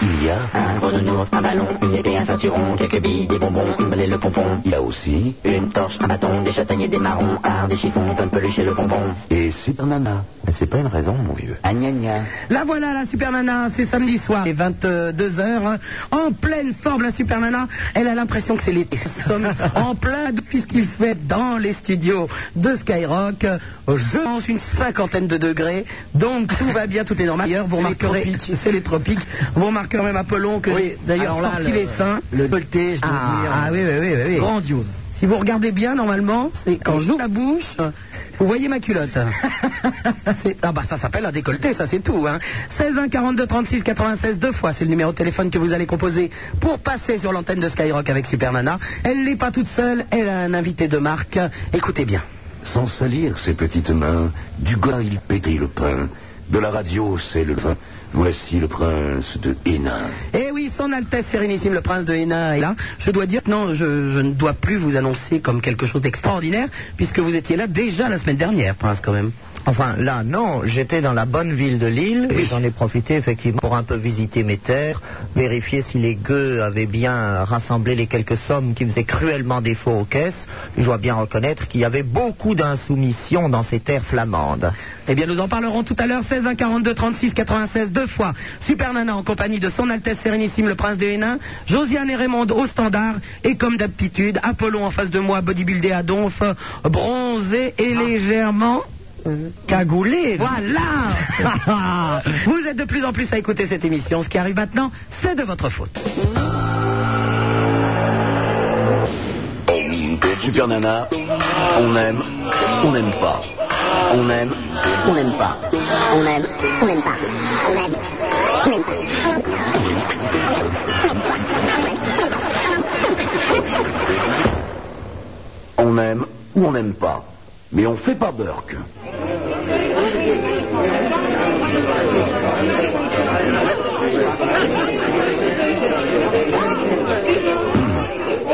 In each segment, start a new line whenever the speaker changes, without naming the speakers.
billard,
Un gros nounours, un ballon, une épée, un ceinturon, quelques billes, des bonbons, une balle et le pompon.
il y a aussi,
Une torche, un bâton, des châtaigniers, des marrons, art, des chiffons, un peluche et le bonbon.
et Super Nana. Mais c'est pas une raison, mon vieux.
Ah gna gna.
La voilà, la Super Nana, c'est samedi soir, les 22h, hein, en pleine forme, la Super Nana, elle a l'impression que c'est l'été. Nous sommes en plein de- puisqu'il fait dans les studios de Skyrock, je pense une cinquantaine de degrés, donc tout va bien, tout est normal. D'ailleurs, vous remarquerez, c'est les tropiques, vous remarquerez même Apollon que j'ai d'ailleurs sorti les seins.
Le polté, je dois
Ah,
dire.
ah oui, oui, oui, oui, oui.
Grandiose.
Si vous regardez bien, normalement, c'est quand j'ouvre la bouche, vous voyez ma culotte. C'est- ah bah ça s'appelle un décolleté, ça c'est tout. Hein. 16 1 42 36 96 deux fois, c'est le numéro de téléphone que vous allez composer pour passer sur l'antenne de Skyrock avec Super Nana. Elle n'est pas toute seule, elle a un invité de marque. Écoutez bien.
Sans salir ses petites mains, du gars il pétrit le pain, de la radio c'est le vin. Voici le prince de Hénin.
Eh oui, son Altesse Sérénissime, le prince de Hénin est là. Je dois dire que non, je, je ne dois plus vous annoncer comme quelque chose d'extraordinaire, puisque vous étiez là déjà la semaine dernière, prince quand même.
Enfin, là, non, j'étais dans la bonne ville de Lille et j'en ai profité effectivement pour un peu visiter mes terres, vérifier si les gueux avaient bien rassemblé les quelques sommes qui faisaient cruellement défaut aux caisses. Je dois bien reconnaître qu'il y avait beaucoup d'insoumission dans ces terres flamandes.
Eh bien, nous en parlerons tout à l'heure, 16 1 42 36 96, deux fois. Super Nana en compagnie de Son Altesse Sérénissime, le Prince de Hénin, Josiane et Raymond au standard, et comme d'habitude, Apollon en face de moi, bodybuildé à donf, bronzé et légèrement...
Cagoulé
Voilà Vous êtes de plus en plus à écouter cette émission. Ce qui arrive maintenant, c'est de votre faute.
Super Nana, on aime, on n'aime pas. On aime, on n'aime pas.
On aime, on n'aime pas. On aime, on n'aime pas.
On aime ou on n'aime pas. Mais on fait pas Burke.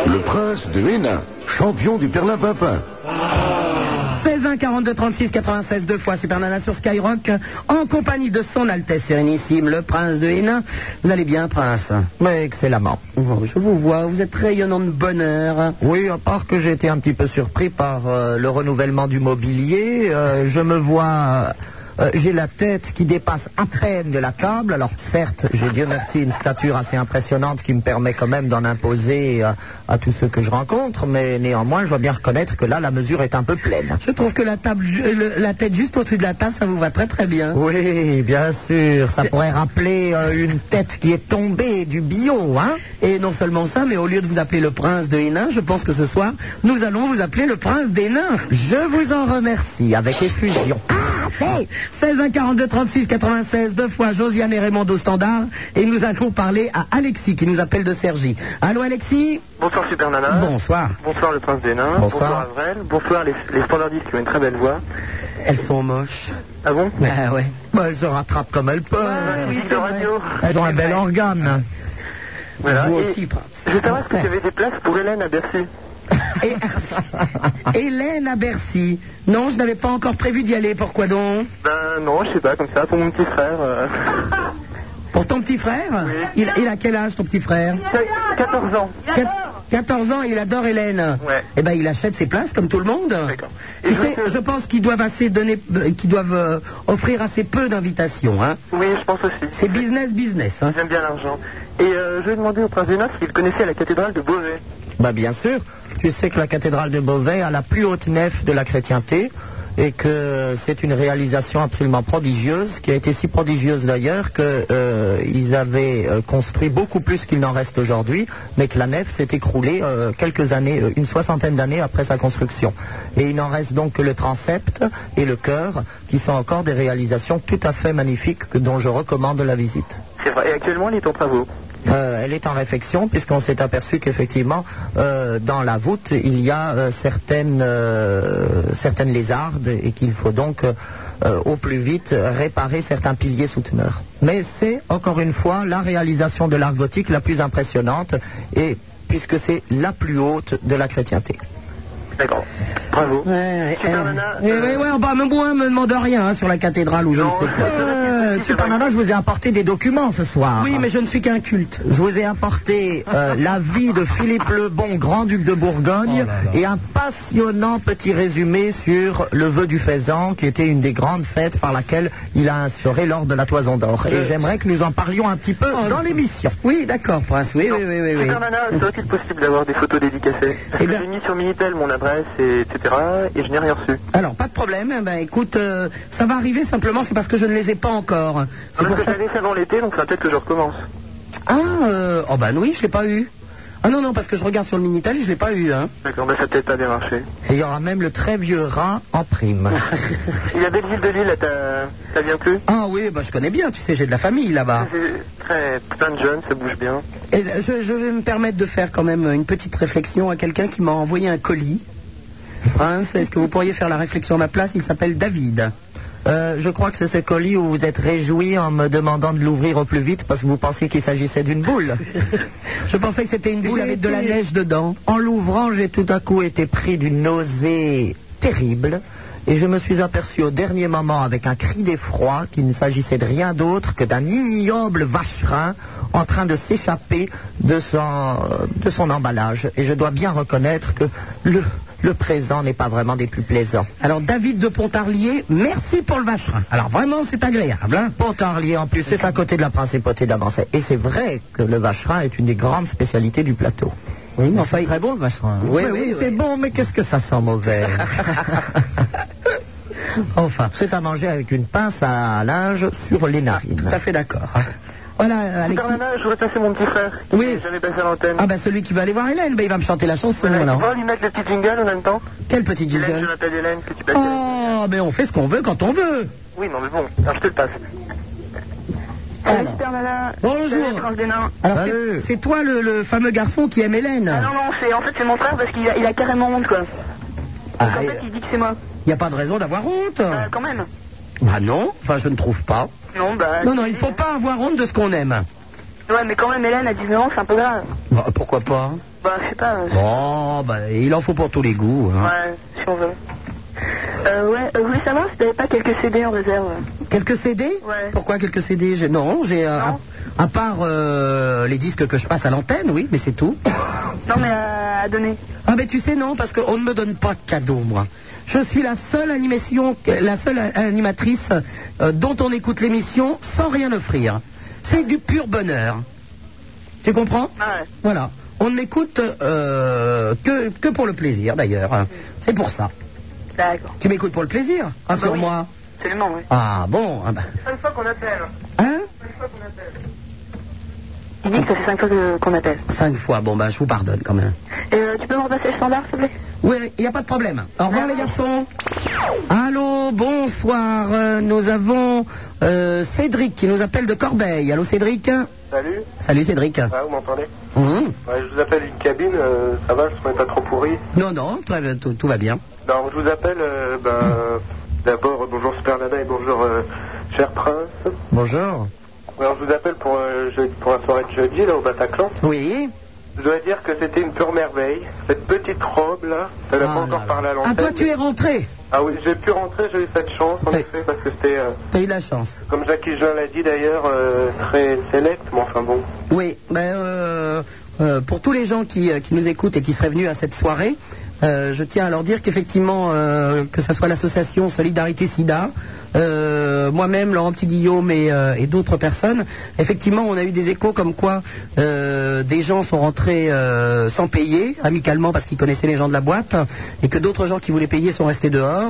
Le prince de Hénin, champion du Perlin-Pimpin.
16 1 42 36 96 deux fois Super Nana sur Skyrock, en compagnie de Son Altesse Sérénissime, le Prince de Hénin. Vous allez bien, Prince
Mais excellemment.
Oh, je vous vois, vous êtes rayonnant de bonheur.
Oui, à part que j'ai été un petit peu surpris par euh, le renouvellement du mobilier, euh, je me vois... euh, j'ai la tête qui dépasse à peine de la table. Alors certes, j'ai Dieu merci une stature assez impressionnante qui me permet quand même d'en imposer euh, à tous ceux que je rencontre, mais néanmoins, je dois bien reconnaître que là, la mesure est un peu pleine.
Je trouve que la, table, ju- euh, le- la tête juste au-dessus de la table, ça vous va très très bien.
Oui, bien sûr, ça pourrait rappeler euh, une tête qui est tombée du bio, hein
Et non seulement ça, mais au lieu de vous appeler le prince de Hénin, je pense que ce soir, nous allons vous appeler le prince d'Hénin.
Je vous en remercie avec effusion.
Ah, 16 1 42 36 96 deux fois Josiane et Raymond au standard et nous allons parler à Alexis qui nous appelle de Sergi. Allô Alexis
Bonsoir Super Nana.
Bonsoir.
Bonsoir le prince des nains.
Bonsoir.
Avrel. Bonsoir les, les standardistes qui ont une très belle voix.
Elles sont moches.
Ah bon
Ah ouais.
Bah, elle se rattrape comme elle peut.
Ouais, oui,
Musique
c'est
de
vrai.
radio.
Elles ont un bel organe.
Voilà.
Vous
Et
aussi prince.
Je veux savoir si tu avais des places pour Hélène à Bercy.
Et- Hélène à Bercy. Non, je n'avais pas encore prévu d'y aller. Pourquoi donc
Ben non, je sais pas, comme ça, pour mon petit frère. euh,
Pour ton petit frère
Oui.
il, il a quel âge ton petit frère
quat- 14 ans.
Quat- 14 ans et il adore Hélène.
Ouais.
Eh ben il achète ses places comme tout le monde.
D'accord. Et
Tu
je
sais,
veux que-
je pense qu'ils doivent assez donner, euh, qu'ils doivent euh, offrir assez peu d'invitations. Hein.
Oui, je pense aussi.
C'est business, business. Hein.
J'aime bien l'argent. Et euh, je vais demander au prince des nains s'il connaissait la cathédrale de Beauvais.
Bah, bien sûr. Tu sais que la cathédrale de Beauvais a la plus haute nef de la chrétienté et que c'est une réalisation absolument prodigieuse, qui a été si prodigieuse d'ailleurs qu'ils avaient euh, construit beaucoup plus qu'il n'en reste aujourd'hui, mais que la nef s'est écroulée euh, quelques années, euh, une soixantaine d'années après sa construction. Et il n'en reste donc que le transept et le chœur, qui sont encore des réalisations tout à fait magnifiques que- dont je recommande la visite.
C'est vrai. Et actuellement, il est en travaux.
Euh, elle est en réflexion puisqu'on s'est aperçu qu'effectivement euh, dans la voûte il y a euh, certaines, euh, certaines lézardes et qu'il faut donc euh, euh, au plus vite réparer certains piliers souteneurs. Mais c'est encore une fois la réalisation de l'art gothique la plus impressionnante et puisque c'est la plus haute de la chrétienté.
D'accord. Bravo.
Ouais,
Super
euh,
Nana,
eh
euh,
ouais, ouais, bah, mais moi, me demande rien hein, sur la cathédrale ou je ne
Non,
sais quoi.
je-
Euh,
euh, Super Nana, je vous ai apporté des documents ce soir.
Ah.
Oui, mais je ne suis qu'un culte.
Je vous ai apporté euh, l'avis de Philippe le Bon, grand-duc de
Oh
Bourgogne, et un passionnant petit résumé sur le vœu du faisan, qui était une des grandes fêtes par laquelle il a instauré l'ordre de la toison d'or. Et j'aimerais que nous en parlions un petit peu dans l'émission.
Euh, Oh. Oui, d'accord, Prince. Oui, oui, oui, Eh oui. oui.
Super Nana, serait-il possible d'avoir des photos dédicacées Parce que
bien-
j'ai mis sur Minitel mon adresse, et etc. Et je n'ai rien reçu.
Alors, pas de problème. Eh Ben, écoute, euh, ça va arriver simplement, c'est parce que je ne les ai pas encore. C'est
Parce
pour
que
ça.
j'avais fait avant l'été, donc ça peut-être que je recommence.
Ah, euh, oh ben oui, je l'ai pas eu. Ah non, non, parce que je regarde sur le Minitel, je l'ai pas eu. Hein.
D'accord, bah ça a peut-être pas bien marché.
Et il y aura même le très vieux rat en prime.
Il y a Belleville de Lille, là, t'as- t'as bien plu
Ah oui, bah, je connais bien, tu sais, j'ai de la famille là-bas.
C'est très plein de jeunes, ça bouge bien.
Et je, je vais me permettre de faire quand même une petite réflexion à quelqu'un qui m'a envoyé un colis. Prince, est-ce que vous pourriez faire la réflexion à ma place Il s'appelle David.
Euh, je crois que c'est ce colis où vous êtes réjoui en me demandant de l'ouvrir au plus vite parce que vous pensiez qu'il s'agissait d'une boule.
Je pensais que c'était une boule
J'ai
avec de la
été-
neige dedans.
En l'ouvrant, j'ai tout à coup été pris d'une nausée terrible. Et je me suis aperçu au dernier moment, avec un cri d'effroi, qu'il ne s'agissait de rien d'autre que d'un ignoble vacherin en train de s'échapper de son, de son emballage. Et je dois bien reconnaître que le, le présent n'est pas vraiment des plus plaisants.
Alors David de Pontarlier, merci pour le vacherin. Alors vraiment, c'est agréable. Hein
Pontarlier, en plus, c'est à côté de la principauté d'Avancet. Et c'est vrai que le vacherin est une des grandes spécialités du plateau.
Oui, mais enfin, très bon le vacherin.
Oui, oui, c'est bon, mais qu'est-ce que ça sent mauvais
Enfin,
C'est à manger avec une pince à linge sur les narines.
tout à fait d'accord. Voilà, euh,
Super
Alexis.
Nana, je voudrais passer mon petit frère. qui
Oui.
n'est Jamais passé à l'antenne.
Ah ben celui qui va aller voir Hélène, ben, il va me chanter la chanson.
Voilà,
alors.
On va lui mettre le petit jingle en même temps.
Quel petit
Hélène, je
jingle.
m'appelle Hélène, que tu passes.
Oh, mais on fait ce qu'on veut quand on veut.
Oui, non, mais bon, alors je te le passe.
Alors.
Super Nana.
Bonjour.
Salut, Franck Denain.
Alors c'est-
Salut.
c'est toi le, le fameux garçon qui aime Hélène.
Ah non, non, c'est, en fait, c'est mon frère parce qu'il a, il a carrément honte, quoi.
Ah,
en
et-
fait, il dit que c'est moi.
Il n'y a pas de raison d'avoir honte.
Euh, quand même.
Bah non, enfin je ne trouve pas.
Non, bah.
Non,
tu
non,
dis,
il ne faut pas avoir honte de ce qu'on aime.
hein. Ouais, mais quand même, Hélène, à 19 ans, c'est un peu grave.
Bah, pourquoi pas
Bah, je sais pas. euh,
Oh, bah il en faut pour tous les goûts. hein.
Ouais, si on veut. Euh, ouais, euh, je voulais savoir si t'avais pas quelques CD en réserve.
Quelques CD
Ouais.
Pourquoi quelques CD J'ai- Non, j'ai euh,
Non.
à, à part euh, les disques que je passe à l'antenne, oui, mais c'est tout.
Non, mais euh, à, à donner.
Ah mais tu sais non parce qu'on ne me donne pas de cadeau moi. Je suis la seule animation, la seule a- animatrice euh, dont on écoute l'émission sans rien offrir. C'est du pur bonheur. Tu comprends
Ah ouais.
Voilà. On ne m'écoute euh, que, que pour le plaisir d'ailleurs. C'est pour ça.
Mm. D'accord. Ah bah
Tu m'écoutes pour le plaisir hein,
Bah
Rassure-moi.
Absolument, ouais.
Ah bon ah bah.
Une fois qu'on appelle.
Hein
Il dit que ça fait 5 fois que- qu'on appelle.
Cinq fois. Bon bah je vous pardonne quand même.
Et euh, tu peux me repasser le standard, s'il te plaît
Oui, il n'y a pas de problème. Au revoir les garçons. Allô, bonsoir. Euh, Nous avons euh, Cédric qui nous appelle de Corbeil. Allô Cédric
Salut,
Salut Cédric.
ah, vous m'entendez
Mhm.
Ouais, Je vous appelle une cabine, euh, ça va, le son est pas trop pourri.
Non, non, très- tout, tout va bien.
Non, je vous appelle, euh, ben, euh, d'abord, euh, bonjour Super Nana et bonjour euh, cher Prince.
Bonjour.
Alors, je vous appelle pour, euh, je- pour la soirée de jeudi, là, au Bataclan.
Oui.
Je dois dire que c'était une pure merveille. Cette petite robe, là, elle n'a
Ah
pas
là
encore
là.
parlé à l'antenne.
Ah, toi tu es rentré.
Ah oui, j'ai pu rentrer, j'ai eu cette chance, en
T'as-
effet, parce que c'était, euh,
T'as eu de la chance.
comme Jackie Jean l'a dit d'ailleurs, euh, très select, mais enfin bon.
Oui, ben, euh, euh, pour tous les gens qui, euh, qui nous écoutent et qui seraient venus à cette soirée, euh, je tiens à leur dire qu'effectivement, euh, que ce soit l'association Solidarité Sida, euh, moi-même, Laurent Petit Guillaume et, euh, et d'autres personnes, effectivement, on a eu des échos comme quoi euh, des gens sont rentrés euh, sans payer, amicalement parce qu'ils connaissaient les gens de la boîte, et que d'autres gens qui voulaient payer sont restés dehors.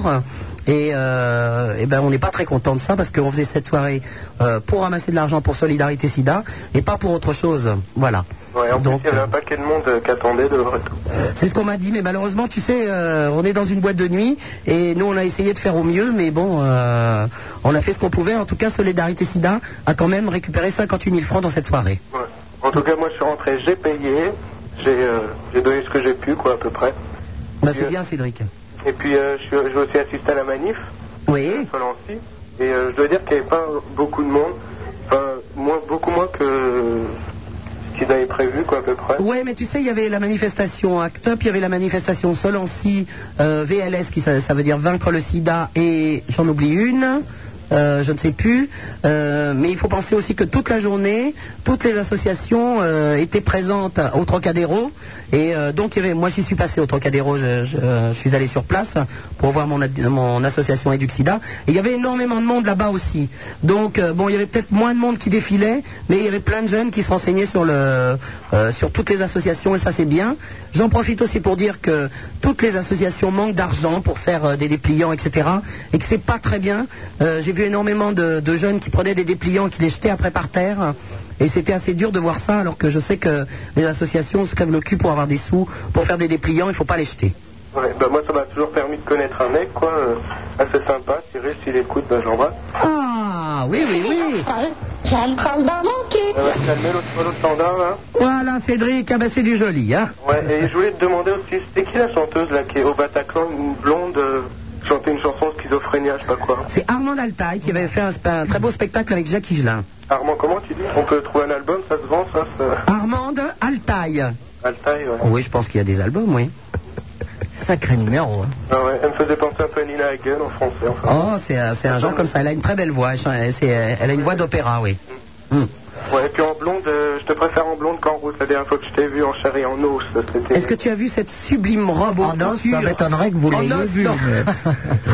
Et, euh, eh ben, on n'est pas très content de ça parce qu'on faisait cette soirée euh, pour ramasser de l'argent pour Solidarité Sida et pas pour autre chose. Voilà.
Ouais, en
Donc,
plus, il y avait
euh,
un paquet de monde euh, qui attendait de leur retour.
C'est ce qu'on m'a dit, mais malheureusement, tu sais, euh, on est dans une boîte de nuit et nous, on a essayé de faire au mieux, mais bon, euh, on a fait ce qu'on pouvait. En tout cas, Solidarité Sida a quand même récupéré 58 000 francs dans cette soirée.
Ouais. En tout cas, moi, je suis rentré, j'ai payé, j'ai euh, j'ai donné ce que j'ai pu, quoi, à peu près.
Bah, c'est
Bien.
bien, Cédric.
Et puis, euh, je, suis- je vais aussi assister à la manif,
Oui.
sur Lancy, et euh, je dois dire qu'il n'y avait pas beaucoup de monde, enfin, moins, beaucoup moins que ce qu'ils avaient prévu, quoi, à peu près.
Ouais, mais tu sais, il y avait la manifestation Act Up, il y avait la manifestation Solancy, euh, VLS, qui ça, ça veut dire vaincre le sida, et j'en oublie une. euh, je ne sais plus. Euh, mais il faut penser aussi que toute la journée, toutes les associations euh, étaient présentes au Trocadéro. Et euh, donc, il y avait, moi, j'y suis passé au Trocadéro, je, je, euh, je suis allé sur place pour voir mon, ad- mon association Eduxida. Et il y avait énormément de monde là-bas aussi. Donc, euh, bon, il y avait peut-être moins de monde qui défilait, mais il y avait plein de jeunes qui se renseignaient sur, le, euh, sur toutes les associations, et ça, c'est bien. J'en profite aussi pour dire que toutes les associations manquent d'argent pour faire euh, des dépliants, etc. Et que c'est pas très bien. Euh, J'ai vu énormément de, de jeunes qui prenaient des dépliants, qui les jetaient après par terre. Et c'était assez dur de voir ça, alors que je sais que les associations se crèvent le cul pour avoir des sous, pour faire des dépliants, il faut pas les jeter.
Ouais, bah moi, ça m'a toujours permis de connaître un mec, quoi. euh, assez sympa. Cyril, s'il écoute, bah, je l'embrasse.
Ah, oui, oui, oui.
Ça me prend dans mon cul.
Ça va calmer l'autre l'autre standard, là.
Voilà, Cédric, ah ben, c'est du joli, hein.
Ouais, et je voulais te demander aussi, c'était qui la chanteuse, là, qui est au Bataclan, une blonde, euh, chantait une chanson schizophrénie, je sais pas quoi.
C'est Armand Altaï qui avait fait un, sp- un très beau spectacle avec Jacques Higelin.
Armand, comment tu dis On peut trouver un album, ça se vend, ça, ça...
Armand Altaï.
Altaï, oh. ouais.
Oui, je pense qu'il y a des albums, oui. Sacré numéro. hein.
Ah ouais, elle me faisait penser un peu à Nina Hagen en français, enfin.
Oh, c'est un, c'est un genre comme ça. Elle a une très belle voix. Elle chan- Elle, c'est- elle a une voix d'opéra, oui.
Mm.
Hmm.
Ouais, et puis en blonde, euh, je te préfère en blonde qu'en rousse. La dernière fois que je t'ai vu en chair et en os, c'était.
Est-ce que tu as vu cette sublime robe
En os, Ah ça m'étonnerait que vous l'ayez vue, mais-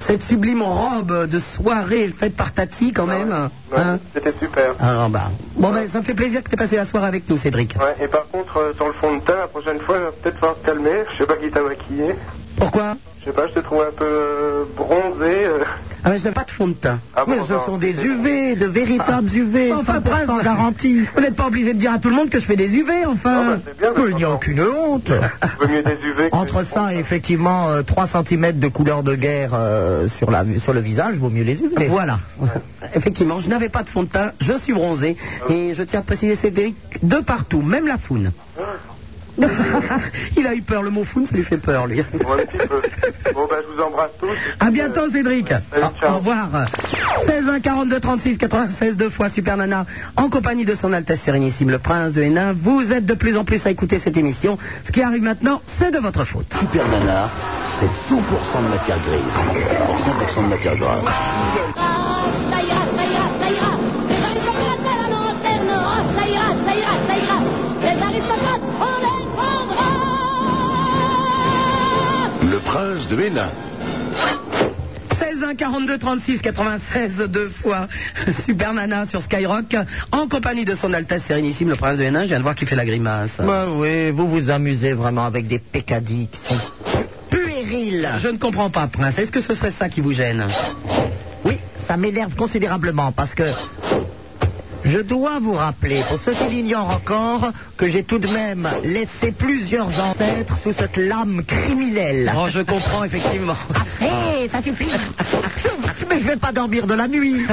cette sublime robe de soirée faite par Tati, quand même.
Ouais,
hein.
C'était super.
Alors, bah. Bon, ben, ça me fait plaisir que tu aies passé la soirée avec nous, Cédric.
Ouais, et par contre, euh, sur le fond de teint, la prochaine fois, il va peut-être falloir se calmer. Je sais pas qui t'a maquillé.
Pourquoi
Je sais pas, je te trouve un peu euh, bronzé. euh.
Ah, mais je n'ai pas de fond de teint.
Ah bon,
Oui, ce
non. Ah.
sont des UV, de véritables UV, 100%
Enfin, prince,
garantis.
Vous n'êtes pas obligé de dire à tout le monde que je fais des UV,
Ah bah,
enfin.
c'est bien, mais
Il n'y a aucune honte.
vaut mieux des UV que
Entre
des
ça et effectivement euh, 3 cm de couleur de guerre euh, sur, la, sur le visage, vaut mieux les UV.
Voilà. Effectivement, je n'avais pas de fond de teint, je suis bronzé.
Ah.
Et je tiens à préciser, Cédric, de partout, même la foune.
Ah.
Il a eu peur, le mot foune, ça lui fait peur, lui.
Ouais, un petit peu. Bon, bah, je vous embrasse tous.
À bientôt, Cédric. Au-
ciao.
Au revoir. 16 1 42 36 96 deux fois Super Nana en compagnie de son Altesse Sérénissime le Prince de Hénin. Vous êtes de plus en plus à écouter cette émission. Ce qui arrive maintenant, c'est de votre faute.
Super Nana, c'est 100% de matière grise pour 100% de matière grasse.
Ah, ça ira, ça ira, ça ira. Les aristocrates à la lanterne. Ah, ça ira, ça ira, ça ira. Les aristocrates, on les prendra.
Le prince de Hénin.
16 1 42 36 96 deux fois Super Nana sur Skyrock en compagnie de son Altesse Sérénissime le Prince de Hénin. Je viens de voir qu'il fait la grimace.
Bah oui, vous vous amusez vraiment avec des pécadilles qui sont puérils.
Je ne comprends pas, Prince. Est-ce que ce serait ça qui vous gêne
Oui, ça m'énerve considérablement parce que je dois vous rappeler, pour ceux qui l'ignorent encore, que j'ai tout de même laissé plusieurs ancêtres sous cette lame criminelle.
Oh, je comprends effectivement. Ah.
Hé, ça suffit Mais je vais pas dormir de la nuit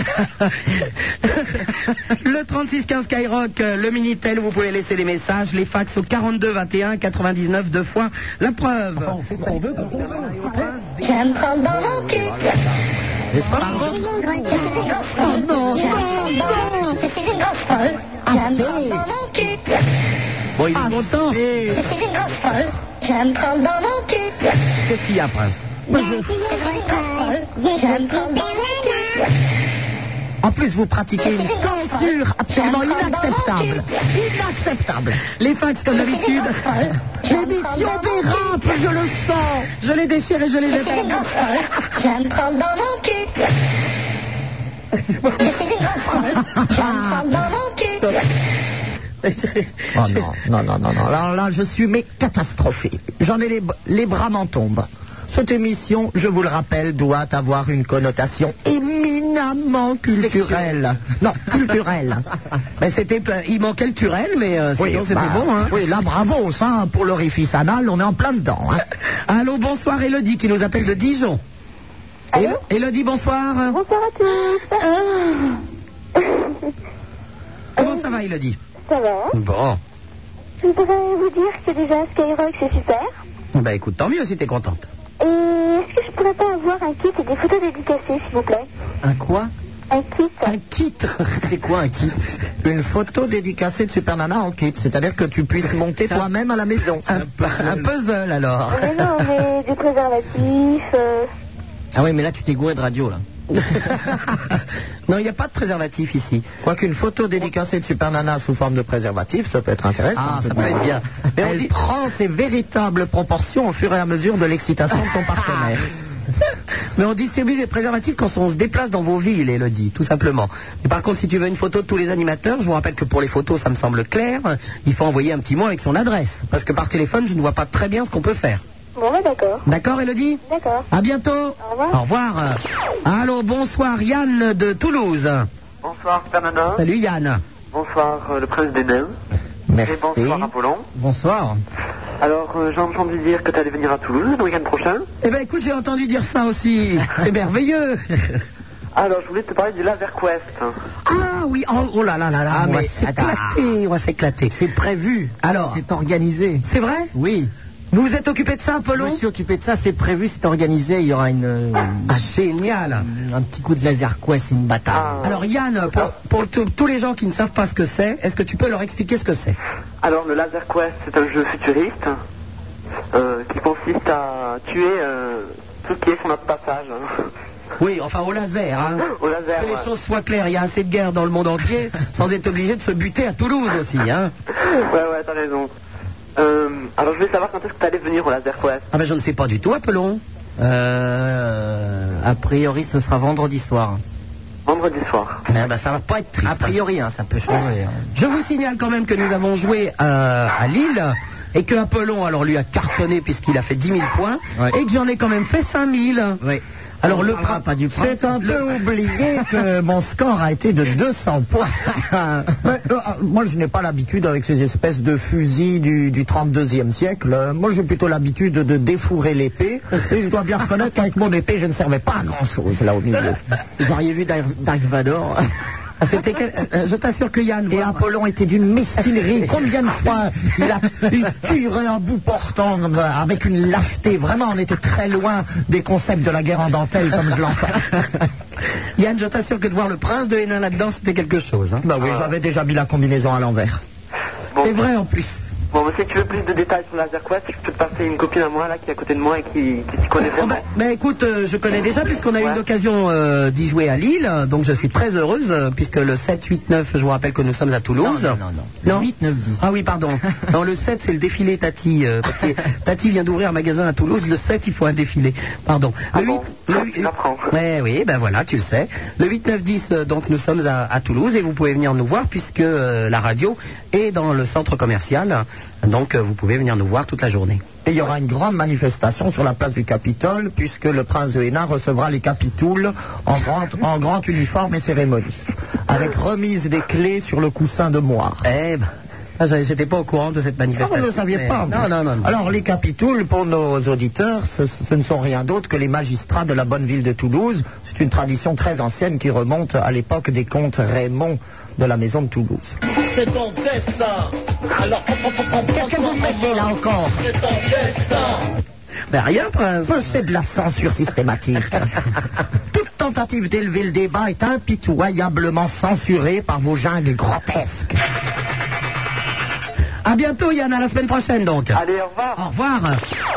le 3615 Skyrock, euh, le Minitel, vous pouvez laisser des messages, les fax au 42 21 99 deux fois. La preuve.
Ça me prend dans mon cul.
N'est-ce pas Ah,
Oh non, non, non. C'est une grosse folle. Ça me prend dans mon cul.
Bon,
Ah,
il est content.
C'est une grosse folle. Ça me prend dans mon cul.
Qu'est-ce qu'il y a, Prince
En plus, vous pratiquez une censure absolument inacceptable Inacceptable
Les fax, comme d'habitude.
L'émission dérape, je le sens
Je les déchire et je les jette.
Oh non, non, non, non, non. Là, là, je suis mais catastrophé. J'en ai les, les bras m'en tombent. Cette émission, je vous le rappelle, doit avoir une connotation éminemment culturelle. Non, culturelle.
Ben, c'était, euh, il manquait le turel, mais euh, sinon c'était
bah,
bon. Hein.
Oui, là, bravo, ça, pour l'orifice anal, on est en plein dedans. hein.
Allô, bonsoir Elodie qui nous appelle de Dijon. Allô Elodie, bonsoir. Ah.
Bonsoir à tous.
Comment ça va Elodie
Ça va
Bon.
Je voudrais vous dire que déjà Skyrock c'est super.
Ben écoute, tant mieux si t'es contente.
Et est-ce que je pourrais pas avoir un kit et des photos dédicacées s'il vous plaît
Un quoi
Un kit
Un kit. C'est quoi un kit
Une photo dédicacée de Super Nana en kit, c'est-à-dire que tu puisses monter
Ça-
toi-même à la maison.
un, un puzzle
Ah,
alors.
Mais non, mais des préservatifs. euh,
Ah oui, mais là tu t'es gouré de radio là. non, il n'y a pas de préservatif ici.
Quoique une photo dédicacée de Super Nana sous forme de préservatif, ça peut être intéressant.
Ah, ça peut être bien. Mais on
Elle
dit-
prend ses véritables proportions au fur et à mesure de l'excitation de son partenaire.
Mais on distribue des préservatifs quand on se déplace dans vos villes, Elodie, tout simplement. Mais par contre, si tu veux une photo de tous les animateurs, je vous rappelle que pour les photos, ça me semble clair, il faut envoyer un petit mot avec son adresse. Parce que par téléphone, je ne vois pas très bien ce qu'on peut faire.
Bon, bah d'accord.
D'accord, Elodie
D'accord.
À bientôt.
Au revoir.
Au revoir. Allô, bonsoir, Yann de Toulouse.
Bonsoir Fernanda.
Salut, Yann.
Bonsoir euh, le prince d'Eden.
Merci.
Et bonsoir Apollon.
Bonsoir.
Alors euh, j'ai entendu dire que tu allais venir à Toulouse le week-end prochain.
Eh ben, écoute, j'ai entendu dire ça aussi. C'est merveilleux.
Alors je voulais te parler du LaverQuest.
Ah oui, oh, oh là là là là,
Ah,
on va
mais attends.
s'éclater, on va s'éclater. C'est prévu. Alors,
C'est organisé.
c'est vrai
Oui.
Vous vous êtes occupé de ça,
Je
Apollon
me suis occupé de ça, c'est prévu, c'est organisé. Il y aura une, euh,
Ah, génial.
un petit coup de laser quest, une bataille.
Ah.
Alors Yann, pour, pour tout- tous les gens qui ne savent pas ce que c'est, est-ce que tu peux leur expliquer ce que c'est
Alors le LaserQuest c'est un jeu futuriste euh, qui consiste à tuer euh, tout ce qui est sur notre passage. hein.
Oui, enfin au laser. Hein.
Au laser,
Que les
ouais.
choses soient claires, il y a assez de guerres dans le monde entier sans être obligé de se buter à Toulouse aussi. Hein.
ouais ouais t'as raison. Euh, alors je voulais savoir quand est-ce que tu allais venir au LaserQuest.
Ah ben je ne sais pas du tout, Apollon.
Euh, a priori, ce sera vendredi soir.
Vendredi soir.
Eh ben ça va pas être triste.
A priori, hein, ça peut changer. hein.
Je vous signale quand même que nous avons joué euh, à Lille et que Apollon, alors lui a cartonné puisqu'il a fait 10 000 points
Ouais.
et que j'en ai quand même fait 5 000.
Oui. Ah,
Alors le
parlera
prin-
pas du
C'est un peu oublié que mon score a été de 200 points. Mais, euh, moi, je n'ai pas l'habitude avec ces espèces de fusils du, du 32e siècle. Euh, Moi, j'ai plutôt l'habitude de défourrer l'épée. Et je dois bien reconnaître qu'avec mon épée, je ne servais pas à grand-chose là au milieu.
Vous auriez vu Dark, Dark Vador.
Ah, c'était quel- euh, euh, Je t'assure que Yann.
Et
voilà.
Apollon était d'une mesquinerie. Combien de fois il a il tirait un bout portant euh, avec une lâcheté. Vraiment, on était très loin des concepts de la guerre en dentelle comme je l'entends.
Yann, je t'assure que de voir le prince de Hénin là-dedans, c'était quelque chose. hein.
Bah oui, j'avais déjà mis la combinaison à l'envers.
Bon.
C'est vrai en plus.
Bon, mais si tu veux plus de détails sur LaserQuest, je peux te passer une copine à moi là qui est à côté de moi et qui, qui s'y connaît
Oh
vraiment.
ben, ben, écoute, euh, je connais déjà puisqu'on a eu
Ouais.
l'occasion euh, d'y jouer à Lille, euh, donc je suis très heureuse euh, puisque le 7, 8, 9, je vous rappelle que nous sommes à Toulouse.
Non, non, non, non. 8, 9, 10.
Ah oui, pardon. non, le 7, c'est le défilé Tati, euh, parce que Tati vient d'ouvrir un magasin à Toulouse. Le 7, il faut un défilé. Pardon.
Ah
le
bon
le huit-
Je l'apprends.
Ouais, oui, ben voilà, tu le sais. Le 8, 9, 10, euh, donc nous sommes à, à Toulouse et vous pouvez venir nous voir puisque euh, la radio est dans le centre commercial. Donc euh, vous pouvez venir nous voir toute la journée.
Et il y aura une grande manifestation sur la place du Capitole, puisque le prince de Hénin recevra les capitouls en grand, en grand uniforme et cérémonie, avec remise des clés sur le coussin de moire.
Eh ben, ah, j'avais- j'étais pas au courant de cette
Ah, vous
manifestation.
ne le saviez
mais-
pas. en
Non,
plus.
non, non. non.
Alors, les capitouls, pour nos auditeurs, ce, ce ne sont rien d'autre que les magistrats de la bonne ville de Toulouse. C'est une tradition très ancienne qui remonte à l'époque des comtes Raymond de la maison de Toulouse. Qu'est-ce que vous mettez là encore
Ben, rien, prince.
Peu, c'est de la censure systématique. Toute tentative d'élever le débat est impitoyablement censurée par vos jungles grotesques.
À bientôt, Yann, à la semaine prochaine donc.
Allez, au revoir.
Au revoir.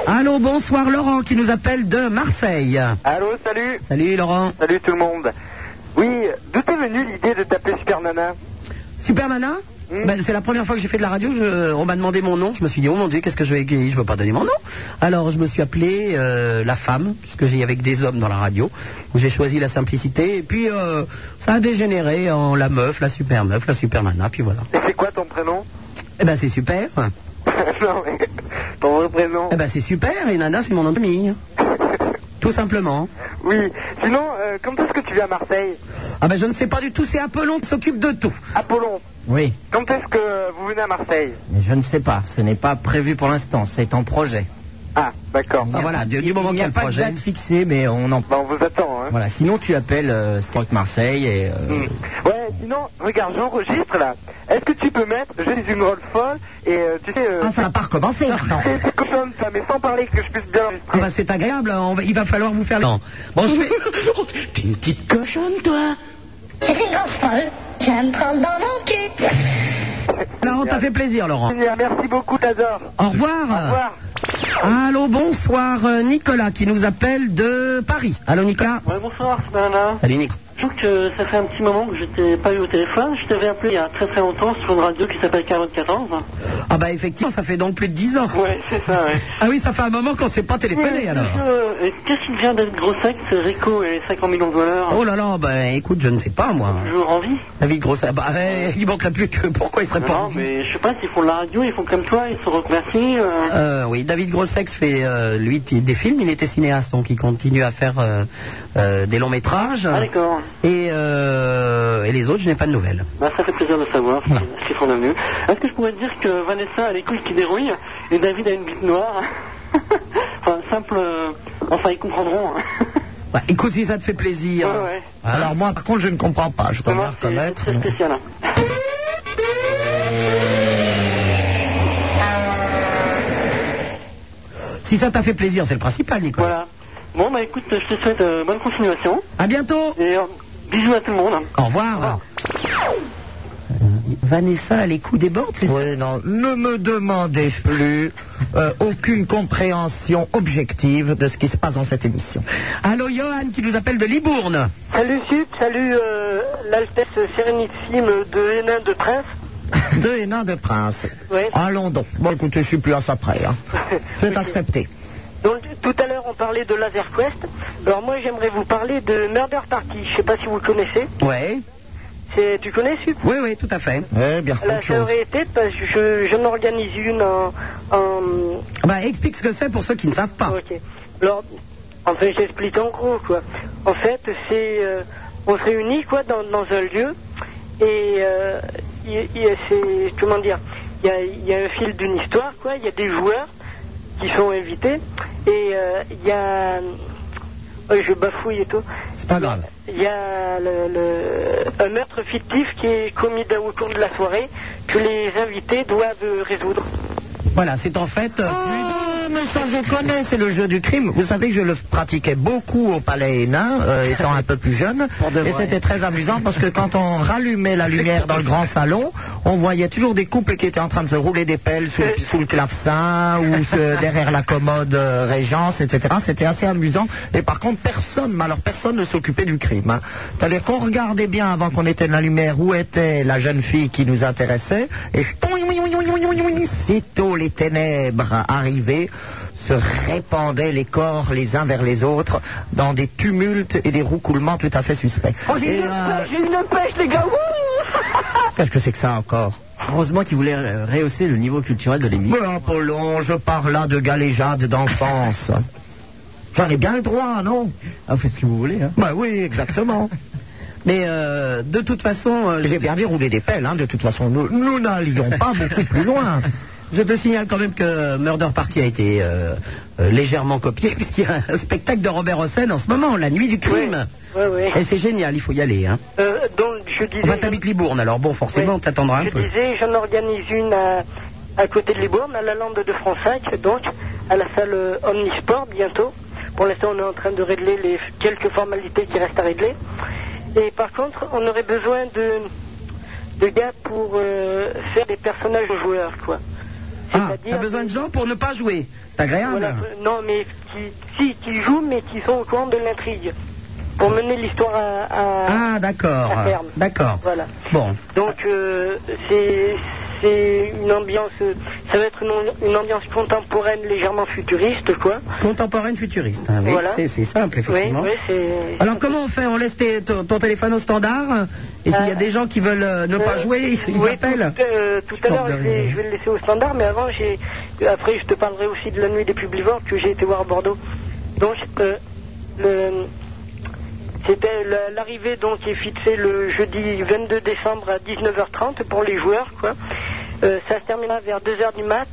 Allô, bonsoir Laurent qui nous appelle de Marseille.
Allô, salut.
Salut Laurent.
Salut tout le monde. Oui, d'où est venue l'idée de taper Super Nana
Super Nana
Mm.
Ben, c'est la première fois que j'ai fait de la radio, je- on m'a demandé mon nom, je me suis dit, oh mon dieu, qu'est-ce que je vais je veux pas donner mon nom. Alors je me suis appelé euh, la femme, puisque j'ai avec des hommes dans la radio, où j'ai choisi la simplicité, et puis euh, ça a dégénéré en la meuf, la super meuf, la super nana, puis voilà.
Et c'est quoi ton prénom
Eh ben c'est super,
Non, mais ton vrai prénom.
eh ben c'est super, et nana c'est mon nom de famille, tout simplement.
oui, sinon, euh, quand est-ce que tu viens à Marseille
Ah ben je ne sais pas du tout, c'est Apollon qui s'occupe de tout.
Apollon,
Oui,
quand est-ce que vous venez à Marseille
mais je ne sais pas. Ce n'est pas prévu pour l'instant, c'est en projet.
Ah, d'accord.
Ah, voilà, du, du moment
Il
qu'il
n'y a
y a le
pas de
projet.
date fixée, mais on en
Bah, on vous attend, hein.
Voilà, sinon tu appelles euh, Strike Marseille et. euh,
Hmm. Ouais, sinon, regarde, j'enregistre là. Est-ce que tu peux mettre J'ai une rôle folle et euh, tu sais. euh,
Ah, ça va pas recommencer maintenant.
c'est- c'est cochonne, ça, mais sans parler que je puisse bien enregistrer.
Ah bah c'est agréable, on va- il va falloir vous faire le... Bon, je vais... Oh, T'es une petite cochonne, toi
C'est une grosse folle. Je vais me prendre dans mon cul.
Laurent, t'as fait plaisir, Laurent.
Merci beaucoup, t'adore.
Au revoir.
Au revoir.
Allô, bonsoir, euh, Nicolas qui nous appelle de Paris. Allô, Nicolas
Ouais, bonsoir, c'est Bernard.
Salut, Nicolas.
Je trouve que ça fait un petit moment que je t'ai pas eu au téléphone. Je t'avais appelé il y a très très longtemps sur une radio qui s'appelle 44.
Ah bah effectivement, ça fait donc plus de 10 ans.
Ouais, c'est ça, ouais.
Ah oui, ça fait un moment qu'on ne s'est pas téléphoné
Ouais,
alors.
euh, Qu'est-ce qui vient d'être gros sec, c'est Rico et 50 millions de dollars
Oh là là, bah écoute, je ne sais pas moi.
Toujours en vie
David Grosse, ah bah ouais, il manquerait plus que pourquoi il serait pas en
Non,
vie
mais je sais pas, s'ils font de la radio, ils font comme toi, ils se reconvertissent. euh,
Euh, oui, David Grossex fait euh, lui t- des films, il était cinéaste, donc il continue à faire euh, euh, des longs métrages.
Ah, d'accord.
Et, euh, et les autres, je n'ai pas de nouvelles.
Bah, ça fait plaisir de savoir ce qu'ils- ce qu'ils sont devenus. Est-ce que je pourrais te dire que Vanessa a les couilles qui dérouillent et David a une bite noire Enfin, simple. euh, Enfin, ils comprendront.
Bah, écoute, si ça te fait plaisir. Hein
Ouais, ouais.
Alors moi, par contre, je ne comprends pas. Je peux bien reconnaître.
C'est spécial. hein.
Si ça t'a fait plaisir, c'est le principal, Nicolas.
Voilà. Bon, bah écoute, je te souhaite euh, bonne continuation.
À bientôt.
Et euh, bisous à tout le monde.
Au revoir. Vanessa, a les coups des bords, c'est
Oui, non, ne me demandez plus euh, aucune compréhension objective de ce qui se passe dans cette émission.
Allô, Johan qui nous appelle de Libourne.
Salut Sup, salut euh, l'Altesse Sérénissime de Hénin de Prince.
De Hénin de Prince.
Ouais.
Allons donc. Bon, écoutez, je suis plus à ça près. hein. C'est accepté.
Donc tout à l'heure on parlait de Laser Quest. Alors moi j'aimerais vous parler de Murder Party. Je sais pas si vous le connaissez.
Ouais.
C'est- Tu connais Sup
Oui, oui, tout à fait.
Eh bien,
La
autre chose.
été parce que je, je m'organise une en, en-
Bah, explique ce que c'est pour ceux qui ne savent pas.
Ok. Alors, en fait, j'explique en gros, quoi. En fait, c'est. euh, on se réunit, quoi, dans, dans un lieu, et. euh, il- il- c'est. Comment dire Il y a, il y a un fil d'une histoire, quoi. Il y a des joueurs qui sont invités, et euh, il y a. oh, je bafouille et tout.
C'est pas grave.
Il y a le- le- un meurtre fictif qui est commis dans- au cours de la soirée que les invités doivent résoudre.
Voilà, c'est en fait. euh,
Ah, mais ça je connais, c'est le jeu du crime. Vous savez que je le pratiquais beaucoup au Palais Hénin, euh, étant un peu plus jeune.
Pour de
Et
vrai.
c'était très amusant parce que quand on rallumait la lumière dans le grand salon, on voyait toujours des couples qui étaient en train de se rouler des pelles sous, le- sous le clavecin ou se- derrière la commode euh, régence, etc. C'était assez amusant. Et par contre, personne, mais alors personne ne s'occupait du crime. hein. C'est-à-dire qu'on regardait bien avant qu'on éteigne la lumière où était la jeune fille qui nous intéressait. Et sitôt les ténèbres arrivées, se répandaient les corps les uns vers les autres dans des tumultes et des roucoulements tout à fait suspects. Et, euh,
Oh, une pêche, les gars
Qu'est-ce que c'est que ça encore
Heureusement qu'il voulait euh, rehausser le niveau culturel de l'émission.
Mais Apollon, je parle là de galéjade d'enfance. J'en ai bien le droit, non
Ah, faites ce que vous voulez. Hein.
Ben oui, exactement.
Mais euh, de toute façon, euh,
J'ai bien dit rouler des pelles, hein, de toute façon, nous nous n'allions pas beaucoup plus loin.
Je te signale quand même que Murder Party a été euh, euh, légèrement copié, puisqu'il y a un spectacle de Robert Hossein en ce moment, La Nuit du Crime.
Ouais, ouais.
Et c'est génial, il faut y aller. Hein.
Euh, donc, je disais.
Enfin, t'habites Libourne, alors bon, forcément,
Ouais.
t'attendras un
je
peu.
disais, j'en organise une à, à côté de Libourne, à la lande de Fronsac, donc, à la salle euh, Omnisport bientôt. Pour l'instant, on est en train de régler les quelques formalités qui restent à régler. Et par contre, on aurait besoin de, de gars pour euh, faire des personnages aux joueurs, quoi.
Ah,
C'est-à-dire
t'as besoin de
que-
gens pour ne pas jouer. C'est agréable.
voilà, euh, non, mais qui, si, qui jouent, mais qui sont au courant de l'intrigue. Pour mener l'histoire à, à-
Ah, d'accord.
à terme.
D'accord.
Voilà.
Bon.
Donc euh, c'est c'est une ambiance, euh, ça va être une, une ambiance contemporaine légèrement futuriste quoi.
Contemporaine futuriste. hein, oui,
Voilà.
c'est, c'est simple,
Oui,
effectivement.
oui, c'est.
Alors comment on fait On laisse tes- ton, ton téléphone au standard Et s'il y a
Euh,
des gens qui veulent euh, ne pas
Euh,
jouer, ils
oui,
appellent
Tout, euh, tout à l'heure,
Scandale.
je, vais- je vais le laisser au standard, mais avant, j'ai après, je te parlerai aussi de la nuit des publivores que j'ai été voir à Bordeaux. Donc, euh, le- c'était la- l'arrivée donc qui est fixée le jeudi 22 décembre à 19h30 pour les joueurs. Quoi. Euh, ça se terminera vers 2h du mat.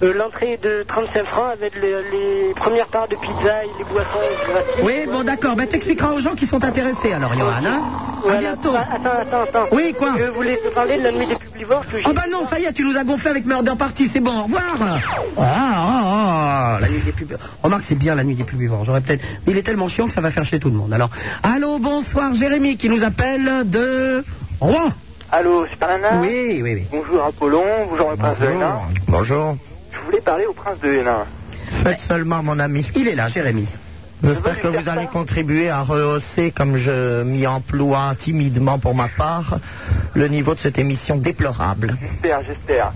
Euh, L'entrée est de 35 francs avec le- les premières parts de pizza et les boissons gratuites.
Oui, bon d'accord, ben t'expliqueras aux gens qui sont intéressés alors, Johan. Hein à
Voilà.
bientôt.
Ah, Attends, attends, attends.
Oui, quoi
Je voulais te parler de la nuit des publivores que j'ai.
Oh bah non, ça y est, tu nous as gonflé avec Murder Party, c'est bon, au revoir. Ah, ah, ah, la nuit des plus buveurs. Remarque, c'est bien la nuit des plus buveurs. J'aurais peut-être. Mais il est tellement chiant que ça va faire chier tout le monde. Alors, allô, bonsoir, Jérémy qui nous appelle de Rouen.
Allô, c'est Parana
Oui, oui, oui.
Bonjour Apollon, bonjour le prince de Hénin.
Bonjour.
Je voulais parler au prince de Hénin.
Ah, Faites seulement, mon ami.
Il est là, Jérémy.
J'espère que vous allez contribuer à rehausser, comme je m'y emploie timidement pour ma part, le niveau de cette émission déplorable.
J'espère, j'espère.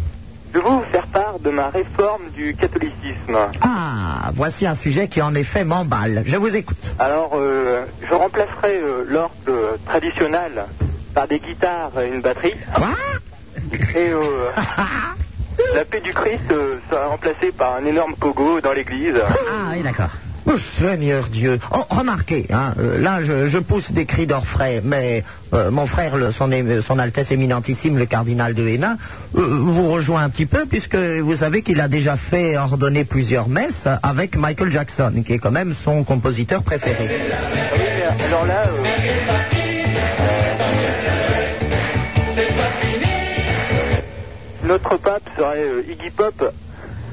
Je veux vous faire part de ma réforme du catholicisme.
Ah, voici un sujet qui en effet m'emballe. Je vous écoute.
Alors, euh, je remplacerai euh, l'orgue traditionnel par des guitares et une batterie. et euh, la paix du Christ euh, sera remplacée par un énorme pogo dans l'église.
Ah oui, d'accord.
Oh, Seigneur Dieu. Oh, remarquez, hein, euh, là je, je pousse des cris d'orfraie, mais euh, mon frère, le- son, é- son Altesse éminentissime, le cardinal de Hénin, euh, vous rejoint un petit peu, puisque vous savez qu'il a déjà fait ordonner plusieurs messes avec Michael Jackson, qui est quand même son compositeur préféré.
Alors là, euh, notre pape serait euh, Iggy Pop.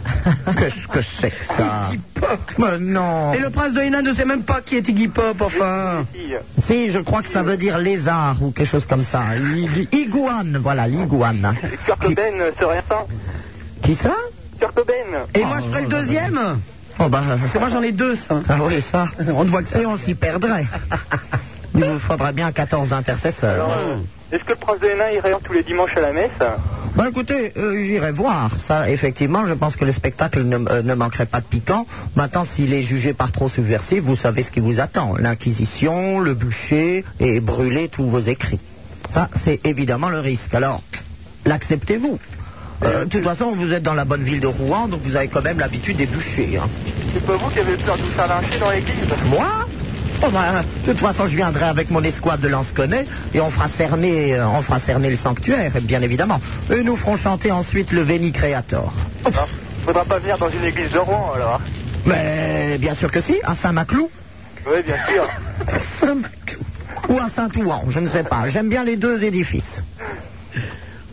Qu'est-ce que c'est que ça Iggy Pop Mais Oh, bah, non
Et le prince de Hénin ne sait même pas qui est Iggy Pop, enfin.
Si, je crois que ça veut dire lézard ou quelque chose comme ça. I- Iguane, voilà, l'iguane.
Kurt Cobain serait un
Qui ça
Kurt Cobain.
Et moi, je ferai le deuxième
Oh bah, parce
que moi, j'en ai deux, ça.
Ah oui, ça.
On ne voit que ça.
Et on s'y perdrait. Il vous faudra bien 14
Ah.
intercesseurs.
Alors, euh,
Ah.
est-ce que le prince de Hénin irait tous les dimanches à la messe
Bah écoutez, euh, j'irai voir. Ça, effectivement, je pense que le spectacle ne, euh, ne manquerait pas de piquant. Maintenant, s'il est jugé par trop subversif, vous savez ce qui vous attend. L'inquisition, le bûcher et brûler tous vos écrits. Ça, c'est évidemment le risque. Alors, l'acceptez-vous Euh, De toute façon, vous êtes dans la bonne ville de Rouen, donc vous avez quand même l'habitude des bûchers. hein.
C'est pas vous qui avez peur de vous faire lyncher dans l'église
Moi Oh ben, de toute façon, je viendrai avec mon escouade de lansquenets et on fera cerner, euh, on fera cerner le sanctuaire, bien évidemment. Et nous ferons chanter ensuite le Veni Creator.
Non, Ah, faudra pas venir dans une église de Rouen alors.
Mais bien sûr que si, à Saint-Maclou
Oui, bien sûr.
ou à Saint-Ouan, je ne sais pas. J'aime bien les deux édifices.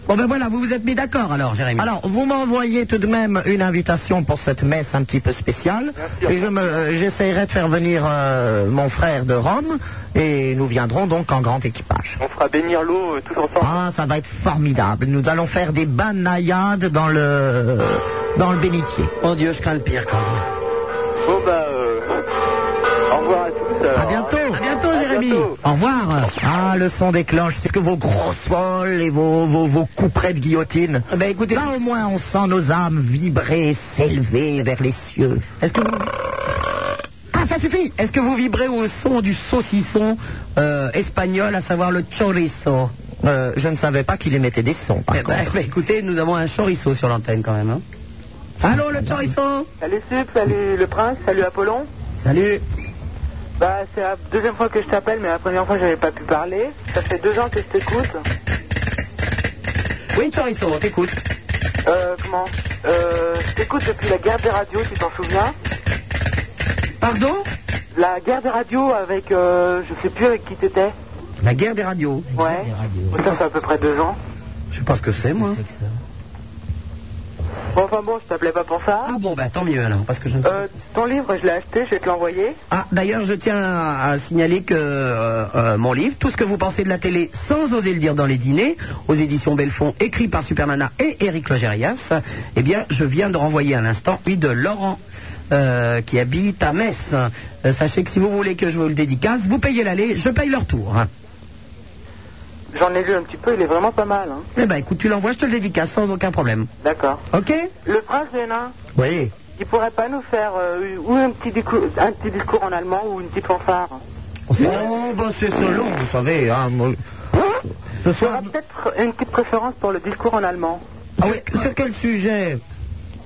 Bon, ben voilà, vous vous êtes mis d'accord, alors, Jérémy.
Alors, vous m'envoyez tout de même une invitation pour cette messe un petit peu spéciale. Et je me, euh, j'essaierai de faire venir euh, mon frère de Rome et nous viendrons donc en grand équipage.
On fera bénir l'eau euh, tous ensemble.
Ah, ça va être formidable. Nous allons faire des banayades dans le dans le bénitier.
Oh Dieu, je crains le pire quand même.
Bon bah, euh, au revoir à tous. alors.
À bientôt.
À
bientôt, Jérémy.
Au revoir. Ah, le son déclenche. C'est que vos grosses folles et vos, vos, vos couperets de guillotine. Ben écoutez, là au moins on sent nos âmes vibrer, s'élever vers les cieux.
Est-ce que vous... Ah, ça suffit Est-ce que vous vibrez au son du saucisson euh, espagnol, à savoir le chorizo
Euh, je ne savais pas qu'il émettait des sons, par
Eh ben,
contre.
bah, écoutez, nous avons un chorizo sur l'antenne quand même. Hein. Allô, le chorizo
Salut Sup, salut le prince, salut Apollon.
Salut
Bah, c'est la deuxième fois que je t'appelle, mais la première fois, j'avais pas pu parler. Ça fait deux ans que je t'écoute.
Oui, chorizo, on t'écoute.
Euh, comment Euh, je t'écoute depuis la guerre des radios, tu t'en souviens
Pardon
La guerre des radios avec, euh, je sais plus avec qui t'étais.
La guerre des radios.
Ouais. Ça fait à peu près deux ans.
Je sais pas ce que c'est, moi.
Bon, enfin bon, je t'appelais pas pour ça.
Ah bon, bah tant mieux alors, parce que je ne sais pas.
Euh, ton livre, je l'ai acheté, je vais te l'envoyer.
Ah, d'ailleurs, je tiens à, à signaler que euh, euh, mon livre, Tout ce que vous pensez de la télé sans oser le dire dans les dîners, aux éditions Belfond, écrit par Supermana et Eric Logérias, eh bien, je viens de renvoyer à l'instant celui de Laurent, euh, qui habite à Metz. Euh, sachez que si vous voulez que je vous le dédicace, vous payez l'aller, je paye le retour.
J'en ai lu un petit peu, il est vraiment pas mal. hein.
Eh ben, écoute, tu l'envoies, je te le dédicace sans aucun problème.
D'accord.
Ok
Le prince Hénin,
Oui.
il pourrait pas nous faire euh, ou un petit, discours, un petit discours en allemand ou une petite fanfare.
Oh, bah c'est selon, vous savez. hein, moi- Ce soir.
Peut-être une petite préférence pour le discours en allemand.
Ah oui, sur quel sujet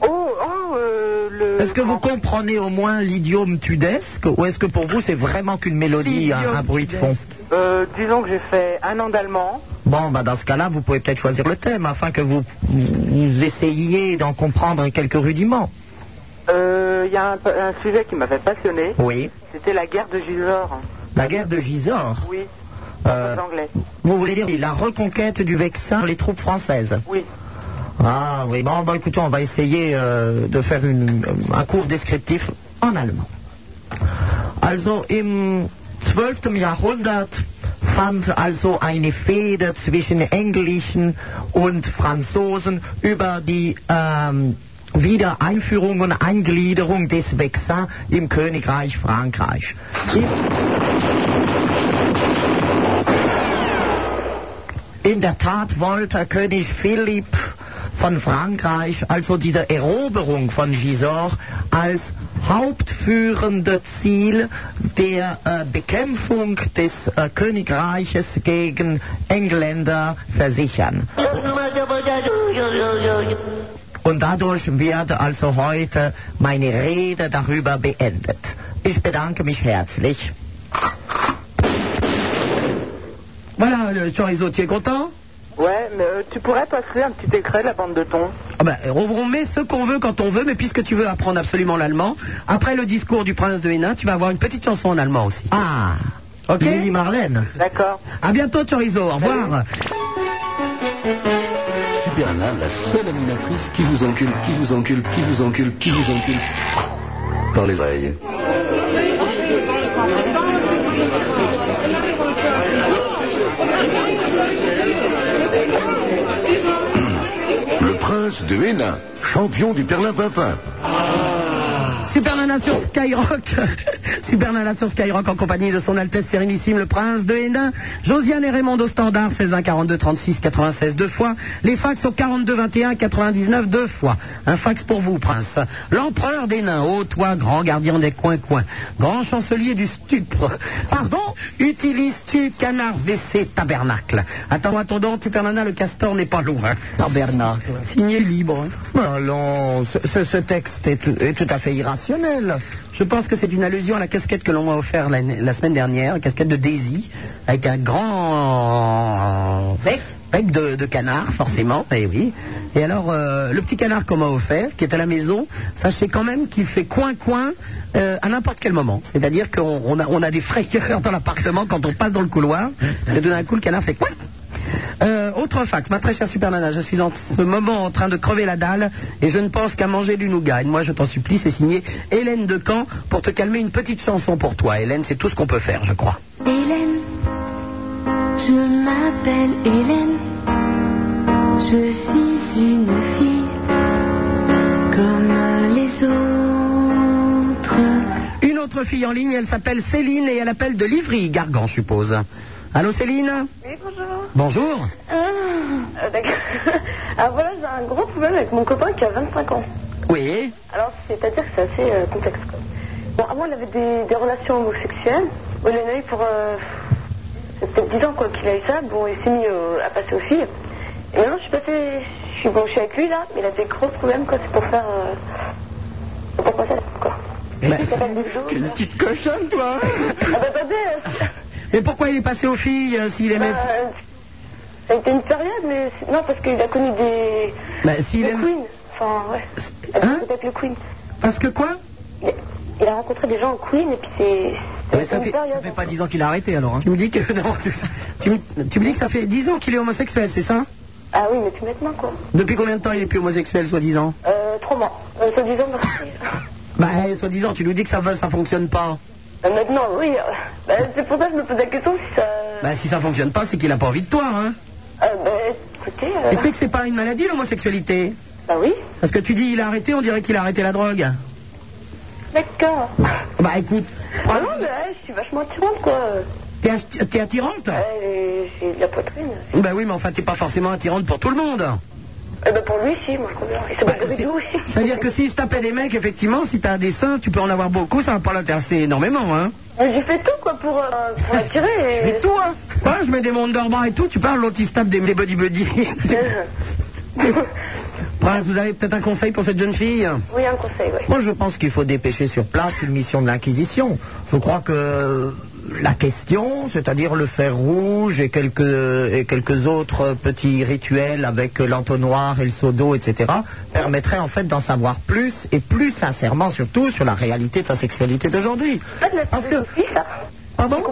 Oh, oh, euh, le.
Est-ce que vous comprenez au moins l'idiome tudesque ou est-ce que pour vous c'est vraiment qu'une mélodie, un, un bruit de fond
Euh, disons que j'ai fait un an d'allemand.
Bon, bah dans ce cas-là, vous pouvez peut-être choisir le thème afin que vous, vous essayiez d'en comprendre quelques rudiments.
Euh, Il y a un, un sujet qui m'avait passionné.
Oui.
C'était la guerre de Gisors.
La guerre de Gisors.
Oui,
Euh,
en anglais.
vous voulez dire la reconquête du Vexin par les troupes françaises
Oui.
Ah oui, bon, bah écoutez, on va essayer euh, de faire une, un cours descriptif en allemand. Also im 12. Jahrhundert fand also eine Fehde zwischen Englischen und Franzosen über die ähm, Wiedereinführung und Eingliederung des Vexin im Königreich Frankreich. In, in der Tat wollte König Philipp von Frankreich, also diese Eroberung von Gisors, als hauptführende Ziel der äh, Bekämpfung des äh, Königreiches gegen Engländer versichern. Und dadurch wird also heute meine Rede darüber beendet. Ich bedanke mich herzlich.
Voilà, euh, Chorizo, tu es content
Ouais, mais euh, tu pourrais passer un petit extrait de la bande de ton.
Ah ben, on met ce qu'on veut quand on veut, mais puisque tu veux apprendre absolument l'allemand, après le discours du prince de Hénin, tu vas avoir une petite chanson en allemand aussi.
Ah
Ok
Lili Marlène.
D'accord.
À bientôt, Chorizo. Au revoir.
Supernana, la seule animatrice qui vous encule, qui vous encule, qui vous encule, qui vous encule. Par les oreilles. Hmm. Le prince de Hénin, champion du Perlin-Pimpin.
Super Nana sur Skyrock. Super Nana sur Skyrock en compagnie de son Altesse Sérénissime, le Prince de Hénin. Josiane et Raymond au standard, 16 1 42 36 96 deux fois. Les fax au 42 21 99 deux fois. Un fax pour vous, Prince. L'empereur d'Hénin, ô toi, grand gardien des coins-coins, grand chancelier du stupre. Pardon Utilises-tu canard, WC, tabernacle Attends, attendant, Super Nana, le castor n'est pas loin.
Tabernacle.
Signé libre.
Mais allons, ce, ce- ce texte est tout, est tout à fait irrationnel.
Je pense que c'est une allusion à la casquette que l'on m'a offert la, la semaine dernière, une casquette de Daisy, avec un grand bec, bec de, de canard, forcément, et oui. Et alors, euh, le petit canard qu'on m'a offert, qui est à la maison, sachez quand même qu'il fait coin-coin euh, à n'importe quel moment. C'est-à-dire qu'on on a, on a des frayeurs dans l'appartement quand on passe dans le couloir, et d'un coup, le canard fait coin euh, autre fax, ma très chère Supernana, je suis en ce moment en train de crever la dalle et je ne pense qu'à manger du nougat. Et moi, je t'en supplie, c'est signé Hélène de Caen pour te calmer une petite chanson pour toi. Hélène, c'est tout ce qu'on peut faire, je crois.
Hélène, je m'appelle Hélène, je suis une fille comme les autres.
Une autre fille en ligne, elle s'appelle Céline et elle appelle de Livry, Gargan, je suppose. Allô, Céline
Oui, bonjour.
Bonjour.
Euh, d'accord. Alors Ah, voilà, j'ai un gros problème avec mon copain qui a 25 ans.
Oui.
Alors, c'est-à-dire que c'est assez euh, complexe. quoi. Bon, avant, on avait des, des relations homosexuelles. Bon, il en a eu pour euh, c'est peut-être 10 ans quoi, qu'il a eu ça. Bon, il s'est mis euh, à passer aux filles. Et maintenant, je suis passée, je suis, bon, je suis avec lui là, mais il a des gros problèmes quoi, c'est pour faire. euh, c'est pour passer à la tête, quoi. Il s'appelle Bouzou.
T'es une petite cochonne, toi
Ah bah, attendez, euh,
Mais pourquoi il est passé aux filles euh, s'il aimait.
bah, euh, ça a été une période, mais c'est- non, parce qu'il a connu des.
Bah, s'il
le
aime- hein
Queen. Enfin, ouais. Peut-être le Queen.
Parce que quoi
il, il a rencontré des gens au Queen et puis c'est.
Mais ça fait, ça fait pas 10 ans qu'il a arrêté alors. hein. Tu me dis que non, tu, tu me, tu me dis que ça fait 10 ans qu'il est homosexuel, c'est ça
Ah oui, mais puis maintenant quoi.
Depuis combien de temps il est plus homosexuel, soi-disant
Euh, trop mort. Euh, ça disant,
Bah, eh, soi-disant, tu nous dis que ça va, ça fonctionne pas.
bah, maintenant, oui. euh, bah, c'est pour ça que je me pose la question si ça.
Bah, si ça fonctionne pas, c'est qu'il a pas envie de toi, hein.
Euh, bah, écoutez. euh,
Et tu sais que c'est pas une maladie, l'homosexualité
Bah oui.
Parce que tu dis il a arrêté, on dirait qu'il a arrêté la drogue.
D'accord.
Bah, écoute,
Ah non, mais ouais, je suis vachement attirante quoi. Euh.
t'es atti- t'es attirante
Ouais, j'ai- j'ai de la poitrine.
Bah oui, mais enfin, t'es pas forcément attirante pour tout le monde.
Euh, bah, pour lui, si, moi je trouve bien. Et
Bah,
ça peut être nous aussi.
C'est-à-dire que s'il se tapait des mecs, effectivement, si t'as un dessin, tu peux en avoir beaucoup, ça va pas l'intéresser énormément, hein.
Mais j'ai fait tout quoi pour, euh, pour l'attirer.
Je fais tout, hein. Ouais, je mets des mondes d'or et tout, tu parles, l'autre il se tape des, des buddy buddy. Prince, vous avez peut-être un conseil pour cette jeune fille
Oui, un conseil, oui.
Moi, je pense qu'il faut dépêcher sur place une mission de l'Inquisition. Je crois que la question, c'est-à-dire le fer rouge et quelques, et quelques autres petits rituels avec l'entonnoir et le seau d'eau, etc., permettrait en fait d'en savoir plus et plus sincèrement surtout sur la réalité de sa sexualité d'aujourd'hui. Parce que... Pardon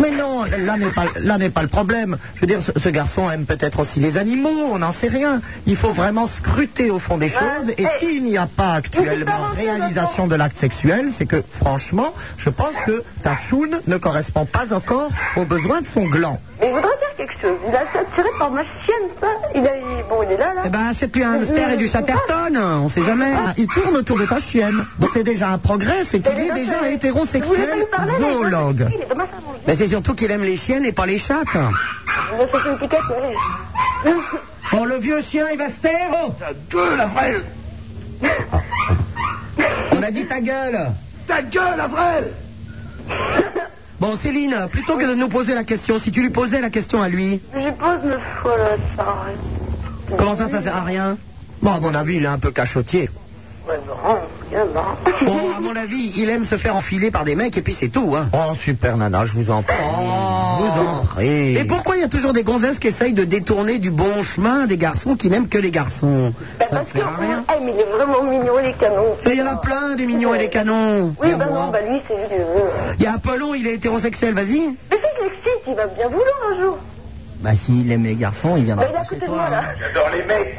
Mais non, là n'est pas, là n'est pas le problème. Je veux dire, ce, ce garçon aime peut-être aussi les animaux, on n'en sait rien. Il faut vraiment scruter au fond des choses. Et s'il n'y a pas actuellement réalisation de l'acte sexuel, c'est que franchement, je pense que ta choune ne correspond pas encore aux besoins de son gland.
Mais il voudrait dire quelque chose. Il a été attiré par ma chienne, ça. Il a eu.
bon, il est là, là.
Eh ben, achète-lui
Euh,
un hamster et du chatterton, on sait jamais.
Ah, Il tourne autour de ta chienne. Bon, c'est déjà un progrès, c'est qu'il est déjà hétérosexuel zoologue.
Mais c'est surtout qu'il aime les chiennes et pas les chattes. Bon, le vieux chien, il va se taire oh
la frêle
On a dit ta gueule
Ta gueule, la frêle
Bon, Céline, plutôt que de nous poser la question, si tu lui posais la question à lui,
Je pose me fois là, ça sert à rien.
comment ça, ça sert à rien
Bon, à mon avis, il est un peu cachotier.
Ouais, non, rien, non.
Bon, à mon avis, il aime se faire enfiler par des mecs et puis c'est tout, hein. Oh.
Oh, super nana, je vous en prie. Vous en prie.
Et pourquoi il y a toujours des gonzesses qui essayent de détourner du bon chemin des garçons qui n'aiment que les garçons
Bah,
Ça ne
parce que,
sert à rien.
ah, mais il est vraiment mignon, les canons.
Mais il y en a plein des mignons et des canons.
Oui, bah
Viens voir.
non, bah lui, c'est juste. euh,
Il y a Apollon, il est hétérosexuel, vas-y.
Mais si je l'excite, il va bien vouloir un jour.
Bah, s'il aime les garçons, il
Bah, il est à côté de moi, là.
J'adore les mecs.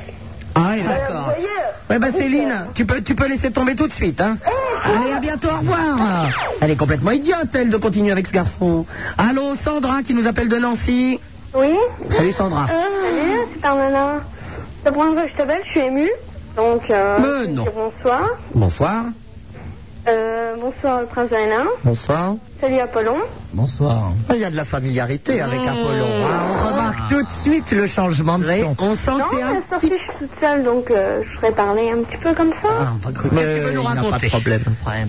Ah, oui,
Vous
d'accord.
voyez
Ouais, bah, Céline, tu peux, tu peux laisser tomber tout de suite, hein. Allez, à bientôt, au revoir. Elle est complètement idiote, elle, de continuer avec ce garçon. Allô, Sandra qui nous appelle de Nancy.
Oui
Salut, Sandra.
Ah,
Salut, super nana. C'est la première fois que je t'appelle, je suis émue. Donc, euh,
Mais
je te
non.
dis bonsoir.
Bonsoir.
Euh, bonsoir, le prince Alain.
Bonsoir.
Salut, Apollon.
Bonsoir.
Ah, Il y a de la familiarité avec
Mmh.
Apollon. hein. On remarque tout de suite le changement de ton.
Ah. On sent
non,
que t'es un
la sortie, je suis toute seule, donc euh, je voudrais parler un petit peu comme ça.
Ah,
Mais il n'a pas de problème.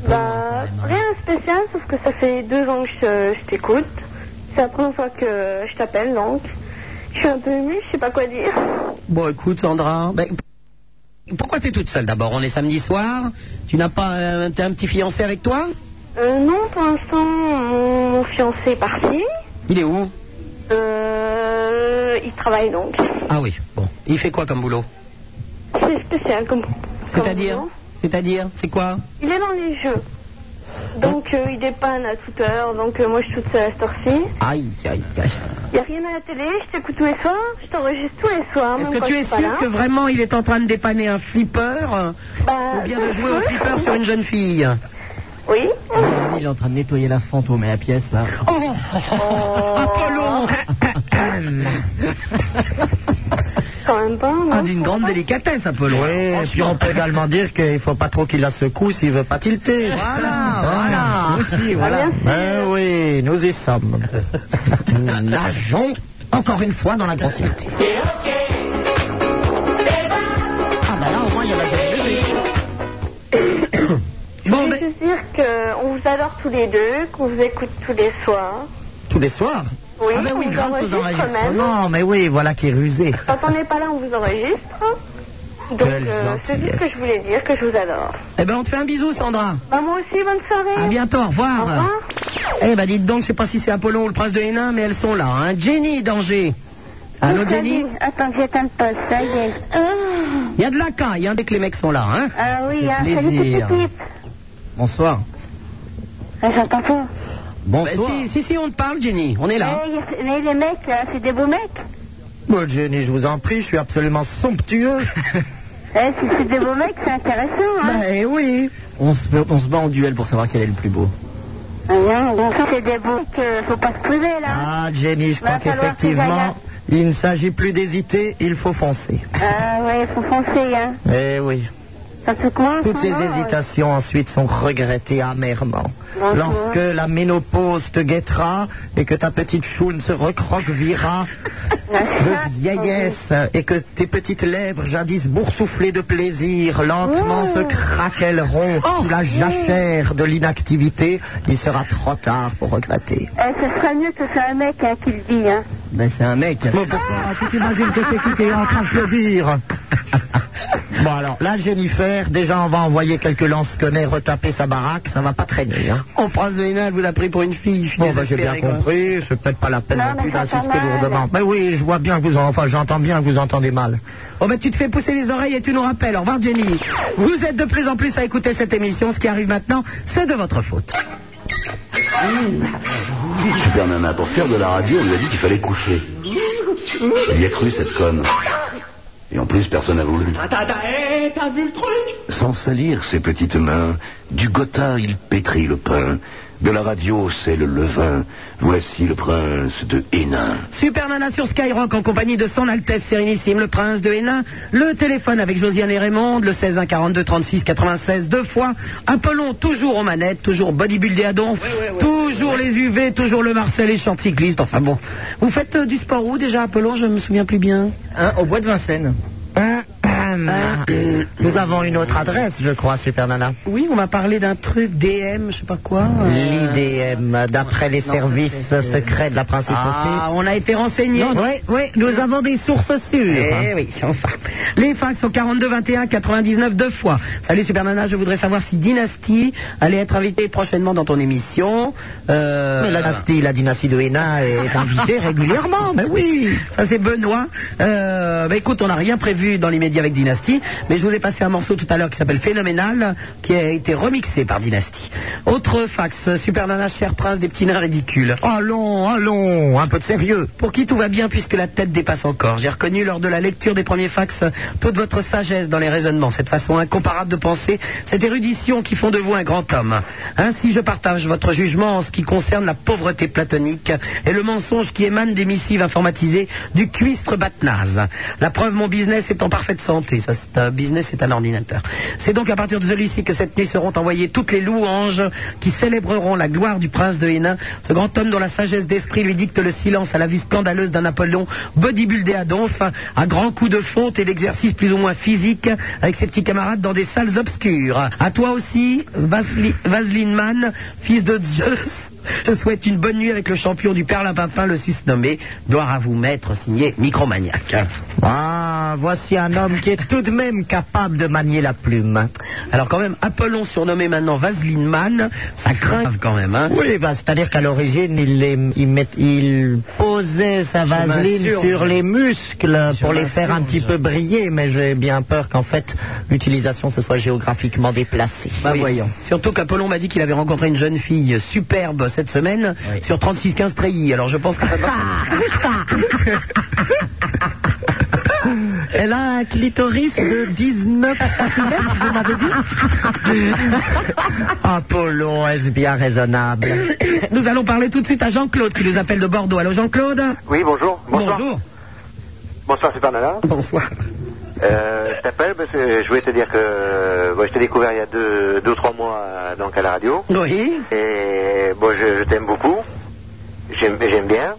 Bah, rien de spécial, sauf que ça fait deux ans que je, je t'écoute. C'est la première fois que je t'appelle, donc je suis un peu émue, je sais pas quoi dire.
Bon, écoute, Sandra, ben, pourquoi t'es toute seule d'abord On est samedi soir. Tu n'as pas euh, t'as un petit fiancé avec toi
Euh, non, pour l'instant, mon, mon fiancé est parti.
Il est où
Euh, il travaille donc.
Ah oui. Bon, il fait quoi comme boulot
C'est spécial comme.
C'est-à-dire
comme boulot.
C'est-à-dire C'est quoi
Il est dans les jeux. Donc euh, il dépanne à toute heure, donc euh, moi je suis toute seule à cette heure-ci.
Aïe, aïe, aïe.
Il a rien à la télé, je t'écoute tous les soirs, je t'enregistre tous les soirs.
Est-ce
même
que
quand
tu
je
es
suis pas là.
sûr que vraiment il est en train de dépanner un flipper euh,
Bah,
ou bien de jouer
oui.
au flipper sur une jeune fille
Oui.
Il est en train de nettoyer la fantôme et la pièce là. Oh, Ah. Apollon
Quand même pas. non.
Ah, D'une grande délicatesse, Apollon.
Oui, et puis on peut également dire qu'il ne faut pas trop qu'il la secoue s'il ne veut pas tilter.
Voilà, voilà. Aussi, voilà.
Eh oui, nous y sommes. Nous nageons encore une fois dans la grossièreté. Ah bah là, au moins, il y a la jolie musique.
Bon, ben,
Je veux juste dire qu'on vous adore tous les deux, qu'on vous écoute tous les soirs.
Tous les soirs
Oui,
Ah ben oui,
on
grâce aux
enregistre
enregistrements. Mais oui, voilà qui est rusé.
Quand on n'est pas là, on vous enregistre. Donc,
Quelle
euh, c'est juste
gentillesse.
ce que je voulais dire, que je vous adore.
eh ben, on te fait un bisou, Sandra.
Bah, moi aussi, bonne soirée.
À bientôt, au revoir.
Au revoir.
Eh ben, dites donc, je sais pas si c'est Apollon ou le prince de Hénin, mais elles sont là. Hein. Jenny d'Angers. Allô, Jenny
Attends, j'éteins le poste, ça y est.
Hein
Il y a de la caille, hein, dès que les mecs sont là. Hein.
Ah oui,
Quel
hein, salut toute
plaisir.
l'équipe.
Bonsoir.
Ah, J'entends pas.
Bah,
Bonsoir. si, si, si, on te parle, Jenny. On est là.
Mais, mais les mecs, là, c'est des beaux mecs.
Bon, Jenny, je vous en prie, je suis absolument somptueux.
Eh, si c'est des beaux mecs, c'est intéressant. Hein.
Eh oui.
On se, on se bat en duel pour savoir quel est le plus beau.
Ah non, bon, ça, c'est des beaux mecs, euh, faut pas se priver, là.
Ah, Jenny, je
Va
crois
falloir
qu'effectivement, il ne s'agit plus d'hésiter, il faut foncer.
Ah ouais, faut foncer, hein.
Eh oui.
Surtout que moi, en
Toutes
ce
ces
moment,
hésitations ensuite sont regrettées amèrement.
Bonjour.
Lorsque la ménopause te guettera et que ta petite choune se recroquevillera de vieillesse et que tes petites lèvres, jadis boursouflées de plaisir, lentement se craquelleront sous la jachère de l'inactivité, il sera trop tard pour regretter.
euh, eh, ce serait mieux que ce soit un mec hein, qui le dit, hein.
Ben, c'est un mec.
Mais pourquoi Ah, tu t'imagines que c'est qui qui est en train de le dire Bon alors, là Jennifer, déjà on va envoyer quelques lance-connais retaper sa baraque, ça va pas traîner. Hein.
On Oh, prince de Hénin, elle vous a pris pour une fille. Je suis
Bon, bah, j'ai bien
désespéré, quoi.
compris, c'est peut-être pas la peine
Non,
non plus
mais ça fait
d'insister
mal.
lourdement. Mais oui, je vois bien que vous, en- enfin, j'entends bien que vous entendez mal.
Oh ben tu te fais pousser les oreilles et tu nous rappelles. Au revoir Jenny. Vous êtes de plus en plus à écouter cette émission. Ce qui arrive maintenant, c'est de votre faute.
Super Nana, pour faire de la radio, on lui a dit qu'il fallait coucher. Il y a cru, cette conne. Et en plus, personne n'a voulu. Sans salir ses petites mains, du gotha il pétrit le pain, De la radio, c'est le levain. Voici le prince de Hénin.
Super Nana sur Skyrock en compagnie de son Altesse Sérénissime, le prince de Hénin. Le téléphone avec Josiane et Raymond, le 16 1 42 36 96 deux fois. Appelons toujours aux manettes, toujours bodybuildé à donf, toujours les UV, toujours le Marcel et cycliste. Enfin bon, vous faites euh, du sport où déjà Appelons, je me souviens plus bien.
Hein,
Ah,
au bois de Vincennes. Nous avons une autre adresse, je crois, Super Nana.
Oui, on m'a parlé d'un truc DM, je sais pas quoi. euh,
L'IDM, d'après les
Non,
services
ça, c'est-
secrets de la principauté.
Ah, on a été renseigné.
Non, oui, oui, nous avons des sources sûres.
Eh oui, enfin. Les fax sont 42 21 99 deux fois. Salut Super Nana, je voudrais savoir si Dynasty allait être invitée prochainement dans ton émission. Euh,
Mais la dynastie, la dynastie de Hénin est invitée régulièrement, mais oui.
Ça c'est Benoît. Euh, bah, écoute, on n'a rien prévu dans l'immédiat avec Dynasty, mais je vous ai passé un morceau tout à l'heure qui s'appelle Phénoménal, qui a été remixé par Dynasty. Autre fax, Super Nana, cher prince des petits nains ridicules.
Allons, allons, un peu de sérieux.
Pour qui tout va bien puisque la tête dépasse encore. J'ai reconnu lors de la lecture des premiers fax toute votre sagesse dans les raisonnements, cette façon incomparable de penser, cette érudition qui font de vous un grand homme. Ainsi, je partage votre jugement en ce qui concerne la pauvreté platonique et le mensonge qui émane des missives informatisées du cuistre batnaz. La preuve, mon business est en parfaite santé. Ça, c'est un business, c'est un ordinateur. C'est donc à partir de celui-ci que cette nuit seront envoyées toutes les louanges qui célébreront la gloire du prince de Hénin, ce grand homme dont la sagesse d'esprit lui dicte le silence à la vue scandaleuse d'un Apollon bodybuildé à donf, à grands coups de fonte et d'exercices plus ou moins physiques avec ses petits camarades dans des salles obscures. À toi aussi, Vasli- Vaseline Man, fils de Zeus. Je souhaite une bonne nuit avec le champion du Perlin-Pimpin, le susnommé. Gloire à vous, maître, signé Micromaniac.
Ah, voici un homme qui est tout de même capable de manier la plume.
Alors quand même, Apollon surnommé maintenant Vaseline Man, ça craint quand même. Hein
Oui, bah, c'est-à-dire qu'à l'origine, il, les- il met- il posait sa vaseline
m'insurge.
sur les muscles
Je
pour les faire un petit
m'insurge.
peu briller, mais j'ai bien peur qu'en fait, l'utilisation se soit géographiquement déplacée.
Bah voyons. Surtout qu'Apollon m'a dit qu'il avait rencontré une jeune fille superbe cette semaine sur 36-15 treillis. Alors je pense que ça
Elle a un clitoris de 19 cm, vous m'avez dit Apollon, est-ce bien raisonnable
Nous allons parler tout de suite à Jean-Claude qui nous appelle de Bordeaux. Allô Jean-Claude
Oui, bonjour. Bonsoir.
Bonjour.
Bonsoir, c'est Nana.
Bonsoir.
Euh, je t'appelle parce que je voulais te dire que euh, bon, je t'ai découvert il y a deux, deux trois mois euh, donc à la radio.
Oui.
Et bon, je, je t'aime beaucoup. J'aime j'aime bien.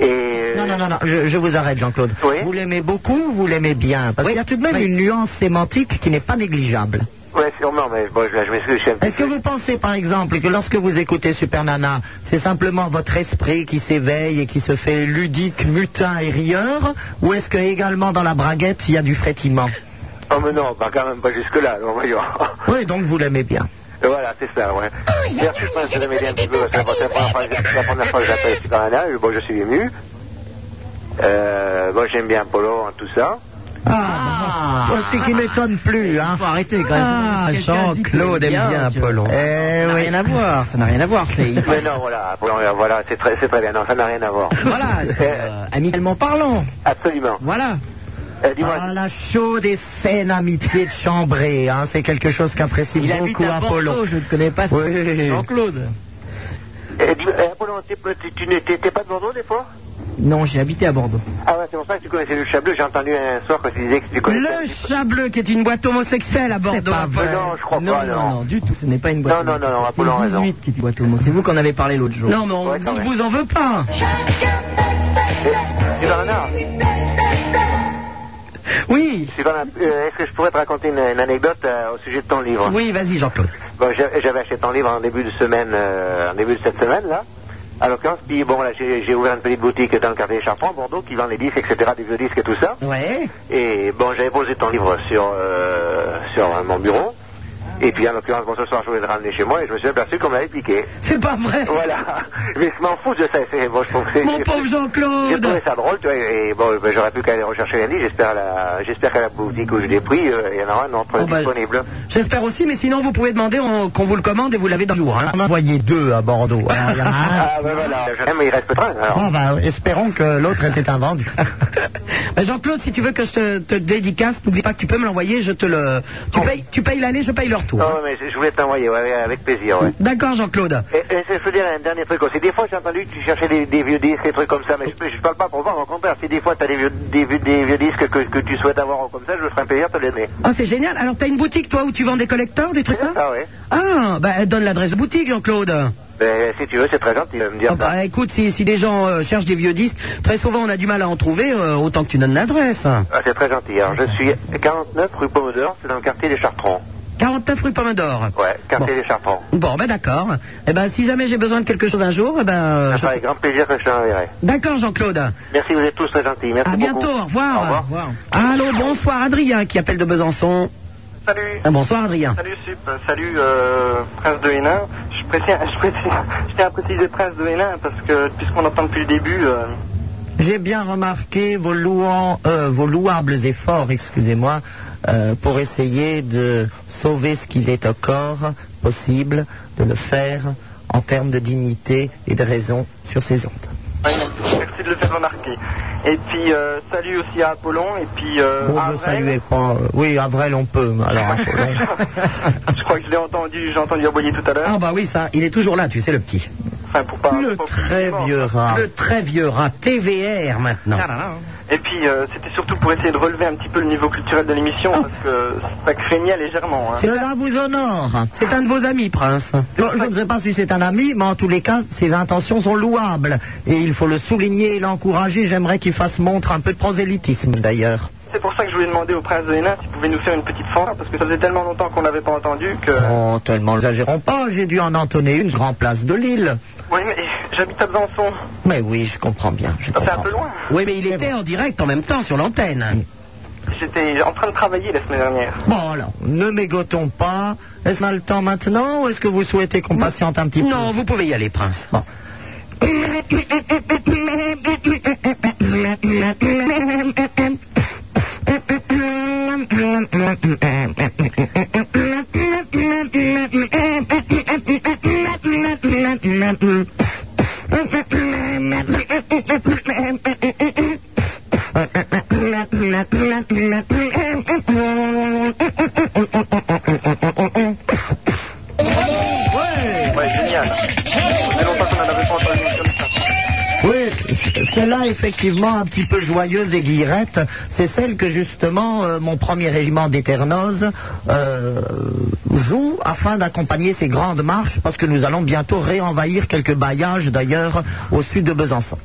Et
Non, non, non, non, je, je vous arrête, Jean-Claude. Vous l'aimez beaucoup, vous l'aimez bien. Parce qu'il y a tout de même une nuance sémantique qui n'est pas négligeable.
ouais, sûrement, mais bon, je, je m'excuse. je suis un petit
Est-ce que vous pensez, par exemple, que lorsque vous écoutez Super Nana, c'est simplement votre esprit qui s'éveille et qui se fait ludique, mutin et rieur Ou est-ce que également dans la braguette, il y a du frétiment
peu- Oh, mais non, bah, quand même pas jusque-là. alors, voyons.
Oui, donc vous l'aimez bien.
voilà, c'est ça, ouais. D'ailleurs, je pense que je m'aider un petit peu parce que bon, c'est la première fois que- c'est la première fois que j'appelle Super Nana. et Bon, je suis ému. Euh, bon, j'aime bien Polo, hein, tout ça.
Ah, ce qui m'étonne plus, hein. Faut arrêter
quand même. Ah, Quelqu'un dit qu'il Jean-Claude aime aime bien, bien tu vois. Apollon.
Eh
n'a
oui.
rien à voir, ça n'a rien à voir. C'est
Mais non, voilà, voilà, voilà, c'est très, c'est très bien. Non, ça n'a rien à voir.
voilà, c'est, euh, amicalement parlant.
Absolument.
Voilà.
Ah, la chaude et saine amitié de chambrée, hein, c'est quelque chose qu'apprécie
Il habite
beaucoup
à
Apollon.
Bordeaux, je ne connais pas
Oui.
Jean-Claude.
Eh, dis- eh, Apollon, t'es- tu- tu n'es- t'es t'es pas de Bordeaux des fois
Non, j'ai habité à Bordeaux.
Ah ouais, c'est pour ça que tu connaissais le chat bleu. J'ai entendu un soir quand tu disais que tu connaissais.
Le chat bleu qui est une boîte homosexuelle à Bordeaux. Apollon.
Non, je crois
non,
pas,
non,
non.
non, du tout, ce n'est pas une boîte.
Non, non, non, non,
c'est
Apollon a
une
raison.
18 qui est boîte homo. C'est vous qu'on avait parlé l'autre jour.
Non, mais on
Ouais, quand
on
même.
vous en veut pas.
C'est Bernard.
Oui.
C'est Bernard, euh, Est-ce que je pourrais te raconter une, une anecdote euh, au sujet de ton livre
Oui, vas-y Jean-Claude.
Bon, j'a- j'avais acheté ton livre en début de semaine, euh, en début de cette semaine là. À l'occurrence, puis bon, là, j'ai j'ai ouvert une petite boutique dans le quartier des Chartrons, à Bordeaux, qui vend les disques, etc., des vieux disques et tout ça.
Ouais.
Et bon, j'avais posé ton livre sur, euh, sur euh, mon bureau. Et puis en l'occurrence, bon, ce soir, je voulais le ramener chez moi et je me suis aperçu qu'on m'avait piqué.
C'est pas vrai.
Voilà. Mais je m'en fous de ça. C'est, bon, je trouve que c'est-
Mon pauvre
J'ai
Jean-Claude.
trouvé ça drôle, tu vois, et bon, ben, j'aurais pu qu'à aller rechercher lundi. J'espère, à la, j'espère qu'à la boutique où je l'ai pris, euh, il y en aura un autre disponible.
J'espère aussi, mais sinon vous pouvez demander on- qu'on vous le commande et vous l'avez dans le jour. hein.
On a envoyé deux à Bordeaux. hein. Alors, il y en a un.
Ah, ben voilà. Ah, mais il reste pas un, alors.
Bon, bah, espérons que l'autre était invendu.
Bah,
Ben, Jean-Claude, si tu veux que je te, te dédicace, n'oublie pas que tu peux me l'envoyer, je te le. Tu payes, tu payes l'aller, je paye le surtout.
Non, Oh, mais je je voulais t'envoyer, ouais, ouais, avec plaisir. Ouais.
D'accord, Jean-Claude.
Et, et je veux dire un dernier truc aussi. Des fois, j'ai entendu que tu cherchais des, des vieux disques, des trucs comme ça, mais je ne parle pas pour vendre, au contraire. Si des fois, tu as des vieux, des, vieux- des vieux disques que, que tu souhaites avoir comme ça, je me ferai un plaisir de te les donner.
Oh, c'est génial. Alors, t'as une boutique, toi, où tu vends des collecteurs, des trucs ça
Ah, ouais.
Ah, bah, donne l'adresse de boutique, Jean-Claude.
Ben, si tu veux, c'est très gentil de me dire
Ah,
ça.
bah, écoute, si, si des gens euh, cherchent des vieux disques, très souvent, on a du mal à en trouver, euh, autant que tu donnes l'adresse.
Ah, c'est très gentil. Alors, je suis 49 rue Pomodore, c'est dans le quartier des Chartrons.
49 rue Pomodore.
Ouais, quartier des Chartrons.
Bon, ben d'accord. Eh ben, si jamais j'ai besoin de quelque chose un jour, eh ben... euh,
Ça
je-
fera avec grand plaisir que je te l'enverrai.
D'accord, Jean-Claude.
Merci, vous êtes tous très gentils. Merci
À
beaucoup.
bientôt, au revoir.
Au revoir.
Allô, bonsoir, Adrien, qui appelle de Besançon.
Salut.
Ah, bonsoir, Adrien.
Salut Sup, salut euh, Prince de Hénin. Je, précise, je, précise, je tiens à préciser Prince de Hénin parce que puisqu'on entend depuis le début, euh,
J'ai bien remarqué vos, louants- euh, vos louables efforts, excusez-moi, euh, pour essayer de sauver ce qu'il est encore possible de le faire en termes de dignité et de raison sur ces ondes.
merci de le faire remarquer. Et puis euh, salut aussi à Apollon et puis euh,
Vous
à
ne
Avrel.
saluez pas. euh, Oui, Avrel, on peut. mais Alors, Apollon.
Je crois que je l'ai entendu, j'ai entendu aboyer tout à l'heure.
Ah bah oui, ça, il est toujours là, tu sais, le petit.
Enfin, pour pas,
le
très vieux rat.
Le très vieux rat, TVR
Ah.
maintenant.
hein.
Et puis euh, c'était surtout pour essayer de relever un petit peu le niveau culturel de l'émission
Oh.
parce que ça craignait légèrement. hein.
Cela vous honore.
C'est un de vos amis, Prince.
Bon, je ne sais pas si c'est un ami, mais en tous les cas, ses intentions sont louables. Et il faut le souligner et l'encourager. J'aimerais qu'il fasse montre un peu de prosélytisme, d'ailleurs.
C'est pour ça que je voulais demander au prince de Hénin s'il pouvait nous faire une petite fanfare parce que ça faisait tellement longtemps qu'on l'avait pas entendu que.
Oh, tellement n'exagérons pas. J'ai dû en entonner une grand place de Lille.
Oui, mais j'habite à Besançon.
Mais oui, je comprends bien. je
C'est un
comprends.
peu loin.
Oui, mais il était en direct en même temps sur l'antenne.
J'étais en train de travailler la semaine dernière.
Bon, alors, ne mégotons pas. Est-ce qu'on a le temps maintenant ou est-ce que vous souhaitez qu'on patiente un petit peu
Non, vous pouvez y aller, Prince.
Bon.
Ouais, génial. Ça fait longtemps qu'on en avait pas entendu une comme ça.
Oui, celle-là, effectivement, un petit peu joyeuse et guillerette, c'est celle que, justement, euh, mon premier régiment d'Éternose euh, joue afin d'accompagner ces grandes marches, parce que nous allons bientôt réenvahir quelques bailliages, d'ailleurs, au sud de Besançon.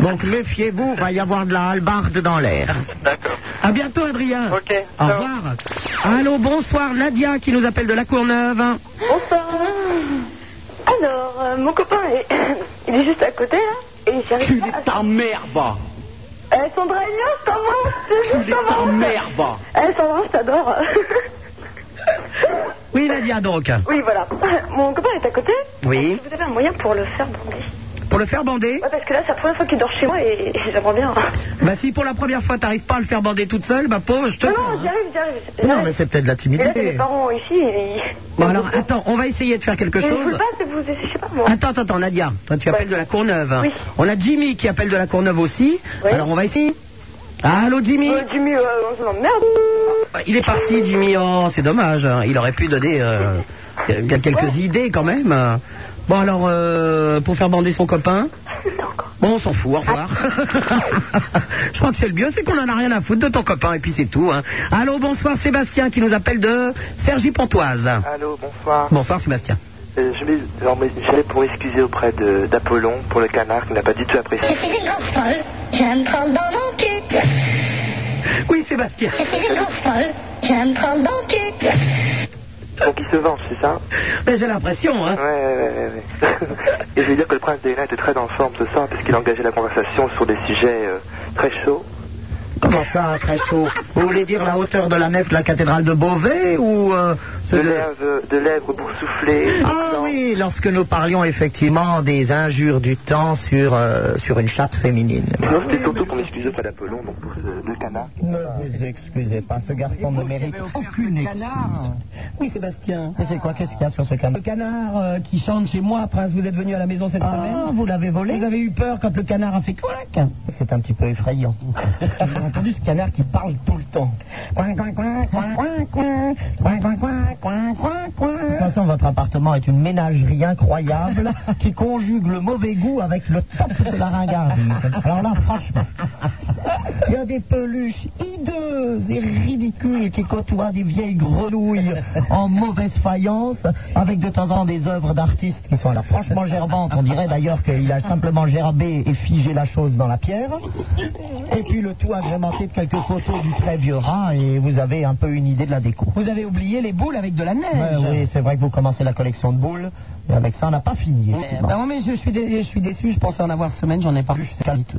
Donc, méfiez-vous, va y avoir de la hallebarde dans l'air.
À bientôt, Adrien.
Ok.
Au revoir. Allô, bonsoir, Nadia, qui nous appelle de la Courneuve.
Bonsoir. Alors, euh, mon copain, est... il est juste à côté, là. Et j'arrive pas à...
Ta merde
Euh, Sandra Elliot, je t'embrasse.
Tu es ta merde
Eh, Sandra, je t'adore.
Oui, Nadia, donc.
oui, voilà. Mon copain est à côté.
Oui.
Vous avez un moyen pour le faire bander
Pour le faire bander
Ouais, parce que là, c'est la première fois qu'il dort chez moi et j'aimerais bien.
Bah si pour la première fois t'arrives pas à le faire bander toute seule, bah pauvre, je te...
Non, non, j'y arrive, j'y arrive.
Non, mais c'est peut-être de la
Et là, c'est mes
timidité.
parents ici. Et...
Bon alors attends, on va essayer de faire quelque
Mais je
chose.
sais pas, c'est vous, je sais pas moi.
Attends, attends, attends, Nadia, toi tu appelles de la Courneuve.
Oui.
On a Jimmy qui appelle de la Courneuve aussi.
Oui.
Alors on va essayer. Allô Jimmy
Euh, Jimmy, euh, je m'emmerde.
Bah, Il est parti Jimmy, oh c'est dommage, hein. il aurait pu donner euh, bien quelques
Oh.
idées quand même. Bon alors, euh, pour faire bander son copain Bon, on s'en fout, au revoir. Je crois que c'est le mieux, c'est qu'on en a rien à foutre de ton copain et puis c'est tout. hein. Allô, bonsoir Sébastien qui nous appelle de Sergi Pontoise.
Allô, bonsoir.
Bonsoir Sébastien.
Euh, je vais- alors, mais J'allais pour excuser auprès de- d'Apollon pour le canard qui n'a pas du tout apprécié.
suis une grosse folle, je vais me prendre dans mon cul.
Oui, Sébastien.
Je suis une grosse folle, je vais me prendre dans mon cul.
Donc il se venge, c'est ça
Mais j'ai l'impression, hein.
Ouais, ouais, ouais, ouais. Et je veux dire que le prince d'Hénin était très en forme ce soir parce qu'il a engagé la conversation sur des sujets euh, très chauds.
Comment ça, très chaud Vous voulez dire la hauteur de la nef de la cathédrale de Beauvais ou... euh,
De
c'est de-
lèvres, de lèvres boursouflées.
Ah
de
oui, lorsque nous parlions effectivement des injures du temps sur, euh, sur une chatte féminine.
Non, c'était surtout qu'on excusait auprès d'Apollon, donc pour
euh,
le, le canard.
Ne vous excusez pas, ce garçon ne mérite aucune excuse.
Oui, Sébastien.
Mais c'est quoi, qu'est-ce qu'il y a sur ce canard
Le canard euh, qui chante chez moi, Prince, vous êtes venu à la maison cette
Ah,
semaine.
vous l'avez volé
Vous avez eu peur quand le canard a fait couac
C'est un petit peu effrayant.
J'ai entendu ce canard qui parle tout le temps. Coin, coin, coin, coin, coin, coin, coin, coin, coin, coin, coin,
De toute
coin.
façon, votre appartement est une ménagerie incroyable qui conjugue le mauvais goût avec le top de la ringardise. Alors là, franchement, il y a des peluches hideuses et ridicules qui côtoient des vieilles grenouilles en mauvaise faïence avec de temps en temps des œuvres d'artistes qui sont là franchement gerbantes. On dirait d'ailleurs qu'il a simplement gerbé et figé la chose dans la pierre. Et puis le tout agrémenté de quelques photos du très vieux rat et vous avez un peu une idée de la déco.
Vous avez oublié les boules avec de la
Ouais,
neige.
oui, c'est vrai que vous commencez la collection de boules, et avec ça, on n'a pas fini.
Eh
effectivement.
ben, non, mais je suis, dé- je suis déçu, je pensais en avoir cette semaine, j'en ai pas vu, c'est qualiteux.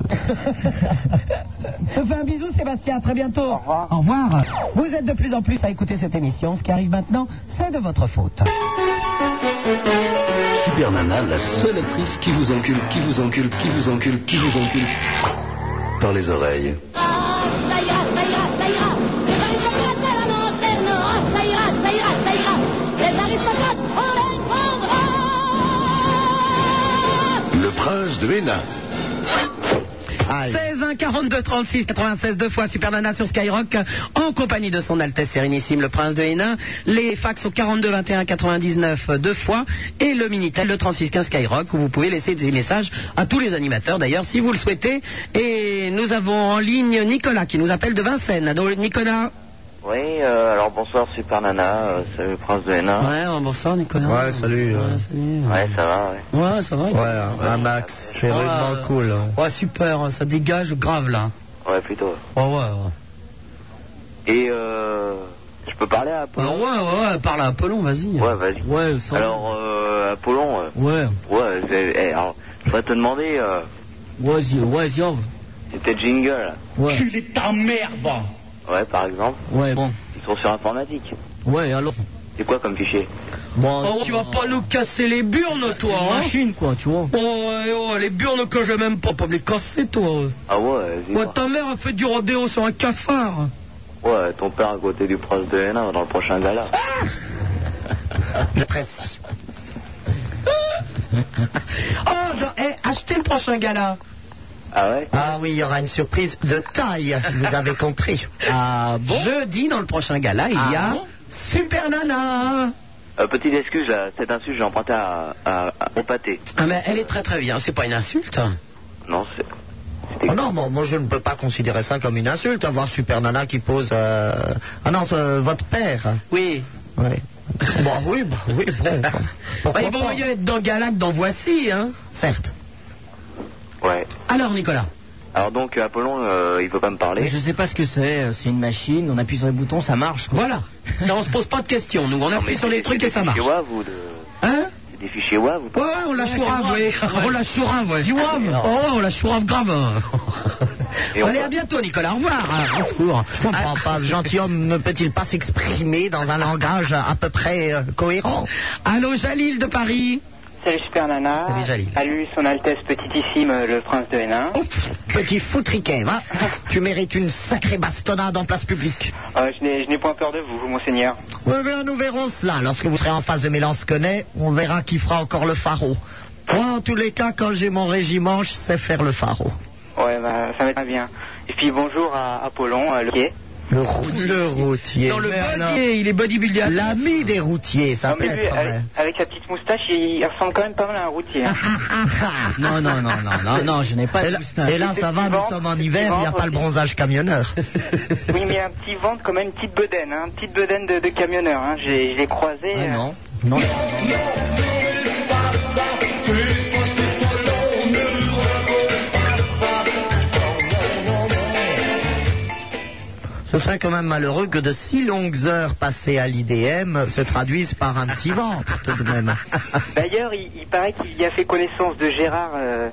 je fais un bisou Sébastien, à très bientôt. Au revoir. Au revoir. Vous êtes de plus en plus à écouter cette émission, ce qui arrive maintenant, c'est de votre faute.
Super Nana, la seule actrice qui vous encule, qui vous encule, qui vous encule, qui vous encule. Par les oreilles.
ça ira, ça ira, ça ira. Les aristocrates à la lanterne, oh, ça ira, ça ira, ça ira. Les aristocrates, on les prendra.
Le prince de Hénin.
16 1 42 36 96 deux fois Supernana sur Skyrock en compagnie de son Altesse Sérénissime le Prince de Hénin. Les fax au 42 21 99 deux fois et le minitel le 36 15 Skyrock où vous pouvez laisser des messages à tous les animateurs d'ailleurs si vous le souhaitez. Et nous avons en ligne Nicolas qui nous appelle de Vincennes. Allô, Nicolas.
Oui, euh, alors bonsoir Super Nana, euh, salut Prince de Hénin.
Ouais, oh, bonsoir Nicolas.
Ouais, salut. euh,
Ouais, ça va, ouais.
Ouais, ça va.
Ouais, un max. C'est
Ouais.
rudement cool. hein.
Ouais, super, ça dégage grave là. Oh,
Ouais, plutôt.
Ouais, ouais, ouais.
Et euh, je peux parler à Apollon
Alors, ouais, ouais, ouais, parle à Apollon, vas-y.
Ouais, vas-y.
Ouais, sans-
Alors, euh, Apollon, euh,
Ouais,
ouais, c'est- eh, alors, je vais te demander, euh,
vas-y, vas-y, on-
c'était Jingle,
ouais.
ta mère, Ouais, par exemple,
Ouais, bon.
ils sont sur informatique.
Ouais, alors.
C'est quoi comme fichier
Oh, tu vas pas nous casser les burnes, toi, hein machine, quoi, tu vois. Oh, ouais, oh, les burnes que je même pas, pas me les casser, toi.
Ah ouais, vas-y.
Ouais, ta mère a fait du rodéo sur un cafard.
Ouais, ton père à côté du Prince de Hénin dans le prochain gala.
J'apprécie.
Oh, dans- eh, achetez le prochain gala.
Ah ouais
Ah oui, il y aura une surprise de taille, vous avez compris.
Ah bon Jeudi, dans le prochain gala, il y
Ah
a Super Nana.
Euh, petite excuse, là, cette insulte, j'ai emprunté à, à, à- au pâté.
Ah, mais elle est très très bien, c'est pas une insulte.
Non, c'est...
Ah non, moi, moi, je ne peux pas considérer ça comme une insulte, avoir Super Nana qui pose. euh, Ah non, c'est, euh, votre père.
Oui.
Ouais. Bah oui, bah oui, bon. Pourquoi
Bah, ils vont
pas
mieux être dans Gala que dans Voici, hein.
Certes.
Ouais.
Alors, Nicolas. Ah
Alors donc, euh, Apollon, euh, il veut pas me parler.
Je sais pas ce que c'est, c'est une machine, on appuie sur les boutons, ça marche. quoi.
Voilà. Ça, on se pose pas de questions, nous. On
Non,
appuie
mais
sur
c'est-
les trucs
c'est
et ça
des
marche.
fichiers WAV ou de-
Hein
c'est Des fichiers WAV ou
Ouais,
pas
ouais, on la chourave, oui. On la chourave, ouais.
non.
Oh, on la chourave grave. hein.
Et on
Allez,
va-
à bientôt, Nicolas. Au revoir. hein. Au secours.
Je comprends pas, ce gentilhomme ne peut-il pas s'exprimer dans un langage à peu près euh, cohérent
Allô, Jalil de Paris.
Salut Super Nana.
Salut, Jalil.
Salut son Altesse Petitissime, euh, le Prince de
Oh,
Hénin.
Ouf, petit foutriquet, va Tu mérites une sacrée bastonnade en place publique.
Euh, je n'ai- je n'ai point peur de vous, monseigneur.
Oui, bien, nous verrons cela. Lorsque vous serez en face de Mélansconnet, on verra qui fera encore le pharaon. Moi, en tous les cas, quand j'ai mon régiment, je sais faire le pharaon.
Ouais, bah, ça va être bien. Et puis bonjour à Apollon, euh, le pied.
Le routier. Le routier.
Dans le
Mais alors,
body, il est bodybuilder.
L'ami des routiers, ça
Non,
peut
mais eh. lui,
être vrai.
avec, avec sa petite moustache, il, il ressemble quand même pas mal à un routier. hein.
Non, non, non, non, non, non, je n'ai pas
Et
de
là,
moustache.
et là, ça va, nous sommes en hiver, il n'y a pas le bronzage camionneur.
oui, mais euh, un petit ventre, quand même, une petite bedaine, hein, une petite bedaine de, de camionneur. Hein. J'ai- Je l'ai croisé.
Ah
euh,
non, non, non, non.
Ce serait quand même malheureux que de si longues heures passées à l'IDM se traduisent par un petit ventre, tout de même.
D'ailleurs, il, il paraît qu'il y a fait connaissance de Gérard, euh,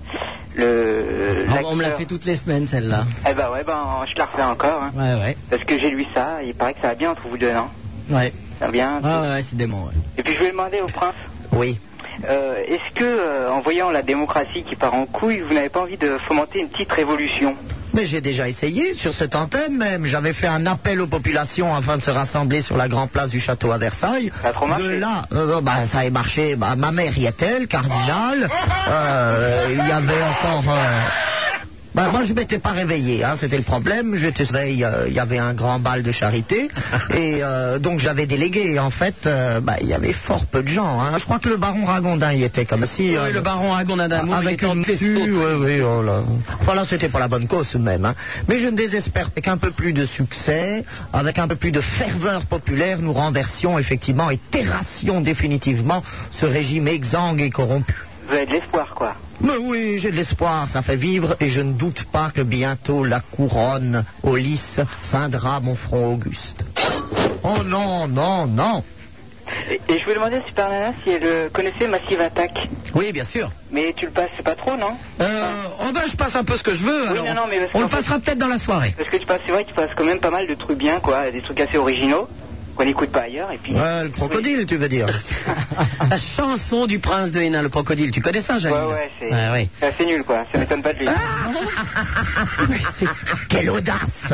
Euh,
le.
Ah, on me l'a
l'acteur.
fait toutes les semaines, celle-là.
Eh ben ouais, ben je la refais encore. Hein,
Ouais, ouais.
parce que j'ai lu ça, il paraît que ça va bien entre vous deux, hein. non
Ouais.
Ça va bien.
Ah, ouais, ouais, c'est dément, ouais.
Et puis je vais demander au prince.
Oui.
euh, est-ce que, euh, en voyant la démocratie qui part en couille, vous n'avez pas envie de fomenter une petite révolution
Mais j'ai déjà essayé, sur cette antenne même. J'avais fait un appel aux populations afin de se rassembler sur la grande place du château à Versailles.
Ça a trop marché.
De là, euh, bah, ça a marché. Bah, ma mère y était, le cardinal. Euh, Il y avait encore. euh, bah, moi, je m'étais pas réveillé, hein, c'était le problème. J'étais veille, euh, il y avait un grand bal de charité, et euh, donc j'avais délégué. Et en fait, euh, bah, il y avait fort peu de gens. hein. Je crois que le baron Ragondin y était comme si. euh,
Oui, le baron Agondada
Ah,
avec une tue, oui, oui, oh là. Enfin, là, c'était pour la bonne cause même. hein. Mais je ne désespère qu'un peu plus de succès, avec un peu plus de ferveur populaire, nous renversions effectivement et terrassions définitivement ce régime exsangue et corrompu.
Vous avez de l'espoir, quoi.
Mais oui, j'ai de l'espoir, ça fait vivre, et je ne doute pas que bientôt la couronne au lys ceindra mon front auguste. Oh non, non, non
Et, et je voulais demander à Super Nana si elle euh, connaissait Massive Attack.
Oui, bien sûr.
Mais tu le passes pas trop, non
Euh,
oh
bah,
ben, je passe un peu ce que je veux.
Oui,
alors.
non, non, mais parce
on
qu'en
le
fait-
passera peut-être dans la soirée.
Parce que tu passes, c'est vrai, tu passes quand même pas mal de trucs bien, quoi, des trucs assez originaux qu'on n'écoute pas ailleurs. Et puis,
Ouais, le crocodile, tu veux dire
La chanson du prince de Hénin, le crocodile. Tu connais ça, Jacques
ouais, ouais, c'est
Ouais, Ah ouais.
c'est assez nul, quoi. Ça m'étonne pas de lui.
Quelle audace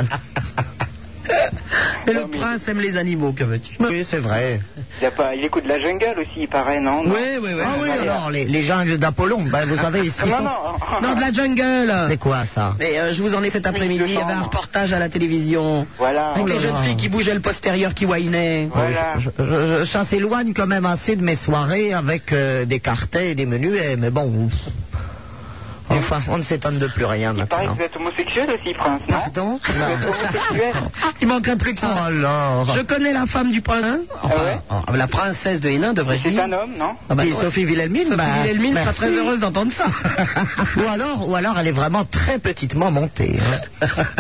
Mais le prince aime les animaux, que veux-tu
Oui, c'est vrai.
Il, a pas... il écoute de la jungle aussi, il paraît, non hein.
Oui, oui, oui.
Ah oui, alors, les, les jungles d'Apollon, ben, vous savez, ici.
Non,
sont-
non.
Non, de la jungle
C'est quoi ça
Mais euh, je vous en ai fait cet après-midi, il y avait un reportage à la télévision.
Voilà.
Avec les
Oh là
jeunes
là.
filles qui bougeaient le postérieur, qui whinaient.
Voilà.
Je- je- je- ça s'éloigne quand même assez de mes soirées avec euh, des quartets et des menuets, mais bon. pff. Enfin, on ne s'étonne de plus rien
Il paraît que
maintenant.
vous êtes homosexuel aussi, Prince, non
Pardon
Vous êtes homosexuel
Ah, Il manquerait plus que
Oh,
ça.
Alors
Je connais la femme du prince. hein
Ah ouais
Ah, la princesse de Hénin devrait
C'est
dire.
un homme, non
Ah bah,
Et
ouais.
Sophie Wilhelmine,
Sophie
bah,
Wilhelmine sera
merci.
très heureuse d'entendre ça.
ou alors, ou alors elle est vraiment très petitement montée. hein.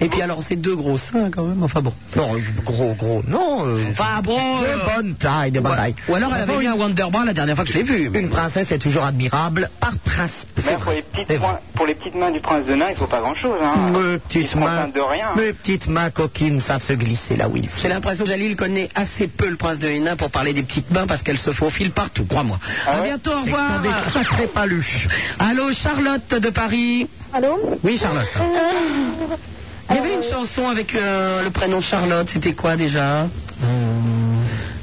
Et puis alors, c'est deux gros seins quand même. Enfin bon.
Non, euh, gros, gros, non. euh,
Enfin bon. euh,
de bonne taille, de bonne taille.
Ou alors, elle
Enfin,
avait mis un Wonderbra la dernière fois que je l'ai vue. mais-
Une princesse est toujours admirable par principe.
Même pour les, petites
vrai.
poings- pour les petites mains du prince de Nain, il faut pas grand-chose. Hein.
Mes
Ils
petites
se contentent
mains,
de rien.
mes petites mains coquines savent se glisser là où il faut.
J'ai l'impression que Jalil connaît assez peu le prince de Hénin pour parler des petites mains parce qu'elles se faufilent partout, crois-moi.
Ah
à
ouais
bientôt, au
Ils sont
revoir.
des sacrées paluches.
Allô, Charlotte de Paris.
Allô Euh,
Oui, Charlotte. Il y avait une chanson avec euh, le prénom Charlotte, c'était quoi
Euh,
déjà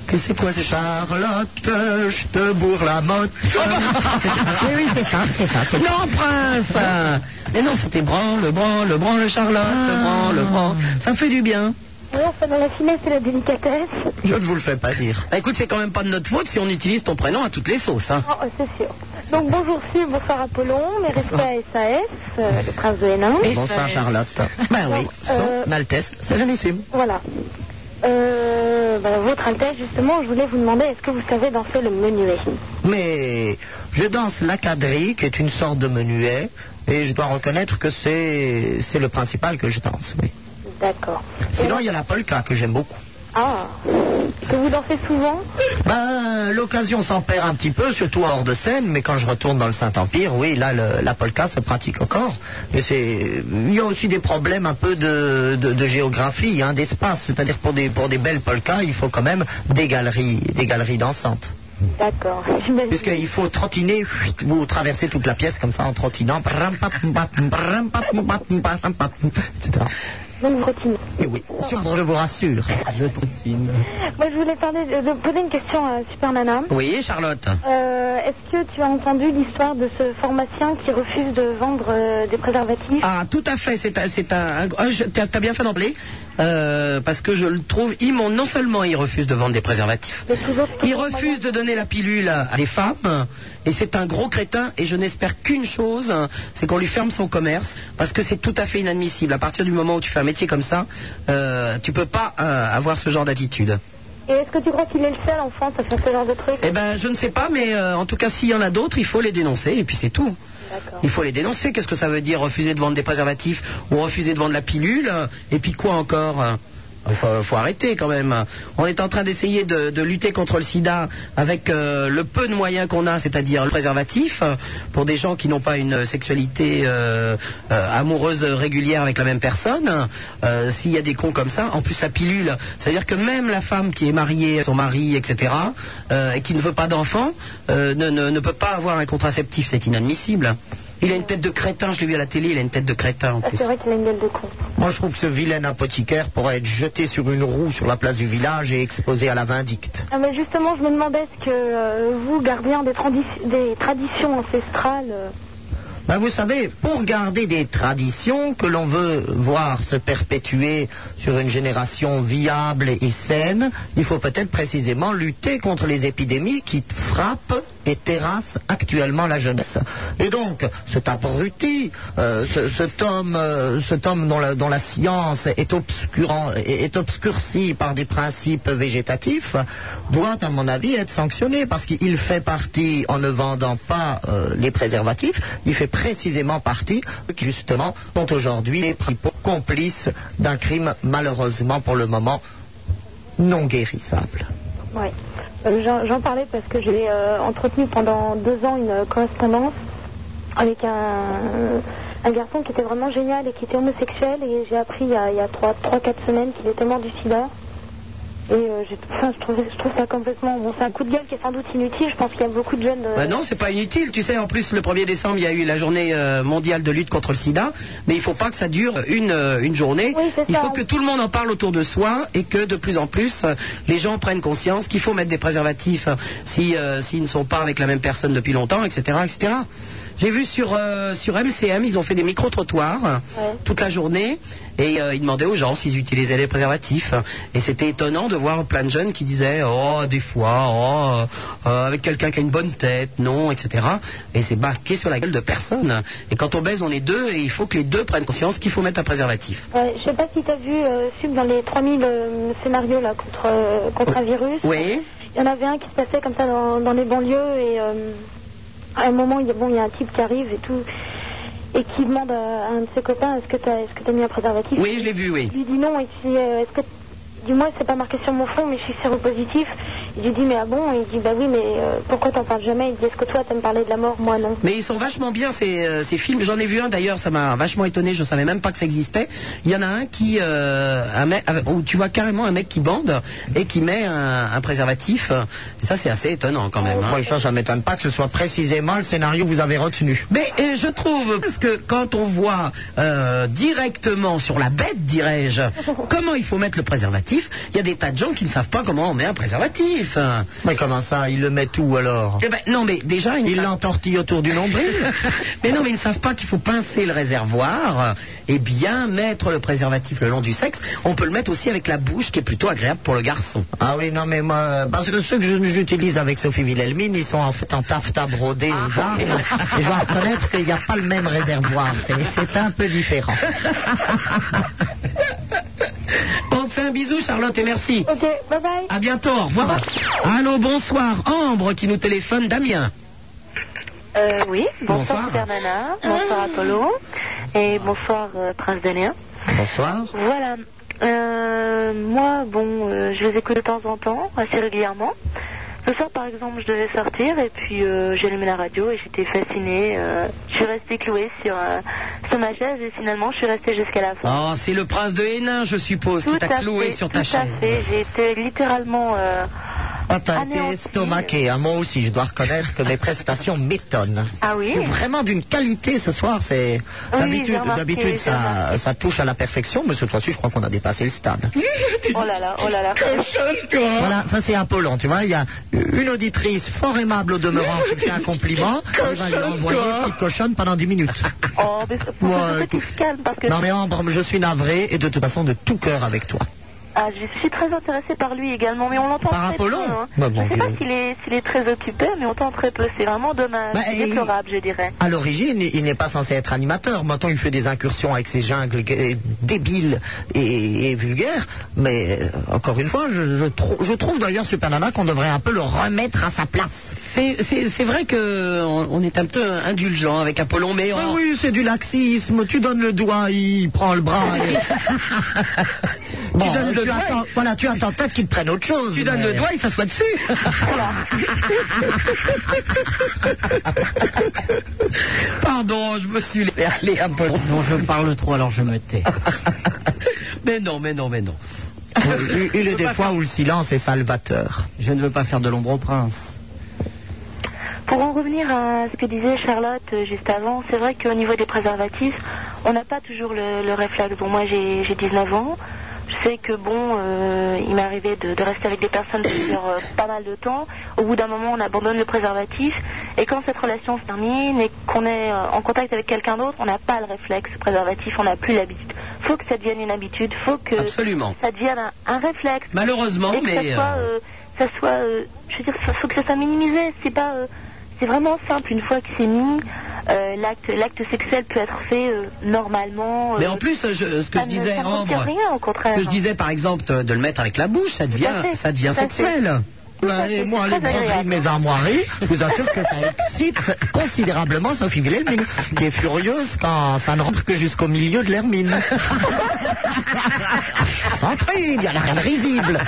Que c'est quoi c'est
Charlotte, je te bourre la motte. oui, oui, c'est ça, c'est ça, c'est ça.
Non, prince Mais non, c'était branle, branle, branle, Charlotte, branle, branle. Ça fait du bien.
Non, enfin, dans la finesse et la délicatesse.
Je ne vous le fais pas dire.
Bah, écoute, c'est quand même pas de notre faute si on utilise ton prénom à toutes les sauces. Hein.
Oh, euh, c'est sûr. Donc bonjour Sub, bonsoir Apollon, mes respects à SAS, euh, le prince de Hénin.
Bonsoir Charlotte. Ben oui,
Euh,
son Altesse Sérénissime.
Voilà. Euh, bah, votre Altesse, justement, je voulais vous demander, est-ce que vous savez danser le menuet
Mais je danse la quadrille, qui est une sorte de menuet, et je dois reconnaître que c'est c'est le principal que je danse, oui.
D'accord.
Sinon, il y a la polka que j'aime beaucoup.
Ah, que vous dansez souvent
Ben, l'occasion s'en perd un petit peu, surtout hors de scène, mais quand je retourne dans le Saint-Empire, oui, là, le- la polka se pratique encore. Mais c'est, il y a aussi des problèmes un peu de, de- de géographie, hein, d'espace. C'est-à-dire pour des, pour des belles polkas, il faut quand même des galeries, des galeries dansantes.
D'accord, j'imagine.
Puisqu'il faut trottiner, chuit, vous traversez toute la pièce comme ça en trottinant, bram, pam, pam, pam, bram, pam, pam, pam, bram, pam, etc.
Donc, continue.
Et oui, sur- je vous rassure. Je trottine.
Moi, je voulais parler, de, de poser une question à Super Nana.
Oui, Charlotte.
Euh, Est-ce que tu as entendu l'histoire de ce pharmacien qui refuse de vendre euh, des préservatifs
Ah, tout à fait. C'est un, c'est un, un- ah, je- t'as, t'as bien fait d'emblée, euh, parce que je le trouve immonde. Non seulement il refuse de vendre des préservatifs,
Mais toujours-
il refuse de donner la pilule à des femmes, et c'est un gros crétin. Et je n'espère qu'une chose, c'est qu'on lui ferme son commerce, parce que c'est tout à fait inadmissible. À partir du moment où tu fais un métier comme ça, euh, tu peux pas euh, avoir ce genre d'attitude.
Et est-ce que tu crois qu'il est le seul en France à faire ce genre de truc
Eh ben, je ne sais pas, mais euh, en tout cas, s'il y en a d'autres, il faut les dénoncer, et puis c'est tout.
D'accord.
Il faut les dénoncer. Qu'est-ce que ça veut dire refuser de vendre des préservatifs ou refuser de vendre la pilule euh, Et puis quoi encore euh, Il faut, faut arrêter quand même. On est en train d'essayer de, de lutter contre le sida avec euh, le peu de moyens qu'on a, c'est-à-dire le préservatif, euh, pour des gens qui n'ont pas une sexualité euh, euh, amoureuse régulière avec la même personne. Euh, S'il y a des cons comme ça, en plus la pilule, c'est-à-dire que même la femme qui est mariée, à son mari, etc., euh, et qui ne veut pas d'enfant, euh, ne, ne- ne peut pas avoir un contraceptif. C'est inadmissible. Il a une tête de crétin, je l'ai vu à la télé, il a une tête de crétin en
Ah,
plus.
c'est vrai qu'il a une gueule de con.
Moi, je trouve que ce vilain apothicaire pourrait être jeté sur une roue sur la place du village et exposé à la vindicte.
Ah, mais justement, je me demandais est-ce que euh, vous, gardiens des, tradi- des traditions ancestrales, euh,
Ben, vous savez, pour garder des traditions que l'on veut voir se perpétuer sur une génération viable et saine, il faut peut-être précisément lutter contre les épidémies qui frappent et terrassent actuellement la jeunesse. Et donc, cet abruti, euh, ce- cet homme, euh, cet homme dont la, dont la science est, obscurant, est est obscurcie par des principes végétatifs, doit, à mon avis, être sanctionné parce qu'il fait partie, en ne vendant pas euh, les préservatifs, il fait précisément partie, qui, justement, sont aujourd'hui les principaux complices d'un crime, malheureusement, pour le moment, non guérissable.
Ouais. Euh, J'en j'en parlais parce que j'ai euh, entretenu pendant deux ans une euh, correspondance avec un, un garçon qui était vraiment génial et qui était homosexuel et j'ai appris il y a, il y a trois, trois, quatre semaines qu'il était mort du sida. Et euh, j'ai- enfin, je, trouve, je trouve ça complètement... Bon, c'est un coup de gueule qui est sans doute inutile. Je pense qu'il y a beaucoup de jeunes... euh,
Bah non, c'est pas inutile. Tu sais, en plus, le 1er décembre, il y a eu la journée euh, mondiale de lutte contre le sida, mais il faut pas que ça dure une, euh, une journée. il faut que tout le monde en parle autour de soi et que de plus en plus, euh, les gens prennent conscience qu'il faut mettre des préservatifs euh, si, euh, s'ils ne sont pas avec la même personne depuis longtemps, etc. etc. J'ai vu sur, euh, sur MCM, ils ont fait des micro-trottoirs euh, toute la journée et euh, ils demandaient aux gens s'ils utilisaient les préservatifs. Et c'était étonnant de voir plein de jeunes qui disaient Oh, des fois, oh, euh, euh, avec quelqu'un qui a une bonne tête, non, etc. Et c'est marqué sur la gueule de personne. Et quand on baise, on est deux et il faut que les deux prennent conscience qu'il faut mettre un préservatif.
ouais, je sais pas si tu as vu, euh, Sub, dans les 3000 euh, scénarios là, contre, euh, contre un virus.
Oui.
Il y en avait un qui se passait comme ça dans, dans les banlieues et euh, à un moment, il y, a- bon, il y a un type qui arrive et tout et qui demande à, à un de ses copains est-ce que t'as est-ce que t'as mis un préservatif
Oui, je l'ai vu, oui.
Il lui dit non et puis euh, est-ce que dis-moi c'est pas marqué sur mon fond mais je suis séropositif. Il lui dit mais ah bon et il dit bah oui mais euh, pourquoi t'en parles jamais Il dit est-ce que toi t'aimes parler de la mort moi non.
Mais ils sont vachement bien ces, euh, ces films. J'en ai vu un d'ailleurs, ça m'a vachement étonné, je savais même pas que ça existait. Il y en a un qui euh, un mec- avec- où tu vois carrément un mec qui bande et qui met un, un préservatif. Et ça c'est assez étonnant quand même. hein.
Moi, ça, ça m'étonne pas que ce soit précisément le scénario que vous avez retenu.
Mais euh, je trouve, parce que quand on voit euh, directement sur la bête, dirais-je, comment il faut mettre le préservatif, il y a des tas de gens qui ne savent pas comment on met un préservatif.
Mais comment ça Il le met où alors
Eh ben, non, mais déjà,
Il l'entortille autour du nombril
mais non, mais ils ne savent pas qu'il faut pincer le réservoir et bien mettre le préservatif le long du sexe. On peut le mettre aussi avec la bouche, qui est plutôt agréable pour le garçon.
Ah oui, non, mais moi, parce que ceux que je- j'utilise avec Sophie Wilhelmine, ils sont en fait en taffetas brodé
Ah.
aux arbres. Et je dois reconnaître qu'il n'y a pas le même réservoir. C'est- C'est un peu différent.
On te fait un bisou, Charlotte, et merci.
Ok, bye bye.
À bientôt, au revoir. Allô, bonsoir. Ambre qui nous téléphone, Damien.
Euh, oui, bonsoir,
Bonsoir.
Super Nana, bonsoir Apollo et bonsoir euh, Prince Daniel.
Bonsoir.
Voilà. Euh, moi, bon, euh, je les écoute de temps en temps, assez régulièrement. Ce soir, par exemple, je devais sortir et puis euh, j'ai allumé la radio et j'étais fascinée. euh, je suis restée clouée sur, euh, sur ma chaise et finalement, je suis restée jusqu'à la fin.
Oh, c'est le prince de Hénin, je suppose, qui t'a
à
cloué
fait,
sur ta
tout à
chaîne.
fait. J'ai été littéralement... euh,
Ah, t'as été estomaqué. hein. Moi aussi, je dois reconnaître que mes prestations m'étonnent.
Ah oui
Je suis vraiment d'une qualité ce soir. C'est
Oui, j'ai
d'habitude,
remarqué,
d'habitude,
j'ai
ça, ça touche à la perfection, mais cette fois-ci, je crois qu'on a dépassé le stade.
oh là là, oh là là.
Voilà, ça c'est Apollon, tu vois. Il y a une auditrice fort aimable au demeurant qui fait un compliment. Elle va lui envoyer une petite cochonne pendant 10 minutes.
Oh, mais
Ouais, écoute. Non mais Ambre, je suis navré et de toute façon de tout cœur avec toi.
Ah, je suis très intéressée par lui également, mais on l'entend
Par
très
Apollon
peu. hein.
Bah, bon,
je sais pas
Dieu.
s'il est, s'il est très occupé, mais on entend très peu. C'est vraiment dommage.
Bah,
C'est
et-
déplorable, je dirais.
À l'origine, il n'est pas censé être animateur. Maintenant, il fait des incursions avec ses jungles euh, débiles et, et vulgaires. Mais euh, encore une fois, je, je trou- je trouve d'ailleurs Super Nana qu'on devrait un peu le remettre à sa place.
C'est- C'est c'est vrai que on, on est un peu indulgent avec Apollon, mais on-
Ah oui, c'est du laxisme. Tu donnes le doigt, il prend le bras. et- Bon,
tu donnes le
tu
doigt.
attends- voilà, tu attends peut-être qu'ils te prennent autre chose.
Tu donnes le
mais-
doigt, il s'assoit dessus. Pardon, je me suis laissé aller un peu.
Non, je parle trop, alors je me tais.
mais non, mais non, mais non.
Oui, une des fois où le silence est salvateur.
Je ne veux pas faire de l'ombre au prince.
Pour en revenir à ce que disait Charlotte euh, juste avant, c'est vrai qu'au niveau des préservatifs, on n'a pas toujours le, le réflexe. Bon, moi j'ai j'ai 19 ans. Je sais que bon, euh, il m'est arrivé de, de rester avec des personnes plusieurs euh, pas mal de temps. Au bout d'un moment, on abandonne le préservatif. Et quand cette relation se termine et qu'on est euh, en contact avec quelqu'un d'autre, on n'a pas le réflexe préservatif, on n'a plus l'habitude. Faut que ça devienne une habitude, faut que
Absolument.
ça devienne un, un réflexe.
Malheureusement,
Et que ça
mais,
soit,
euh,
euh, ça soit, euh, je veux dire, faut, faut que ça soit minimisé. C'est pas, euh, c'est vraiment simple. Une fois que c'est mis, euh, l'acte, l'acte sexuel peut être fait euh, normalement.
Mais
euh,
en plus, je- ce que
ça
je
ne-
disais,
ça ne
Ambre,
retire rien, au contraire.
que je disais par exemple de, de le mettre avec la bouche, ça devient,
fait,
ça devient
tout à fait.
sexuel.
Bah, et moi, les broderies de mes armoiries, je vous assure que ça excite considérablement Sophie Villelmine, qui est furieuse quand ça ne rentre que jusqu'au milieu de l'hermine. Je vous en prie, il y en a rien de risible.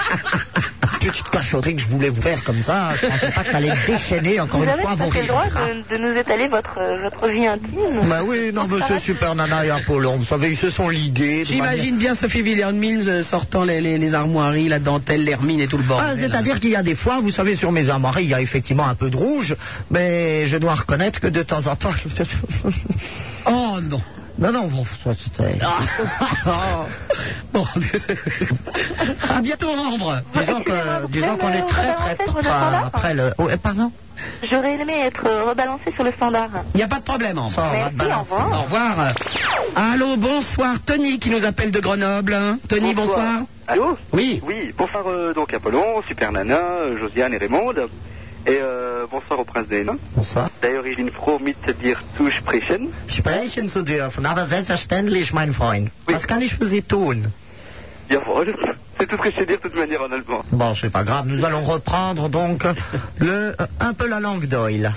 Petite cachoterie que je voulais vous faire comme ça, je pensais pas que ça allait déchaîner encore
Vous
une
avez
fois
tout à
vos
fait le droit
rires.
de, de nous étaler votre, euh, votre vie intime.
Bah oui, non, mais c'est super, Nana et Apollon, vous savez, ils se sont ligués. de manière-
J'imagine bien Sophie Villermine euh, sortant les, les, les armoiries, la dentelle, l'hermine et tout le
Ah,
bordel.
C'est-à-dire qu'il y a des fois, vous savez, sur mes armoiries, il y a effectivement un peu de rouge, mais je dois reconnaître que de temps en temps.
oh non
Non, non, bon, ça, c'était.
Ah.
bon, à Ah, bientôt, Ambre
Disons que- disons qu'on est très très
Ah,
propre
hein.
après le.
euh,
Oh, eh, pardon
J'aurais aimé être euh, rebalancée sur le standard.
Il n'y a pas de problème, Ambre.
Ça, on va Merci, te balancer. au revoir.
Au revoir. Allô, bonsoir, Tony qui nous appelle de Grenoble. Tony, bonsoir.
Allô
Oui.
Oui, bonsoir euh, donc Apollon, Super Nana, euh, Josiane et Raymond. Et euh, bonsoir au prince des Hénin.
Bonsoir.
D'ailleurs, il est pro mit dir zu sprechen.
Sprechen zu dürfen, aber selbstverständlich, mein Freund. Was kann ich für Sie tun
Jawohl. C'est tout ce que je sais dire de toute manière en allemand.
Bon, c'est pas grave, nous allons reprendre donc le, euh, un peu la langue d'Oil.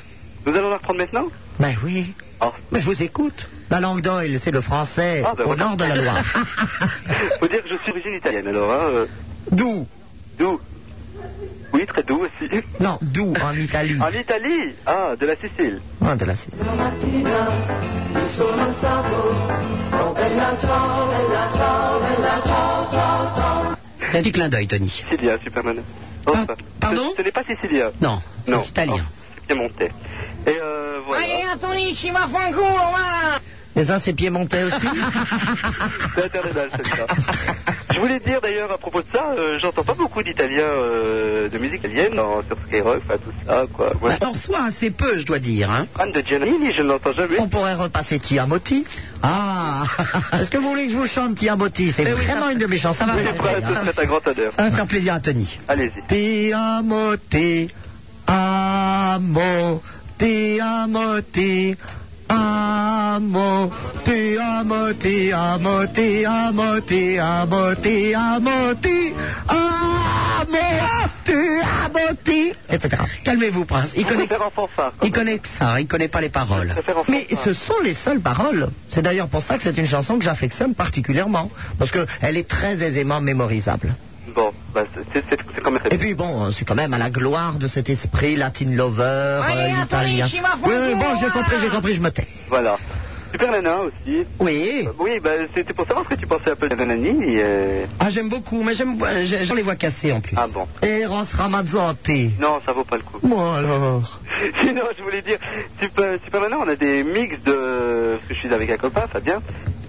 Nous allons la
Mmh.
reprendre maintenant
Mais oui. Mais je vous écoute. La langue d'Oil, c'est le français
Ah, ben
au
voilà.
nord de la Loire.
Faut dire que je suis d'origine italienne alors. Hein, euh,
D'où
D'où Oui, très doux aussi.
Non, d'où en Italie
En Italie Ah, de la Sicile.
Ah, de la Sicile.
Un petit clin d'œil, Tony.
Sicilia, Superman. Enfin,
pardon
ce, ce n'est pas Sicilia.
Non,
non. Oh,
c'est italien.
C'est Piemontais. Et euh, voilà.
attendez, ci va fanculo, va!
Les uns, c'est piémontais aussi.
C'est international, c'est ça. Je voulais dire d'ailleurs à propos de ça, euh, j'entends pas beaucoup d'italiens, euh, de musique italienne dans, sur Skyrock, enfin tout ça, quoi. Moi,
T'en
hein,
reçois assez peu, je dois dire. Hein.
je suis fan de Giannini, je ne l'entends jamais.
On pourrait repasser Tiamoti.
Ah
Est-ce que vous voulez que je vous chante Tiamoti C'est
Mais Eh oui,
vraiment
ça-
une de mes chansons. hein. Euh,
ça va faire
Oui, voilà,
plaisir.
ce serait un grand honneur.
Ça va faire plaisir à Tony.
Allez-y.
Ti amo, ti amo, ti amo, ti amo, ti amo, ti amo, ti amo, ti amo, ti amo, ti amo, ti amo, ti etc.
Calmez-vous, prince. Il connaît,
Faire en fanfare.
il connaît que ça, il connaît pas les paroles.
Mais
hein.
ce sont les seules paroles. C'est d'ailleurs pour ça que c'est une chanson que j'affectionne particulièrement, parce qu'elle est très aisément mémorisable.
Bon, bah, c'est- c'est c'est- c'est quand même très
Et
bien.
puis bon, euh, c'est quand même à la gloire de cet esprit latin lover, euh,
Allez, attendez,
italien.
je vais voir
Oui, oui,
vous,
bon, j'ai
hein.
compris, j'ai compris, je me tais.
Voilà. Super Nana aussi.
Oui.
Euh, oui, bah, c'était pour savoir ce que tu pensais un peu de Nanani. euh,
Ah, j'aime beaucoup, mais j'aime,
euh,
j'ai- j'en les vois cassés en plus.
Ah bon.
Eros Ramazzotti.
Non, ça vaut pas le coup.
Moi alors.
Sinon, je voulais dire, Super, Super Nana, on a des mix de. Parce que je suis avec un copain, Fabien.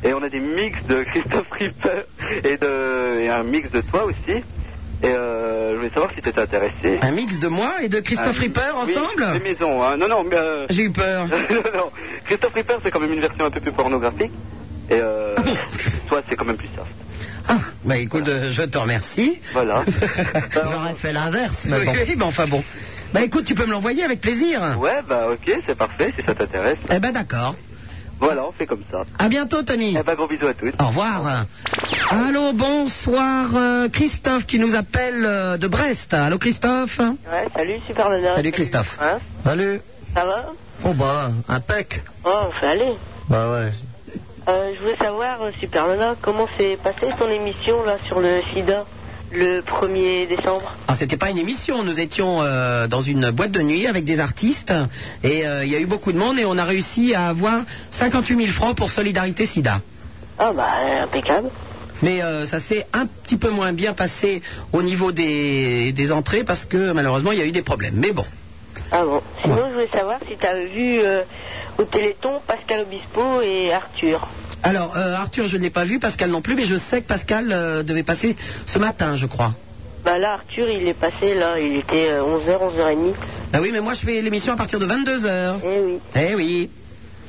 Et on a des mix de Christophe Ripper et, de, et un mix de toi aussi. Et euh, je voulais savoir si t'étais intéressé.
Un mix de moi et de Christophe
Un
Ripper
mix
ensemble
de maison, hein. Non, non, mais. euh,
J'ai eu peur.
non, non. Christophe Ripper, c'est quand même une version un peu plus pornographique. Et euh, toi, c'est quand même plus soft.
Ah, bah écoute, euh, je te remercie.
Voilà. Ben,
J'aurais fait l'inverse, mais
Oui,
bon.
oui, bah enfin bon. Bah écoute, tu peux me l'envoyer avec plaisir.
Ouais, bah ok, c'est parfait, si ça t'intéresse.
Eh ben d'accord.
Voilà, on fait comme ça.
Ah.
À bientôt, Tony.
Eh
Bah,
ben, gros bisous à tous.
Au revoir. Allô, bonsoir. euh, Christophe qui nous appelle euh, de Brest. Allô, Christophe
Ouais, salut Super Nana.
Salut, Christophe.
Hein
Salut.
Ça va
Oh bah, impec.
Oh, allez.
Bah ouais.
Euh, je voulais savoir, euh, Super Nana, comment s'est passée ton émission là sur le sida le 1er décembre
Alors Ah, c'était pas une émission, nous étions euh, dans une boîte de nuit avec des artistes et euh, il y a eu beaucoup de monde et on a réussi à avoir 58 000 francs pour Solidarité Sida.
Ah bah impeccable.
Mais euh, ça s'est un petit peu moins bien passé au niveau des, des entrées parce que malheureusement il y a eu des problèmes. Mais bon.
Ah bon. Sinon, je voulais savoir si tu as vu euh, au Téléthon Pascal Obispo et Arthur.
Alors euh, Arthur je ne l'ai pas vu, Pascal non plus, mais je sais que Pascal euh, devait passer ce matin je crois.
Bah là, Arthur, il est passé là, il était euh, 11h, 11h30.
Ah oui mais moi je fais l'émission à partir de 22h.
Eh oui.
Eh oui.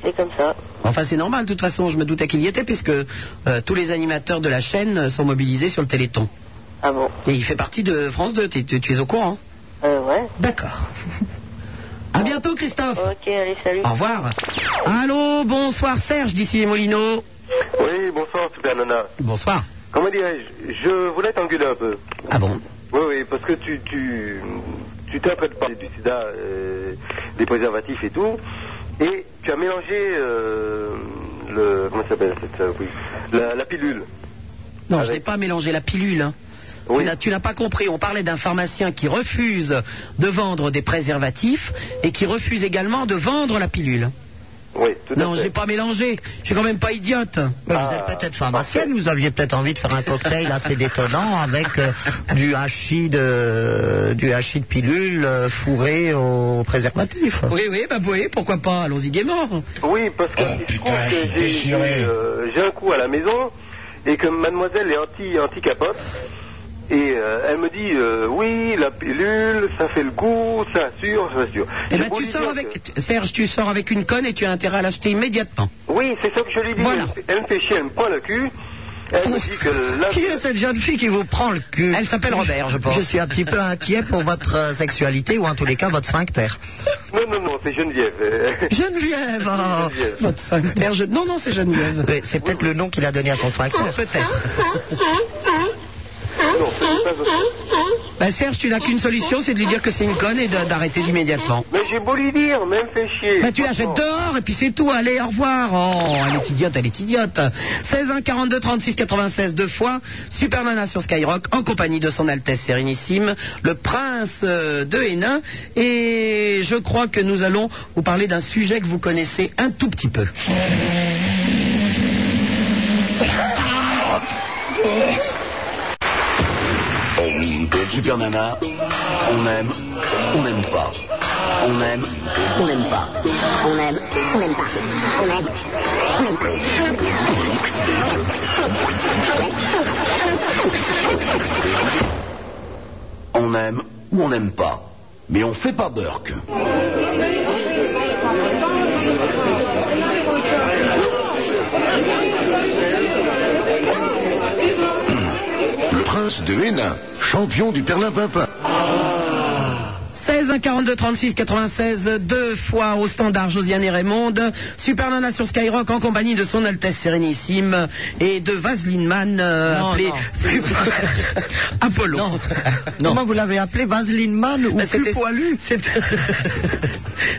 C'est comme ça.
Enfin, c'est normal, de toute façon, je me doutais qu'il y était, puisque euh, tous les animateurs de la chaîne euh, sont mobilisés sur le Téléthon.
Ah bon
Et il fait partie de France 2, tu, tu- tu es au courant
Euh, ouais.
D'accord. À bientôt, Christophe.
Ok, allez, salut.
Au revoir. Allô, bonsoir Serge, d'ici les Molinos.
Oui, bonsoir, Super Nana.
Bonsoir.
Comment dirais-je Je voulais t'engueuler un peu.
Ah bon
Oui, oui, parce que tu tu tu t'es en train de parler du sida, euh, des préservatifs et tout, et tu as mélangé euh, le comment ça s'appelle cette saloperie la, la pilule.
Non, je n'ai pas mélangé la pilule. hein. Tu n'as- Tu n'as pas compris, on parlait d'un pharmacien qui refuse de vendre des préservatifs et qui refuse également de vendre la pilule.
Oui, tout
non, j'ai pas mélangé, je suis quand même pas idiote. Bah,
Vous êtes
Ah.
peut-être pharmacienne, vous aviez peut-être envie de faire un cocktail assez détonnant avec euh, du hachis de du hachis de pilule euh, fourré au préservatif.
Oui, oui, bah oui, pourquoi pas, allons-y gaiement. Eh
Oui, parce que il se trouve que j'ai- j'ai euh, j'ai un coup à la maison et que mademoiselle est anti anti capote et euh, elle me dit euh, oui la pilule ça fait le goût ça assure ça assure.
Eh
J'ai
ben,
beau
tu
lui
sors
dire
avec, Serge, tu sors avec une conne et tu as intérêt à l'acheter immédiatement.
Oui, c'est ça que je lui dis. Elle, me- elle me fait chier, elle me prend le cul. Elle me dit que la...
Qui est cette jeune fille qui vous prend le cul
Elle s'appelle Robert, je pense.
Je suis un petit peu inquiet pour votre euh, sexualité ou en tous les cas votre sphincter.
Non, non, non, c'est Geneviève. Euh,
Geneviève, oh, votre sphincter. je- Non, non, c'est Geneviève. Oui, C'est peut-être le nom qu'il a donné à son sphincter.
Peut-être. Bah, Serge, tu n'as qu'une solution, c'est de lui dire que c'est une conne et de- d'arrêter immédiatement.
Mais j'ai beau lui dire, mais elle me fait chier.
Bah, tu l'achètes dehors et puis c'est tout. Allez, au revoir. Oh, elle est idiote, elle est idiote. 16 1 42 36 96 deux fois. Superman sur Skyrock en compagnie de son Altesse Sérénissime, le prince euh, de Hénin. Et je crois que nous allons vous parler d'un sujet que vous connaissez un tout petit peu.
Super Nana, on aime, on n'aime pas. On aime, on n'aime pas. On aime, on n'aime pas. On aime, on n'aime pas. On aime ou on n'aime pas. Mais on fait pas Burke. Le prince de Hénin, champion du Perlin-Pimpin.
16 1 42 36 96 deux fois au standard Josiane et Raymond Super Nana sur Skyrock en compagnie de son Altesse Sérénissime et de Vaseline Man euh,
Non,
appelé
non.
Apollo.
Comment vous l'avez appelé Vaseline Man ou
Ben,
cul
c'était-
poilu
c'était-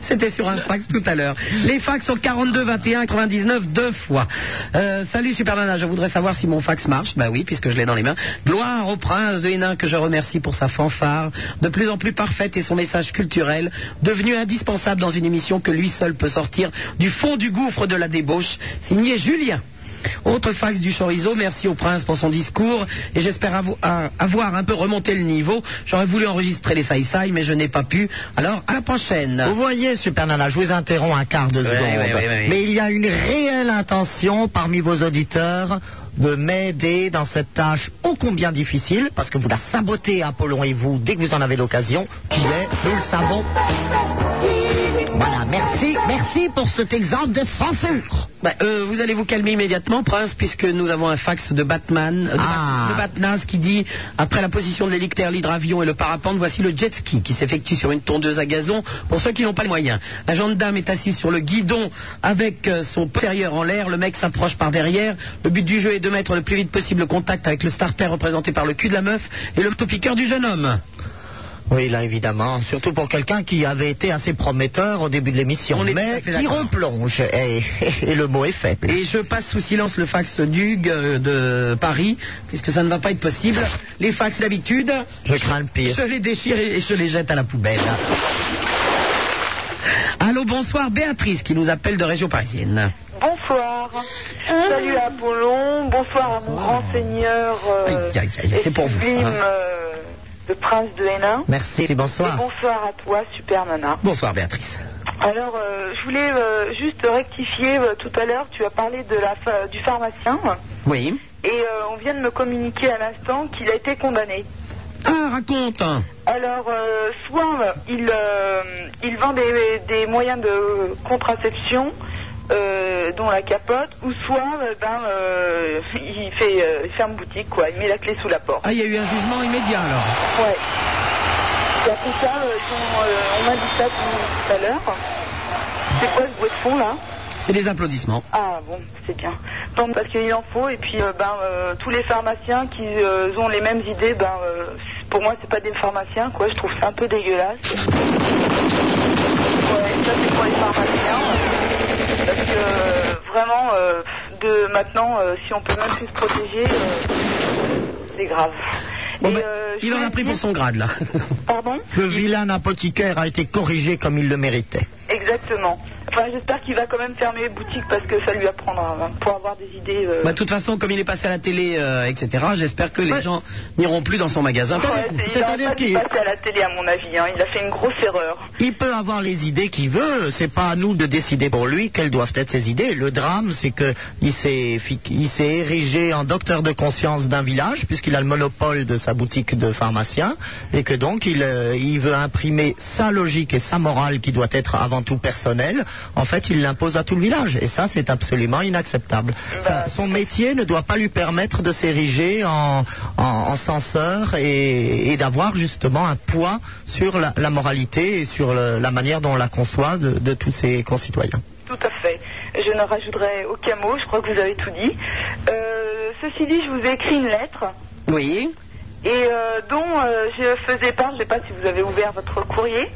C'était sur un fax tout à l'heure. Les fax sont 42 21 99 deux fois. Euh, salut Super Nana, je voudrais savoir si mon fax marche. Bah oui, puisque je l'ai dans les mains. Gloire au prince de Hénin que je remercie pour sa fanfare, de plus en plus parfaite et son message culturel, devenu indispensable dans une émission que lui seul peut sortir du fond du gouffre de la débauche. Signé Julien. Autre fax du chorizo, merci au prince pour son discours et j'espère avo- a- avoir un peu remonté le niveau. J'aurais voulu enregistrer les saïsaï mais je n'ai pas pu. Alors à la prochaine.
Vous voyez, Super Nana, je vous interromps un quart de
Ouais,
seconde.
ouais, ouais, ouais.
Mais il y a une réelle intention parmi vos auditeurs de m'aider dans cette tâche ô combien difficile, parce que vous la sabotez, Apollon et vous, dès que vous en avez l'occasion, qui est, nous le savons. Voilà, merci, merci pour cet exemple de censure.
Bah, euh, vous allez vous calmer immédiatement, Prince, puisque nous avons un fax de Batman, euh, de,
Ah.
Bat- de Batnas, qui dit Après la position de l'hélicoptère, l'hydravion et le parapente, voici le jet ski qui s'effectue sur une tondeuse à gazon pour ceux qui n'ont pas les moyens. La gendarme est assise sur le guidon avec euh, son postérieur en l'air. Le mec s'approche par derrière. Le but du jeu est de mettre le plus vite possible le contact avec le starter représenté par le cul de la meuf et le topiqueur du jeune homme.
Oui, là, évidemment. Surtout pour quelqu'un qui avait été assez prometteur au début de l'émission,
On est
mais
tout à fait
qui
d'accord.
replonge. Et, et le mot est faible.
Et je passe sous silence le fax d'Hugues euh, de Paris, puisque ça ne va pas être possible. Les fax d'habitude.
Je crains le pire.
Je les déchire et je les jette à la poubelle. Allô, bonsoir, Béatrice qui nous appelle de région parisienne.
Bonsoir. Salut
Euh.
à Apollon. Bonsoir à mon grand seigneur. euh,
Aïe, aïe, aïe, C'est pour vous. ça,
sublime,
hein.
euh, le prince de Hénin.
Merci, bonsoir.
Et bonsoir à toi, super nana.
Bonsoir, Béatrice.
Alors, euh, je voulais euh, juste rectifier. euh, tout à l'heure, tu as parlé de la pha- du pharmacien.
Oui.
Et euh, on vient de me communiquer à l'instant qu'il a été condamné.
Ah, raconte.
Alors, euh, soit euh, il, euh, il vend des, des moyens de contraception, euh, dont la capote, ou soit euh, ben, euh, il fait euh, il ferme boutique, quoi. Il met la clé sous la porte.
Ah, il y a eu un jugement immédiat alors.
Ouais. Et après ça, euh, ton, euh, on m'a dit ça tout tout à l'heure. C'est quoi ce bruit de fond, là
C'est des applaudissements.
ah bon, c'est bien. Tant mieux, parce qu'il en faut et puis euh, ben euh, tous les pharmaciens qui euh, ont les mêmes idées, ben euh, c'est- pour moi c'est pas des pharmaciens quoi. Je trouve ça un peu dégueulasse. Ouais, ça c'est pour les pharmaciens. Parce que euh, vraiment euh, de maintenant, euh, si on peut même plus se protéger, euh, c'est grave.
Bon,
Et,
ben,
euh, je
il en a
voulais
pris pour
dire-
son grade là.
Pardon
Le vilain apothicaire a été corrigé comme il le méritait.
Exactement. Enfin, j'espère qu'il va quand même fermer boutique parce que ça lui apprendra hein, pour avoir des idées. euh,
Bah, de toute façon, comme il est passé à la télé, euh, etc., j'espère que les gens n'iront plus dans son magasin.
Ouais, c'est- il aurait pas dû passer à la télé, à mon avis. hein. Il a fait une grosse erreur.
Il peut avoir les idées qu'il veut, c'est pas à nous de décider pour lui quelles doivent être ses idées. Le drame, c'est qu'il s'est fi- il s'est érigé en docteur de conscience d'un village, puisqu'il a le monopole de sa boutique de pharmacien, et que donc il, euh, il veut imprimer sa logique et sa morale qui doit être avant tout personnelle. En fait, il l'impose à tout le village, et ça, c'est absolument inacceptable. Ça- son métier ne doit pas lui permettre de s'ériger en, en- en censeur et, et d'avoir justement un poids sur la, la moralité et sur le- la manière dont on la conçoit de, de tous ses concitoyens.
Tout à fait. Je ne rajouterai aucun mot. Je crois que vous avez tout dit. Euh, ceci dit, je vous ai écrit une lettre
Oui.
et euh, dont euh, je faisais part. Je ne sais pas si vous avez ouvert votre courrier.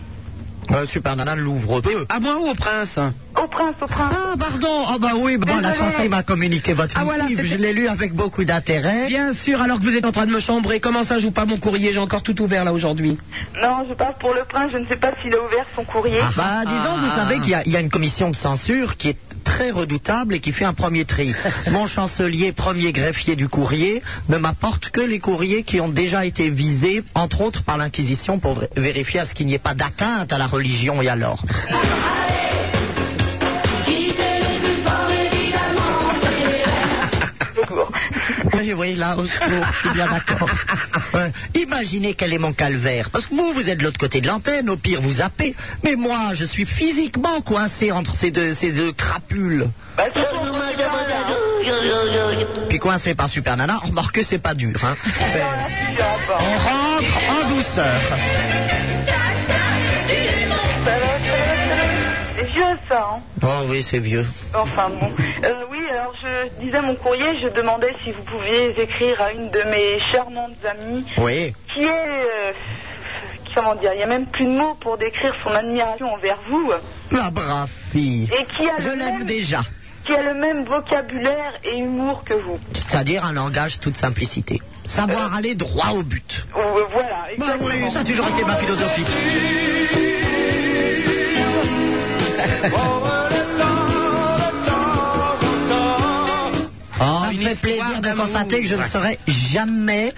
Euh, Super Nana l'ouvre peu.
À moi ou au prince
Au prince, au prince.
Ah, pardon. Ah, bah oui, bon, la chance, il m'a communiqué votre
Ah, voilà,
motif.
c'était-
Je l'ai lu avec beaucoup d'intérêt.
Bien sûr, alors que vous êtes en train de me chambrer, comment ça, je joue pas mon courrier J'ai encore tout ouvert là aujourd'hui.
Non, je parle pour le prince. Je ne sais pas s'il a ouvert son courrier.
Ah, bah, disons, vous savez qu'il y a- il y, a une commission de censure qui est très redoutable et qui fait un premier tri. Mon chancelier, premier greffier du courrier, ne m'apporte que les courriers qui ont déjà été visés, entre autres par l'Inquisition, pour vé- vérifier à ce qu'il n'y ait pas d'atteinte à la religion et à l'ordre. Oui, oui, là, au secours, je suis bien d'accord. Ouais. Imaginez quel est mon calvaire. Parce que vous, vous êtes de l'autre côté de l'antenne, au pire, vous zappez. Mais moi, je suis physiquement coincé entre ces deux, ces deux crapules. Puis coincé par Super Nana, remarquez, c'est pas dur. Hein. C'est- On rentre en douceur.
C'est vieux ça. hein.
Oh oui, c'est vieux.
Enfin bon. Euh, oui, alors je disais mon courrier, je demandais si vous pouviez écrire à une de mes charmantes amies
Oui.
qui est. euh, comment dire Il n'y a même plus de mots pour décrire son admiration envers vous.
La brave fille.
Et qui a
Je
le
l'aime
même-
déjà.
Qui a le même vocabulaire et humour que vous.
C'est-à-dire un langage toute simplicité. Savoir aller droit au but.
Euh, voilà.
Bah oui, ça a toujours été ma philosophie. Oh, ça me Ah, fait plaisir de constater que je ne serai jamais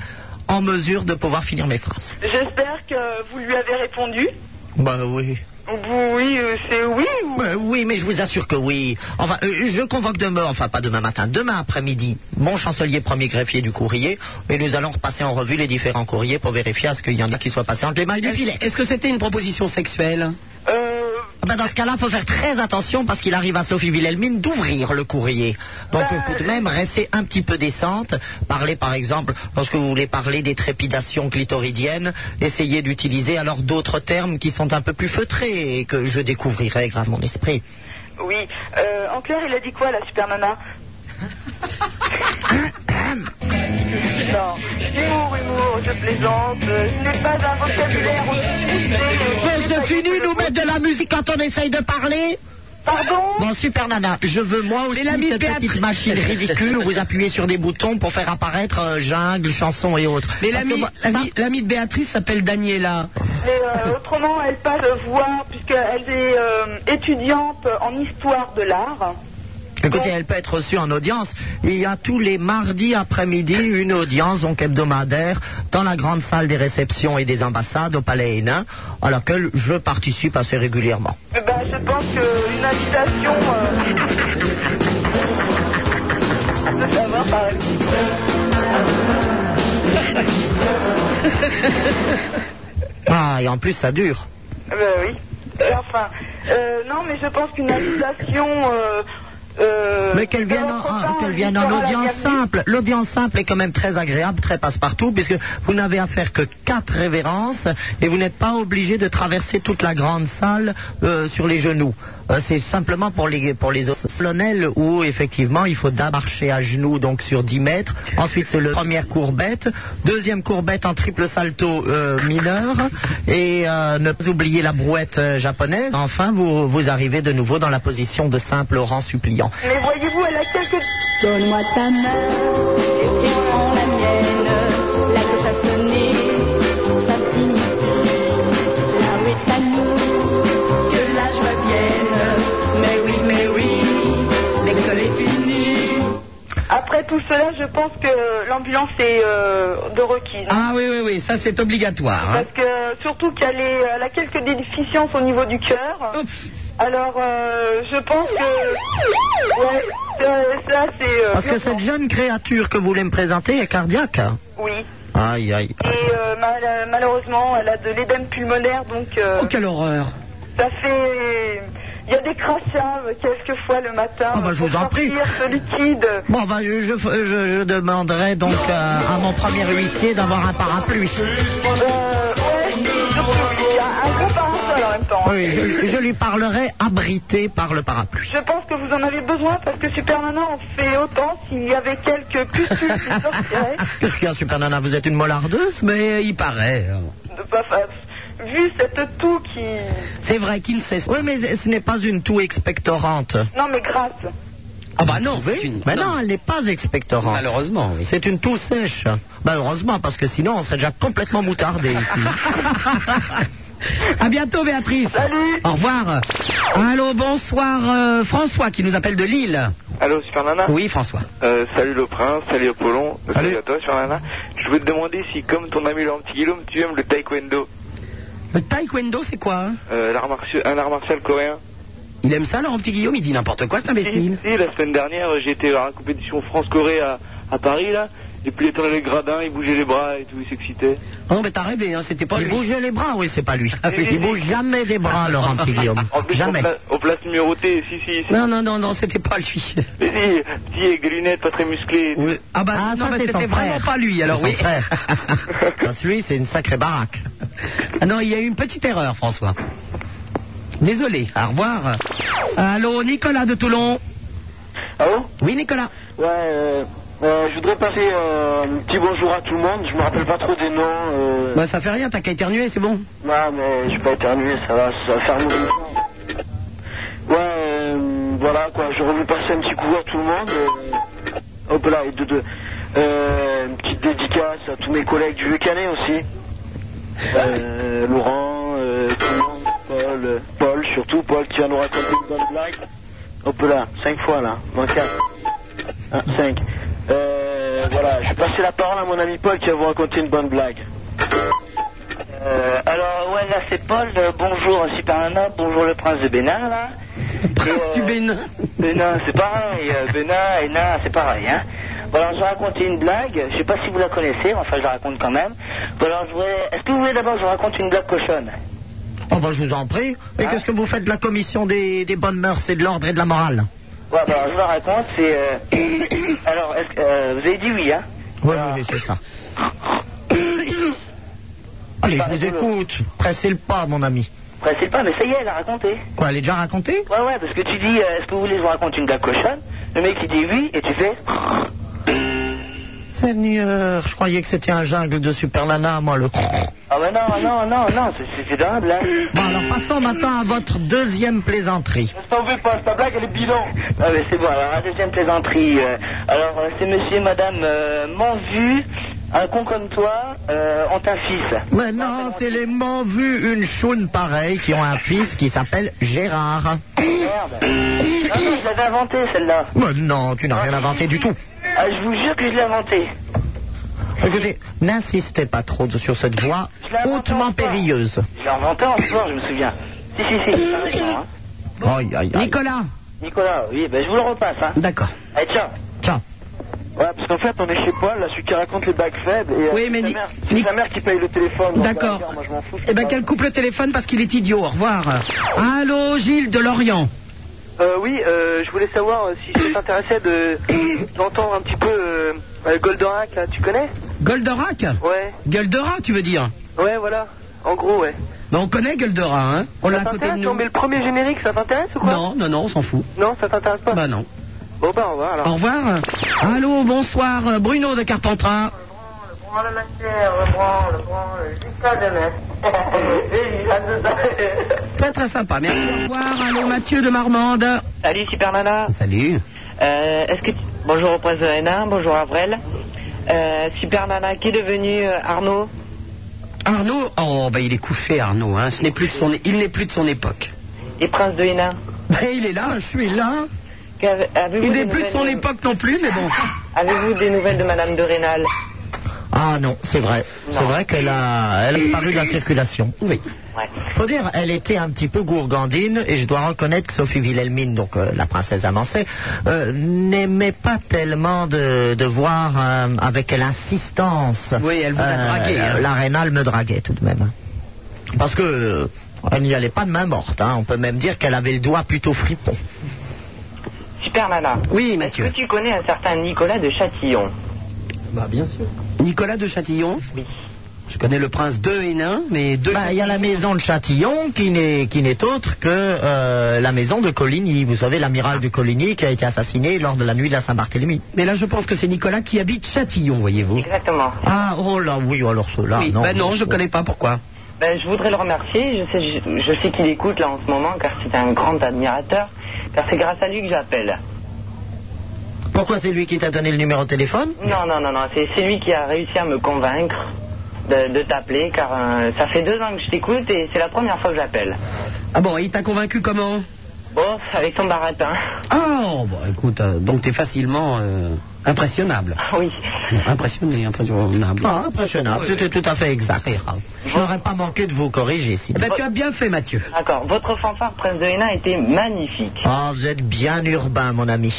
en mesure de pouvoir finir mes phrases.
J'espère que vous lui avez répondu.
Bah oui. Bah,
Oui, euh, c'est oui ou...
Oui, mais je vous assure que oui. Enfin, euh, je convoque demain, enfin pas demain matin, demain après-midi, mon chancelier premier greffier du courrier, et nous allons repasser en revue les différents courriers pour vérifier à ce qu'il y en a qui soient passés entre les mailles du filet.
Est-ce que c'était une proposition sexuelle
Ah ben, dans ce cas-là, il faut faire très attention parce qu'il arrive à Sophie Wilhelmine d'ouvrir le courrier. Donc, on peut tout de même rester un petit peu décente. Parler, par exemple, lorsque vous voulez parler des trépidations clitoridiennes, essayez d'utiliser alors d'autres termes qui sont un peu plus feutrés et que je découvrirai grâce à mon esprit.
Oui. Euh, en clair, il a dit quoi, la super nana Non. Humour, humour. Je plaisante, euh, ce n'est pas un vocabulaire aussi.
Mais c'est fini, nous mettre de la musique quand on essaye de parler
Pardon
Bon, super nana, je veux moi aussi
l'ami
cette
Béatrice-
petite machine ridicule où vous appuyez sur des boutons pour faire apparaître euh, jungle, chanson et autres.
Mais
Parce que
l'ami-
moi-
l'ami l'ami de Béatrice s'appelle Daniela.
Mais euh, autrement, elle pas de voix, puisqu'elle est euh, étudiante en histoire de l'art.
Écoutez, elle peut être reçue en audience. Il y a tous les mardis après-midi une audience donc hebdomadaire dans la grande salle des réceptions et des ambassades au Palais Hénin, à laquelle je participe assez régulièrement.
Eh ben, je pense qu'une invitation. euh, de savoir par elle.
Ah, et en plus ça dure.
Eh ben oui. Et enfin, euh, non, mais je pense qu'une invitation. euh, euh,
Mais qu'elle vienne, en, en- qu'elle vienne en audience simple. L'audience simple est quand même très agréable, très passe-partout, puisque vous n'avez à faire que quatre révérences et vous n'êtes pas obligé de traverser toute la grande salle euh, sur les genoux. Euh, c'est simplement pour les pour les solennels où effectivement il faut d'abord marcher à genoux donc sur 10 mètres. Ensuite c'est la première courbette, deuxième courbette en triple salto euh, mineur et euh, ne pas oublier la brouette euh, japonaise. Enfin vous vous arrivez de nouveau dans la position de simple rang suppliant.
Mais voyez-vous, elle a quelques.
Donne-moi ta main et prends la mienne, la cloche a sonné, ça signifie là où est à nous que la joie vienne. Mais oui, mais oui, l'école est finie.
Après tout cela, je pense que l'ambulance est euh, de requise.
Ah oui, oui, oui, ça c'est obligatoire. hein.
Parce que surtout qu'elle est, elle a quelques déficiences au niveau du cœur. Alors, euh, je pense que. Ouais, ça- ça, c'est. euh,
Parce que cette jeune créature que vous voulez me présenter est cardiaque. hein.
Oui.
Aïe, aïe.
Et euh, mal- malheureusement, elle a de l'édème pulmonaire, donc euh,
Oh, quelle horreur.
ça fait. Il y a des crachats euh, quelquefois le matin.
Ah, bah, je
pour
vous en prie.
sortir ce liquide.
Bon, bah, je, je, je- je demanderai donc euh, à mon premier huissier d'avoir un parapluie.
Euh, ouais, surtout, il y a un gros parasol en même temps.
Oui, je, je lui parlerai abrité par le parapluie.
Je pense que vous en avez besoin parce que Superman en fait autant s'il y avait quelques pustules qui sortiraient.
Ah, Qu'est-ce qu'il y a, Super Nana Vous êtes une molardeuse Mais euh, il paraît. hein.
de pas faire- Vu cette toux qui.
C'est vrai qu'il ne cesse. Oui, mais ce n'est pas une toux expectorante.
Non, mais grasse.
Ah bah non, Mais non, elle n'est pas expectorante. Malheureusement, oui. C'est une toux sèche. Malheureusement, parce que sinon, on serait déjà complètement moutardé
À bientôt, Béatrice.
Salut.
Au revoir. Allô, bonsoir, euh, François qui nous appelle de Lille.
Allô, Super Nana
Oui, François.
Euh, salut le prince, salut Apollon, Euh, salut, à toi Super Nana. Je voulais te demander si, comme ton ami le petit Guillaume, tu aimes le taekwondo,
Le taekwondo, c'est quoi hein
euh, l'art martial- un art martial coréen.
Il aime ça, Laurent Petit Guillaume Il dit n'importe quoi, cet imbécile.
Si, la semaine dernière, j'étais à la compétition France-Corée à, à Paris, là, et puis il était dans les gradins, il bougeait les bras et tout, il s'excitait.
Non, mais t'as rêvé, hein, c'était pas
Il
lui.
bougeait les bras, oui, c'est pas lui.
Ah oui.
Il bouge jamais des bras, Laurent Petit Guillaume.
En plus,
Jamais.
On, place, on place numéroté, si, si, si.
Non, non, non, non, c'était pas lui.
Mais si, petit avec des lunettes, pas très musclé.
Ah bah non, mais c'était vraiment pas lui, alors
C'est
oui.
Son frère. Parce que lui, c'est une sacrée baraque.
Ah non, il y a eu une petite erreur, François. Désolé, au revoir. Allô, Nicolas de Toulon.
Allô
Oui, Nicolas.
Ouais, euh, euh, je voudrais passer euh, un petit bonjour à tout le monde. Je me rappelle pas trop des noms. Euh...
Bah, ça fait rien, t'as qu'à éternuer, c'est bon.
Ouais, mais je vais pas éternuer, ça va, ça va faire mourir. Ouais, euh, voilà quoi, j'aurais voulu passer un petit coup à tout le monde. euh, hop là, et de, de, euh, une petite dédicace à tous mes collègues du Canet aussi. Euh, Laurent, euh, tout le monde, Paul, euh, Paul surtout, Paul qui va nous raconter une bonne blague. Hop là, cinq fois là, moins quatre. Un, cinq. Euh, voilà, je vais passer la parole à mon ami Paul qui va vous raconter une bonne blague.
Euh, alors, ouais, là c'est Paul. Euh, bonjour Super Nana, bonjour le prince de Bénin, là. Prince du
Bénin.
Bénin, c'est pareil. euh, Bénin et Nain, c'est pareil, hein. Bon, alors, je vais raconter une blague. Je sais pas si vous la connaissez, mais enfin, je la raconte quand même. Bon, alors, je voulais... Est-ce que vous voulez d'abord que je vous raconte une blague cochonne
Oh, bah, je vous en prie.
Ah.
Et qu'est-ce que vous faites de la commission des, des bonnes mœurs et de l'ordre et de la morale
Ouais, bah, alors, je vous la raconte. C'est. euh, alors, est-ce que, euh, vous avez dit oui, hein
Oui, oui, c'est ça. Allez, je vous écoute. Pressez le pas, mon ami.
Après, c'est pas, mais ça y est, elle a raconté.
Quoi, elle est déjà racontée
Ouais, ouais, parce que tu dis, euh, est-ce que vous voulez que je vous raconte une blague cochonne Le mec, il dit oui, et tu fais.
C'est prévenu. euh, je croyais que c'était un jungle de Super Nana, moi, le.
Ah ben non, non, non, non, c'est- c'est- c'est dans la blague.
Bon, alors passons maintenant à votre deuxième plaisanterie.
Ne s'en veut pas, ta blague, elle est bilan. Ah mais c'est bon, alors la deuxième plaisanterie. euh, alors euh, c'est monsieur et madame euh, Manvu, un con comme toi, euh, ont un fils.
Mais non, c'est les m'ont vu une choune pareille qui ont un fils qui s'appelle Gérard.
Merde. Ah Non, non, je l'avais inventé celle-là.
Mais non, tu n'as rien inventé du tout.
Ah, je vous jure que je l'ai inventé.
Écoutez, n'insistez pas trop de- sur cette voie hautement périlleuse.
Je l'ai inventé en sport, je me souviens. Si, si, si. c'est pareil, hein.
Aïe, aïe, aïe.
Nicolas. Nicolas, oui, ben je vous le repasse. Hein.
D'accord.
Allez, tiens.
Tiens.
Ouais, parce qu'en fait, on est chez Paul, là, celui qui raconte les bagues faibles. Et,
Oui,
euh,
mais
c'est
Ni-
sa mère, c'est sa mère qui paye le téléphone. donc,
D'accord.
bah, moi, je m'en fous, je
Eh ben,
sais
qu'elle coupe le téléphone parce qu'il est idiot. Au revoir. Allô, Gilles de Lorient.
Euh, oui, euh, je voulais savoir euh, si ça t'intéressait de d'entendre un petit peu euh, euh, Goldorak, là, tu connais
Goldorak
Ouais.
Goldorak, tu veux dire
Ouais, voilà. En gros, ouais.
Ben, on connaît Goldorak, hein On l'a à côté de
T'intéresse
nous.
Non, mais le premier générique, ça t'intéresse ou quoi
Non, non, non, on s'en fout.
Non, ça t'intéresse pas
Bah non.
ben,
Bon, bah, au revoir alors.
Au revoir. Allô, bonsoir, euh, Bruno de Carpentras.
Prends la matière, reprends, reprends, jusqu'à demain.
Très très sympa, merci. Au revoir, allô, Mathieu de Marmande.
Salut Super Nana.
Salut.
Euh, Est-ce que tu- bonjour au prince de Hénin, bonjour Avril. Euh, Super Nana, qui est devenu euh, Arnaud
Arnaud, oh, bah, il est couché, Arnaud. Hein. Ce n'est plus de son, il n'est plus de son époque.
et prince de Hénin
Ben, il est là, je suis là.
Il
n'est plus de son époque non plus, mais bon.
Avez-vous des nouvelles de Madame de Rênal
Ah non, c'est vrai. C'est vrai qu'elle a, elle a paru de la circulation. Oui. Faut dire, elle était un petit peu gourgandine et je dois reconnaître que Sophie Wilhelmine, donc euh, la princesse avancée, euh, n'aimait pas tellement de, de voir euh, avec quelle insistance. euh,
Oui, elle vous a dragué, hein.
La Rênal me draguait tout de même. Parce que euh, elle n'y allait pas de main morte. hein. On peut même dire qu'elle avait le doigt plutôt fripon.
Super Nana.
Oui,
Mathieu. Est-ce que tu connais un certain Nicolas de Châtillon
Bah, bien sûr. Nicolas de Châtillon
Oui.
Je connais le prince de Hénin, mais de.
Bah, Il y a la maison de Châtillon qui n'est qui n'est autre que euh, la maison de Coligny. Vous savez, l'amiral de Coligny qui a été assassiné lors de la nuit de la Saint-Barthélemy.
Mais là, je pense que c'est Nicolas qui habite Châtillon, voyez-vous.
Exactement.
Ah, oh là, oui, alors cela.
Oui,
non,
Ben
bah non, je
Oh.
connais pas pourquoi.
Ben, je voudrais le remercier. Je sais, je, je sais qu'il écoute là en ce moment car c'est un grand admirateur. Car c'est grâce à lui que j'appelle.
Pourquoi c'est lui qui t'a donné le numéro de téléphone
Non, non, non, non. C'est c'est lui qui a réussi à me convaincre de, de t'appeler car euh, ça fait deux ans que je t'écoute et c'est la première fois que j'appelle.
Ah bon, et il t'a convaincu comment
Bon, avec son baratin.
Oh, bah écoute, euh, donc t'es facilement euh, impressionnable.
Ah Oui.
Impressionné, impressionnable.
Ah, impressionnable. C'était tout à fait exact. Je n'aurais pas manqué de vous corriger si.
hein. ben, tu as bien fait, Mathieu.
D'accord. Votre fanfare Prince de Hénin était magnifique.
Ah, vous êtes bien urbain, mon ami.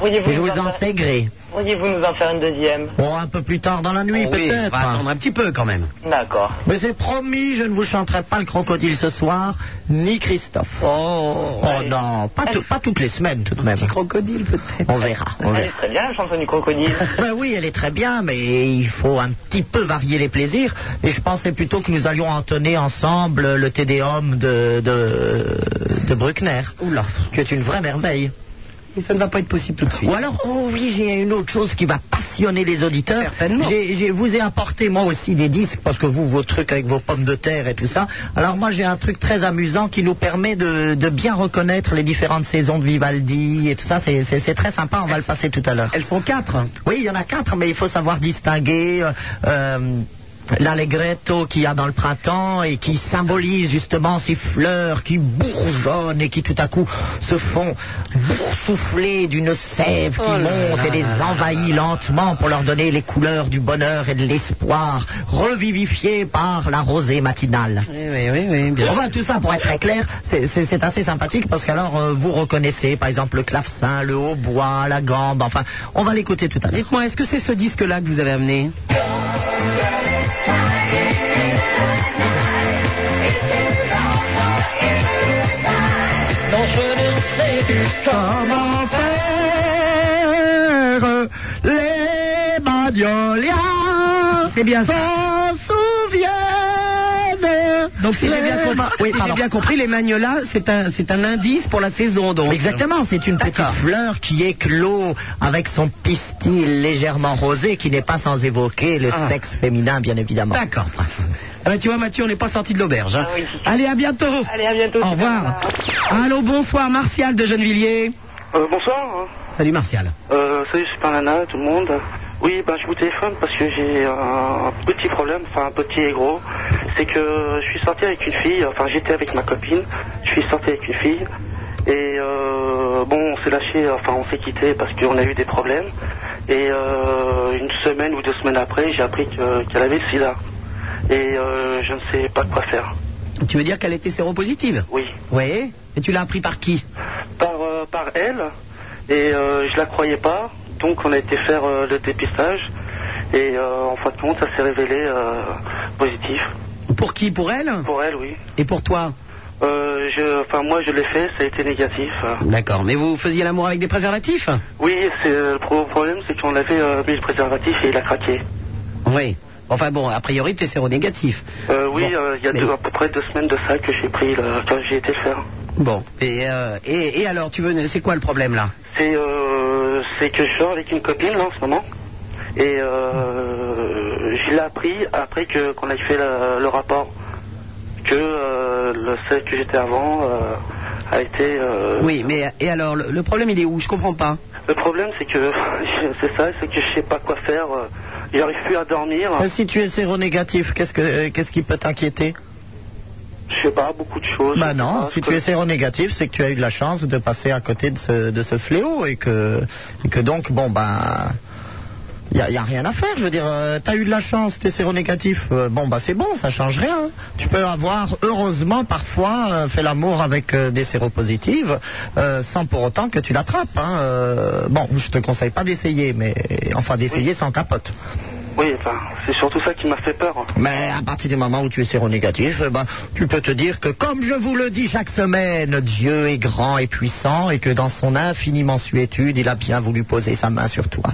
Pourriez-vous
Je
nous
vous
en
en
faire-
sais gré.
Pourriez-vous nous en faire une deuxième
Bon, un peu plus tard dans la nuit,
Oh oui, on
peut-être.
va attendre un petit peu quand même.
D'accord.
Mais c'est promis, je ne vous chanterai pas le crocodile ce soir, ni Christophe.
Oh,
non, pas, tout- pas toutes les semaines tout de même.
crocodile peut-être.
On verra, on
Elle est
verra.
très bien, la chanson du crocodile.
Ben oui, elle est très bien, mais il faut un petit peu varier les plaisirs. Et je pensais plutôt que nous allions entonner ensemble le Tédéum de, de, de Bruckner,
Oula.
qui est une vraie merveille.
Mais ça ne va pas être possible tout de suite.
Ou alors, oh oui, j'ai une autre chose qui va passionner les auditeurs.
Certainement.
J'ai, j'ai- vous ai apporté moi aussi des disques, parce que vous, vos trucs avec vos pommes de terre et tout ça. Alors moi, j'ai un truc très amusant qui nous permet de, de bien reconnaître les différentes saisons de Vivaldi et tout ça. C'est, c'est- c'est très sympa, on va le passer tout à l'heure.
Elles sont quatre. hein.
Oui, il y en a quatre, mais il faut savoir distinguer. euh, euh, L'allegretto qu'il y a dans le printemps et qui symbolise justement ces fleurs qui bourgeonnent et qui tout à coup se font boursoufler d'une sève qui
Oh là
monte
là
et les
là là
envahit lentement pour leur donner les couleurs du bonheur et de l'espoir, revivifiées par la rosée matinale.
Oui, oui, oui, oui, bien.
Enfin, tout ça, pour être très clair, c'est- c'est c'est assez sympathique parce qu'alors euh, vous reconnaissez par exemple le clavecin, le hautbois, la gambe, enfin, on va l'écouter tout à l'heure.
Dites-moi, est-ce que c'est ce disque-là que vous avez amené
Comment faire les Badioliens
C'est bien ça.
s'en souviennent
Donc si j'ai bien,
Ouais,
com-
bah, oui,
si j'ai
pardon.
bien compris, les magnolas, c'est un, c'est un indice pour la saison. Donc.
Exactement, c'est une petite fleur qui éclot avec son pistil légèrement rosé qui n'est pas sans évoquer le
Ah.
sexe féminin, bien évidemment.
D'accord, Prince.
Eh
Ah
ben,
bah, tu vois, Mathieu, on n'est pas sorti de l'auberge. hein. Allez, à bientôt. Allez, à bientôt. Au revoir. Allô, bonsoir, Martial de Gennevilliers.
Euh, bonsoir.
Salut, Martial.
Euh, salut Super Nana, tout le monde. Oui, ben je vous téléphone parce que j'ai un petit problème, enfin un petit et gros. C'est que je suis sorti avec une fille, enfin j'étais avec ma copine, je suis sorti avec une fille. Et euh, bon, on s'est lâché, enfin on s'est quitté parce qu'on a eu des problèmes. Et euh, une semaine ou deux semaines après, j'ai appris que- qu'elle avait le sida. Et euh, je ne sais pas quoi faire.
Tu veux dire qu'elle était séropositive
Oui.
Oui. Et tu l'as appris par qui
par, euh, par elle et euh, je la croyais pas. Donc on a été faire euh, le dépistage et euh, en fin de compte ça s'est révélé euh, positif.
Pour qui Pour elle
Pour elle oui.
Et pour toi
Euh, je, enfin moi je l'ai fait, ça a été négatif.
D'accord, mais vous faisiez l'amour avec des préservatifs
Oui, c'est euh, le pro- problème c'est qu'on l'avait euh, mis le préservatif et il a craqué.
Oui. Enfin bon, a priori, tu es séronégatif.
Euh, oui, euh, il y a deux- à peu près deux semaines de ça que j'ai pris le- quand j'ai été le faire.
Bon, et, euh, et, et alors, tu veux, c'est quoi le problème là
C'est euh, c'est que je sors avec une copine là en ce moment. Et euh, je l'ai appris après que qu'on ait fait le, le rapport que euh, le celle que j'étais avant euh, a été. euh,
Oui, mais et alors, le, le problème il est où Je comprends pas.
Le problème c'est que c'est ça, c'est que je sais pas quoi faire. euh, J'arrive plus à dormir.
Euh, Si tu es séronégatif, qu'est-ce que euh, qu'est-ce qui peut t'inquiéter
Je sais pas beaucoup de choses.
Bah non, si tu es séronégatif, c'est que tu as eu de la chance de passer à côté de ce, de ce fléau et que, et que donc, bon, bah. Il n'y a, y a rien à faire, je veux dire, euh, t'as eu de la chance, t'es séronégatif, euh, bon bah c'est bon, ça change rien. Tu peux avoir, heureusement, parfois, euh, fait l'amour avec euh, des séropositives, euh, sans pour autant que tu l'attrapes. hein. Euh, bon, je te conseille pas d'essayer, mais enfin d'essayer sans capote.
Oui, enfin, c'est surtout ça qui m'a fait peur.
Mais à partir du moment où tu es séronégatif, eh ben, tu peux te dire que, comme je vous le dis chaque semaine, Dieu est grand et puissant et que dans son infinie mansuétude, il a bien voulu poser sa main sur toi.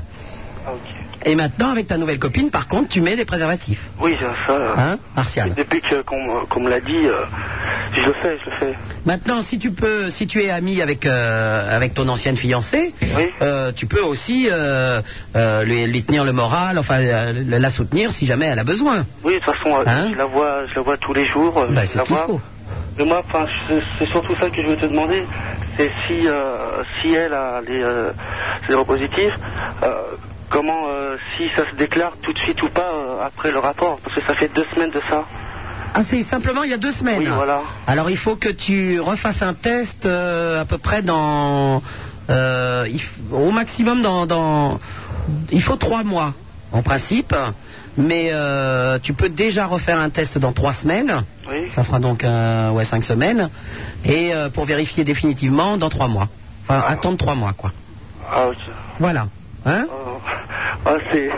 Et maintenant, avec ta nouvelle copine, par contre, tu mets des préservatifs.
Oui, ça. euh,
Hein,
Ah.
Martial
Depuis que- qu'on me- qu'on me l'a dit, euh, je le fais, je le fais.
Maintenant, si tu peux, si tu es ami avec euh, avec ton ancienne fiancée, euh, tu peux aussi euh, euh, lui, lui tenir le moral, enfin euh, la soutenir si jamais elle a besoin.
Oui, de toute façon, euh, je, la vois, je la vois tous les jours. euh,
Hein Bah,
je
c'est
la
ce qu'il
vois.
faut.
Mais moi, enfin, je- c'est surtout ça que je veux te demander. C'est si, euh, si elle a les euh, séropositifs, euh, comment, euh, si ça se déclare tout de suite ou pas euh, après le rapport Parce que ça fait deux semaines de ça.
Ah, c'est simplement il y a deux semaines.
Oui, voilà.
Alors il faut que tu refasses un test euh, à peu près dans euh, il f- au maximum dans, dans il faut trois mois en principe, mais euh, tu peux déjà refaire un test dans trois semaines. Ça fera donc euh, ouais cinq semaines et euh, pour vérifier définitivement dans trois mois. Enfin attendre trois mois quoi.
Ah, ok.
Voilà. Hein
Ah, c'est.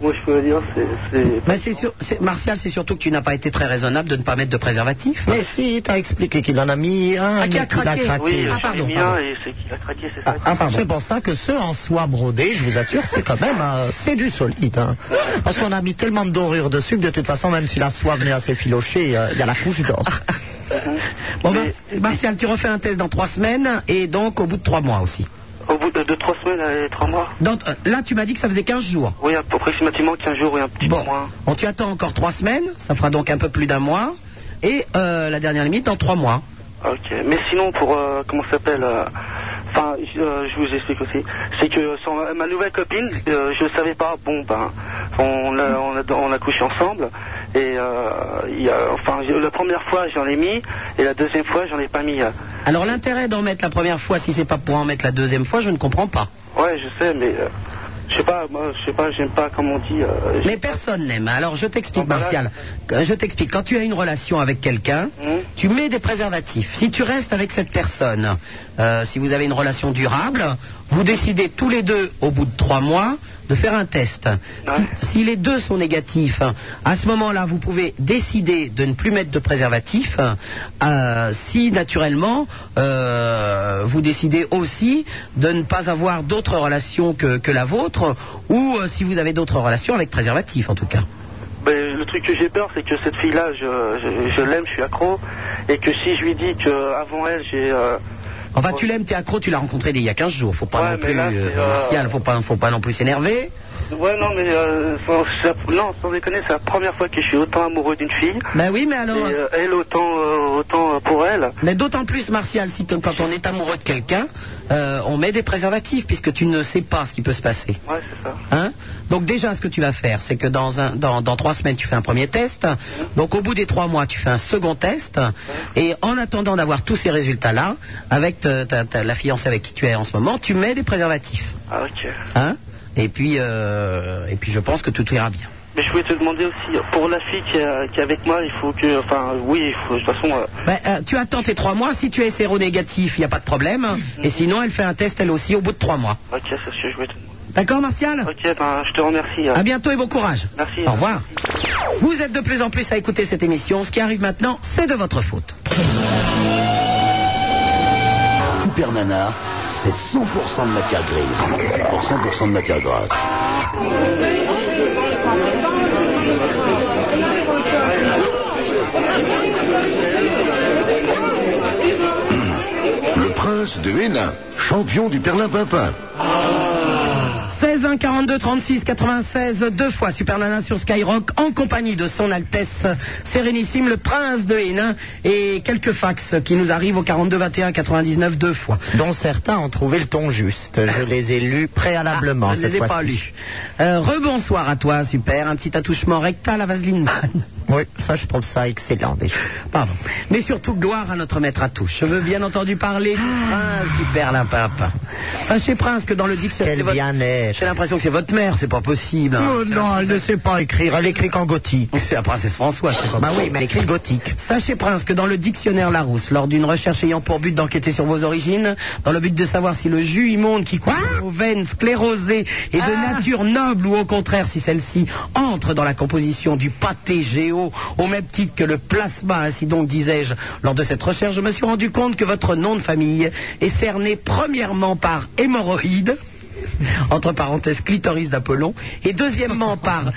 Moi, je peux dire, c'est. c'est-
Mais c'est sur- c'est- Martial, c'est surtout que tu n'as pas été très raisonnable de ne pas mettre de préservatif.
Mais si, t'as expliqué qu'il en a mis un,
Ah, qui a
mais qu'il
craqué.
Oui,
Ah,
je
pardon,
l'ai mis un
pardon.
et c'est qu'il a craqué, c'est ça.
Ah, ah, pardon. c'est pour ça que ce en soie brodé, je vous assure, c'est quand même euh, c'est du solide. hein. Parce qu'on a mis tellement de dorures dessus que de toute façon, même si la soie venait à s'effilocher, euh, il y a la couche d'or.
Ah, Bon, Mar- Martial, tu refais un test dans trois semaines et donc au bout de trois mois aussi.
Au bout de, de trois semaines, euh, trois mois.
Dans- euh, là, tu m'as dit que ça faisait 15 jours.
Oui, approximativement 15 jours et un petit peu moins.
On tu attends encore trois semaines, ça fera donc un peu plus d'un mois. Et euh, la dernière limite, dans trois mois.
Ok, mais sinon pour euh, comment ça s'appelle euh, Enfin, je, euh, je vous explique aussi. C'est que sans- ma nouvelle copine, euh, je savais pas. Bon, ben, on a, on a, on a couché ensemble et euh, il y a- enfin je- la première fois j'en ai mis et la deuxième fois j'en ai pas mis. Ouais,
Alors l'intérêt d'en mettre la première fois, si c'est pas pour en mettre la deuxième fois, je ne comprends pas.
je sais, mais euh, je sais pas, moi, je sais pas, j'aime pas comme on dit. euh,
Mais personne n'aime. Alors je t'explique, Martial. Euh, Je t'explique. Quand tu as une relation avec quelqu'un, tu mets des préservatifs. Si tu restes avec cette personne, euh, si vous avez une relation durable, vous décidez tous les deux, au bout de trois mois, de faire un test. Si, si les deux sont négatifs, à ce moment-là, vous pouvez décider de ne plus mettre de préservatif. euh, si naturellement, euh, vous décidez aussi de ne pas avoir d'autres relations que, que la vôtre, ou euh, si vous avez d'autres relations avec préservatif, en tout cas.
ben, le truc que j'ai peur, c'est que cette fille-là, je, je- je l'aime, je suis accro, et que si je lui dis que avant elle, j'ai euh,
Enfin, tu l'aimes, t'es accro, tu l'as rencontré il y a 15 jours. Faut pas
Ouais,
non
mais
plus,
là,
euh,
c'est, euh,
Martial, faut pas, faut pas non plus s'énerver.
Ouais, non, mais euh, sans, c'est la- non, sans déconner, c'est la première fois que je suis autant amoureux d'une fille.
Ben oui, mais alors.
Et, euh, elle, autant, euh, autant euh, pour elle.
Mais d'autant plus, Martial, si que- quand on est amoureux de quelqu'un, euh, on met des préservatifs puisque tu ne sais pas ce qui peut se passer.
Ouais, c'est ça.
Hein Donc déjà, ce que tu vas faire, c'est que dans, un, dans, dans trois semaines, tu fais un premier test. Donc au bout des trois mois, tu fais un second test. Et en attendant d'avoir tous ces résultats-là, avec ta- ta- ta- la fiancée avec qui tu es en ce moment, tu mets des préservatifs.
Ah, ok.
Hein et, puis, euh, et puis, je pense que tout ira bien.
Mais je voulais te demander aussi, pour la fille qui est, euh, qui est avec moi, il faut que. Enfin, oui, il faut, de toute façon. euh,
Ben, euh, tu attends tes trois mois. Si tu es séronégatif, il n'y a pas de problème. Et sinon, elle fait un test, elle aussi, au bout de trois mois.
ok, c'est ce que je voulais te demander.
D'accord, Martial
Ok, ben, je te remercie. euh.
À bientôt et bon courage.
Merci.
Au revoir. Vous êtes de plus en plus à écouter cette émission. Ce qui arrive maintenant, c'est de votre faute.
Super Nana, c'est 100% de matière grise pour 100% de matière grasse.
Le prince de Hénin, champion du Perlin-Pimpin.
16 1 42 36 96 deux fois Super Nana sur Skyrock en compagnie de son Altesse Sérénissime le Prince de Hénin et quelques fax qui nous arrivent au 42 21 99 deux fois.
dont certains ont trouvé le ton juste. Je les ai lus préalablement.
Ah, je ne les ai
cette
pas
fois-ci.
lus. Euh, rebonsoir à toi, super. Un petit attouchement rectal à Vaseline Man.
Oui, ça je trouve ça excellent déjà.
Pardon. Mais surtout gloire à notre maître à touche. Je veux bien entendu parler du
Ah.
prince du Père Lapapa. Sachez, prince, que dans le dictionnaire. c'est votre- J'ai l'impression que c'est votre mère, c'est pas possible. hein.
Oh non, elle ne sait pas écrire, elle écrit qu'en gothique.
C'est la princesse François.
Bah oui, mais elle écrit gothique.
Sachez, Prince, que dans le dictionnaire Larousse, lors d'une recherche ayant pour but d'enquêter sur vos origines, dans le but de savoir si le jus immonde qui coule dans vos veines sclérosées est de nature noble ou au contraire si celle-ci entre dans la composition du pâté géo au même titre que le plasma, ainsi donc disais-je, lors de cette recherche, je me suis rendu compte que votre nom de famille est cerné premièrement par hémorroïdes entre parenthèses clitoris d'Apollon, et deuxièmement par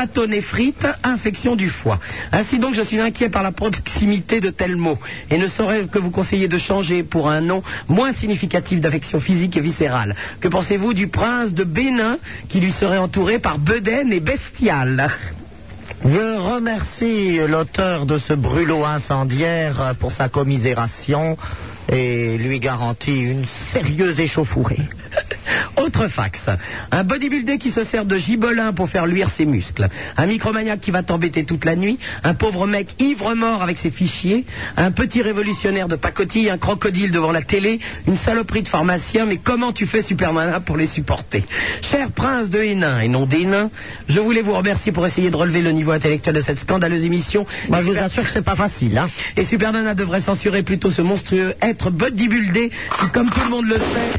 hépatonéphrite, infection du foie. Ainsi donc, je suis inquiet par la proximité de tels mots, et ne saurais que vous conseiller de changer pour un nom moins significatif d'affection physique et viscérale. Que pensez-vous du prince de Bénin qui lui serait entouré par Beden et Bestial
Je remercie l'auteur de ce brûlot incendiaire pour sa commisération et lui garantit une sérieuse échauffourée.
Autre fax. Un bodybuilder qui se sert de gibelin pour faire luire ses muscles. Un micromaniaque qui va t'embêter toute la nuit. Un pauvre mec ivre-mort avec ses fichiers. Un petit révolutionnaire de pacotille. Un crocodile devant la télé. Une saloperie de pharmacien. Mais comment tu fais, Superman, pour les supporter Cher prince de Hénin, et non des nains, je voulais vous remercier pour essayer de relever le niveau intellectuel de cette scandaleuse émission.
Bah,
je vous assure que c'est pas facile.
hein.
Et Supernana devrait censurer plutôt ce monstrueux être bodybuildé qui, comme tout le monde le sait,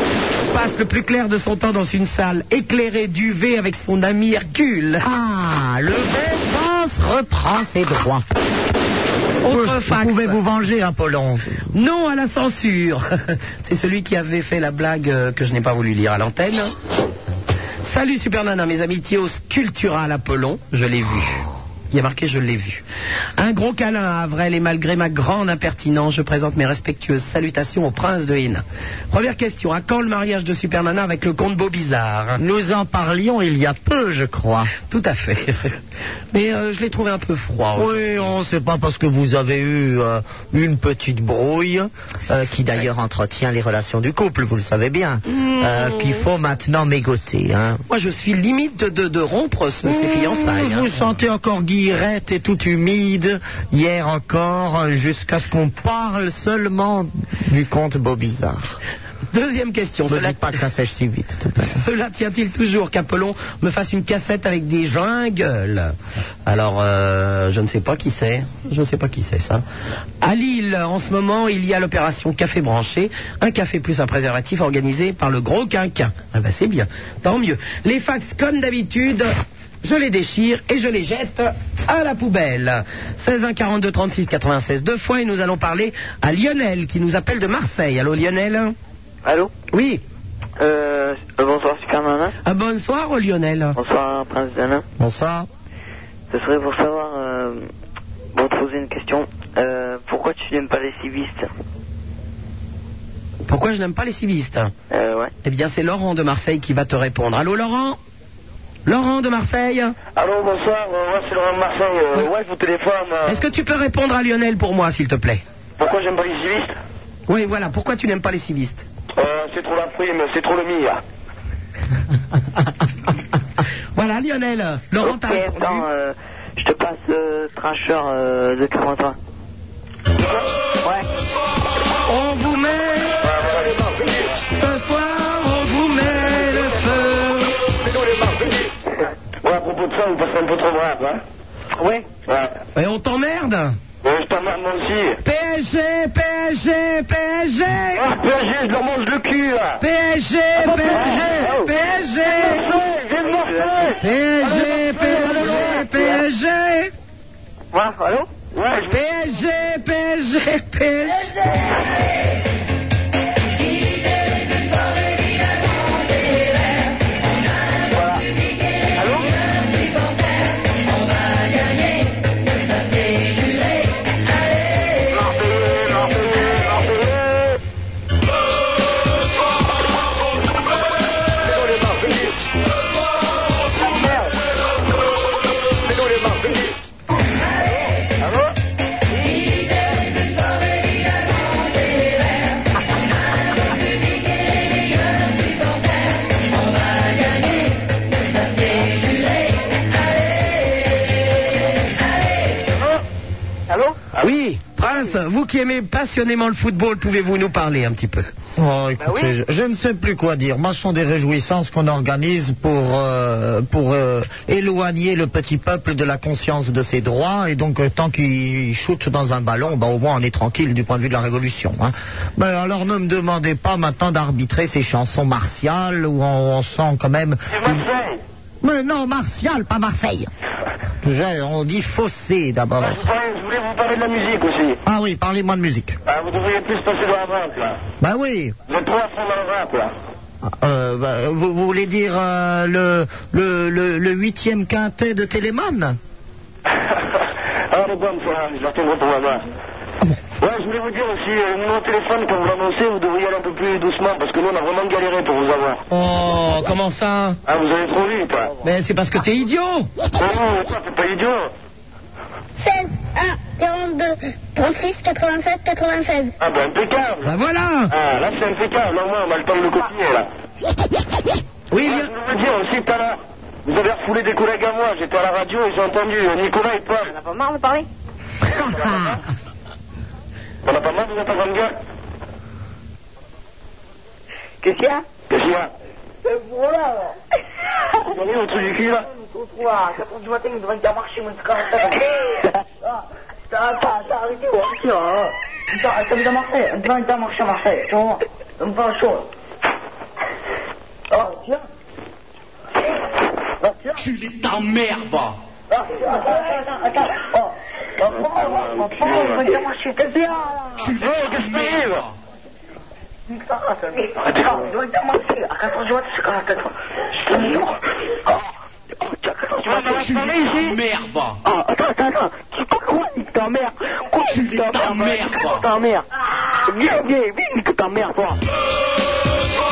passe le plus clair de son temps dans une salle éclairée d'UV avec son ami Hercule.
Ah, le Bezos reprend ses droits.
Autre fax.
Vous pouvez vous venger, Apollon.
Non à la censure. C'est celui qui avait fait la blague euh, que je n'ai pas voulu lire à l'antenne. Salut Supernana, mes amitiés au sculptural Apollon. Je l'ai vu. Il y a marqué je l'ai vu. Un gros câlin à Avrel et malgré ma grande impertinence, je présente mes respectueuses salutations au prince de Hénin. Première question, à quand le mariage de Supernana avec le comte Beaubizarre
Nous en parlions il y a peu, je crois.
Tout à fait. Mais euh, je l'ai trouvé un peu froid.
Oui, on sait pas parce que vous avez eu euh, une petite brouille, euh, qui d'ailleurs entretient les relations du couple, vous le savez bien,
Mmh.
euh, qu'il faut maintenant mégoter. Hein.
Moi, je suis limite de, de- de rompre ce- ces fiançailles.
Mmh,
hein.
Vous sentez encore guillerette et toute humide, hier encore, euh, jusqu'à ce qu'on parle seulement du comte Bobizard.
Deuxième question.
Ne dites pas que ça sèche si vite.
Cela tient-il toujours qu'Apollon me fasse une cassette avec des jingles Alors, euh, je ne sais pas qui c'est. Je ne sais pas qui c'est, ça. À Lille, en ce moment, il y a l'opération Café Branché, un café plus un préservatif organisé par le gros quinquin. Ah ben, c'est bien. Tant mieux. Les fax, comme d'habitude... Je les déchire et je les jette à la poubelle. 16 1 42 36 96 deux fois et nous allons parler à Lionel qui nous appelle de Marseille. Allô Lionel
Allô
Oui.
Euh, bonsoir Superman.
Ah, bonsoir Lionel.
Bonsoir Prince Dana.
Bonsoir.
ce serait pour savoir, euh, bon, te poser une question. Euh, pourquoi tu n'aimes pas les civistes
Pourquoi je n'aime pas les civistes
euh, ouais.
Eh bien, c'est Laurent de Marseille qui va te répondre. Allô, Laurent Laurent de Marseille
Allô, bonsoir, euh, ouais, c'est Laurent de Marseille. Euh, ouais, je vous téléphone. euh,
Est-ce que tu peux répondre à Lionel pour moi, s'il te plaît
Pourquoi j'aime pas les civistes
Oui, voilà, pourquoi tu n'aimes pas les civistes
Euh, C'est trop la prime, c'est trop le mire.
Voilà, Lionel, Laurent t'a répondu.
Attends, euh, je te passe euh, Trasher euh, de 41.
On vous met ce soir, on vous met le feu.
Ouais, à propos de ça, vous passez un peu trop brave, hein
Oui.
Et Eh, on t'emmerde
Ouais, je t'emmerde moi aussi.
PSG, PSG, PSG
Ah, PSG, je leur mange le cul, là Ah,
PSG, PSG, PSG
Viens de Marseille
PSG,
Ah,
PSG, PSG
Ouais, allô Ouais,
PSG, PSG, PSG Ah Oui, Prince, vous qui aimez passionnément le football, pouvez-vous nous parler un petit peu
Oh, écoutez, je, je ne sais plus quoi dire. Moi, ce sont des réjouissances qu'on organise pour, euh, pour euh, éloigner le petit peuple de la conscience de ses droits. Et donc, euh, tant qu'il shoot dans un ballon, bah, au moins on est tranquille du point de vue de la révolution. hein. Mais alors, ne me demandez pas maintenant d'arbitrer ces chansons martiales où on, on sent quand même. Mais non, martial, pas Marseille. Je- on dit fossé d'abord.
Bah, Je voulais vous parler de la musique aussi.
Ah oui, parlez-moi de musique.
Ah, vous devriez plus passer dans la rap, là.
Bah oui.
Vous êtes trop à fond dans le rap, là.
Euh, bah, vous, vous voulez dire euh, le, le, le, le huitième quintet de Télémon
Ah, les bonnes, ça, je la retournerai pour ma main. Ouais, je voulais vous dire aussi, euh, le numéro de téléphone, quand vous l'annoncez, vous devriez aller un peu plus doucement, parce que nous, on a vraiment galéré pour vous avoir.
Oh, comment ça
Ah, vous allez trop vite, hein.
Mais Ben, c'est parce que t'es idiot
Oh, non, quoi, t'es pas idiot
16, 1, 42, 36, 96, 96.
Ah, ben, impeccable
Bah voilà
Ah, là, c'est impeccable, au moins, on a le temps de le copier, là.
Oui,
je voulais vous dire aussi, t'as là... Vous avez refoulé des collègues à moi, j'étais à la radio et j'ai entendu euh, Nicolas et Paul. On a pas marre de parler On a pas marre, vous êtes pas grande gueule
Qu'est-ce qu'il y a
Qu'est-ce qu'il y a
C'est pour là.
Vous avez au truc du cul, là
Pourquoi 4 h du matin, il devrait bien marcher, mon score. Ah, T'as t'as- t'as arrêté, ouais. Putain, hein. Putain, t'as vu de Marseille Demain, il doit marcher à Marseille, tu vois. Ça me fait chaud. Oh, tiens. Oh, tiens. Tu les ta merde. Attends, Ah, attends, attends. Oh. Oh, oh, oh, oh, oh, il va bien marcher, t'es bien, là.
Tu veux, qu'est-ce qui arrive
Putain, attends, il doit bien marcher. À 4 h du matin, c'est quand même à 4 heures. Je te jure. Oh, oh, tu as 4 heures du matin, tu vas ici
Merde
ah, attends, attends, attends, tu crois quoi, nique ta mère Quoi, tu nique ta mère Nique ta mère Viens, viens, viens, nique ta mère, toi Quoi,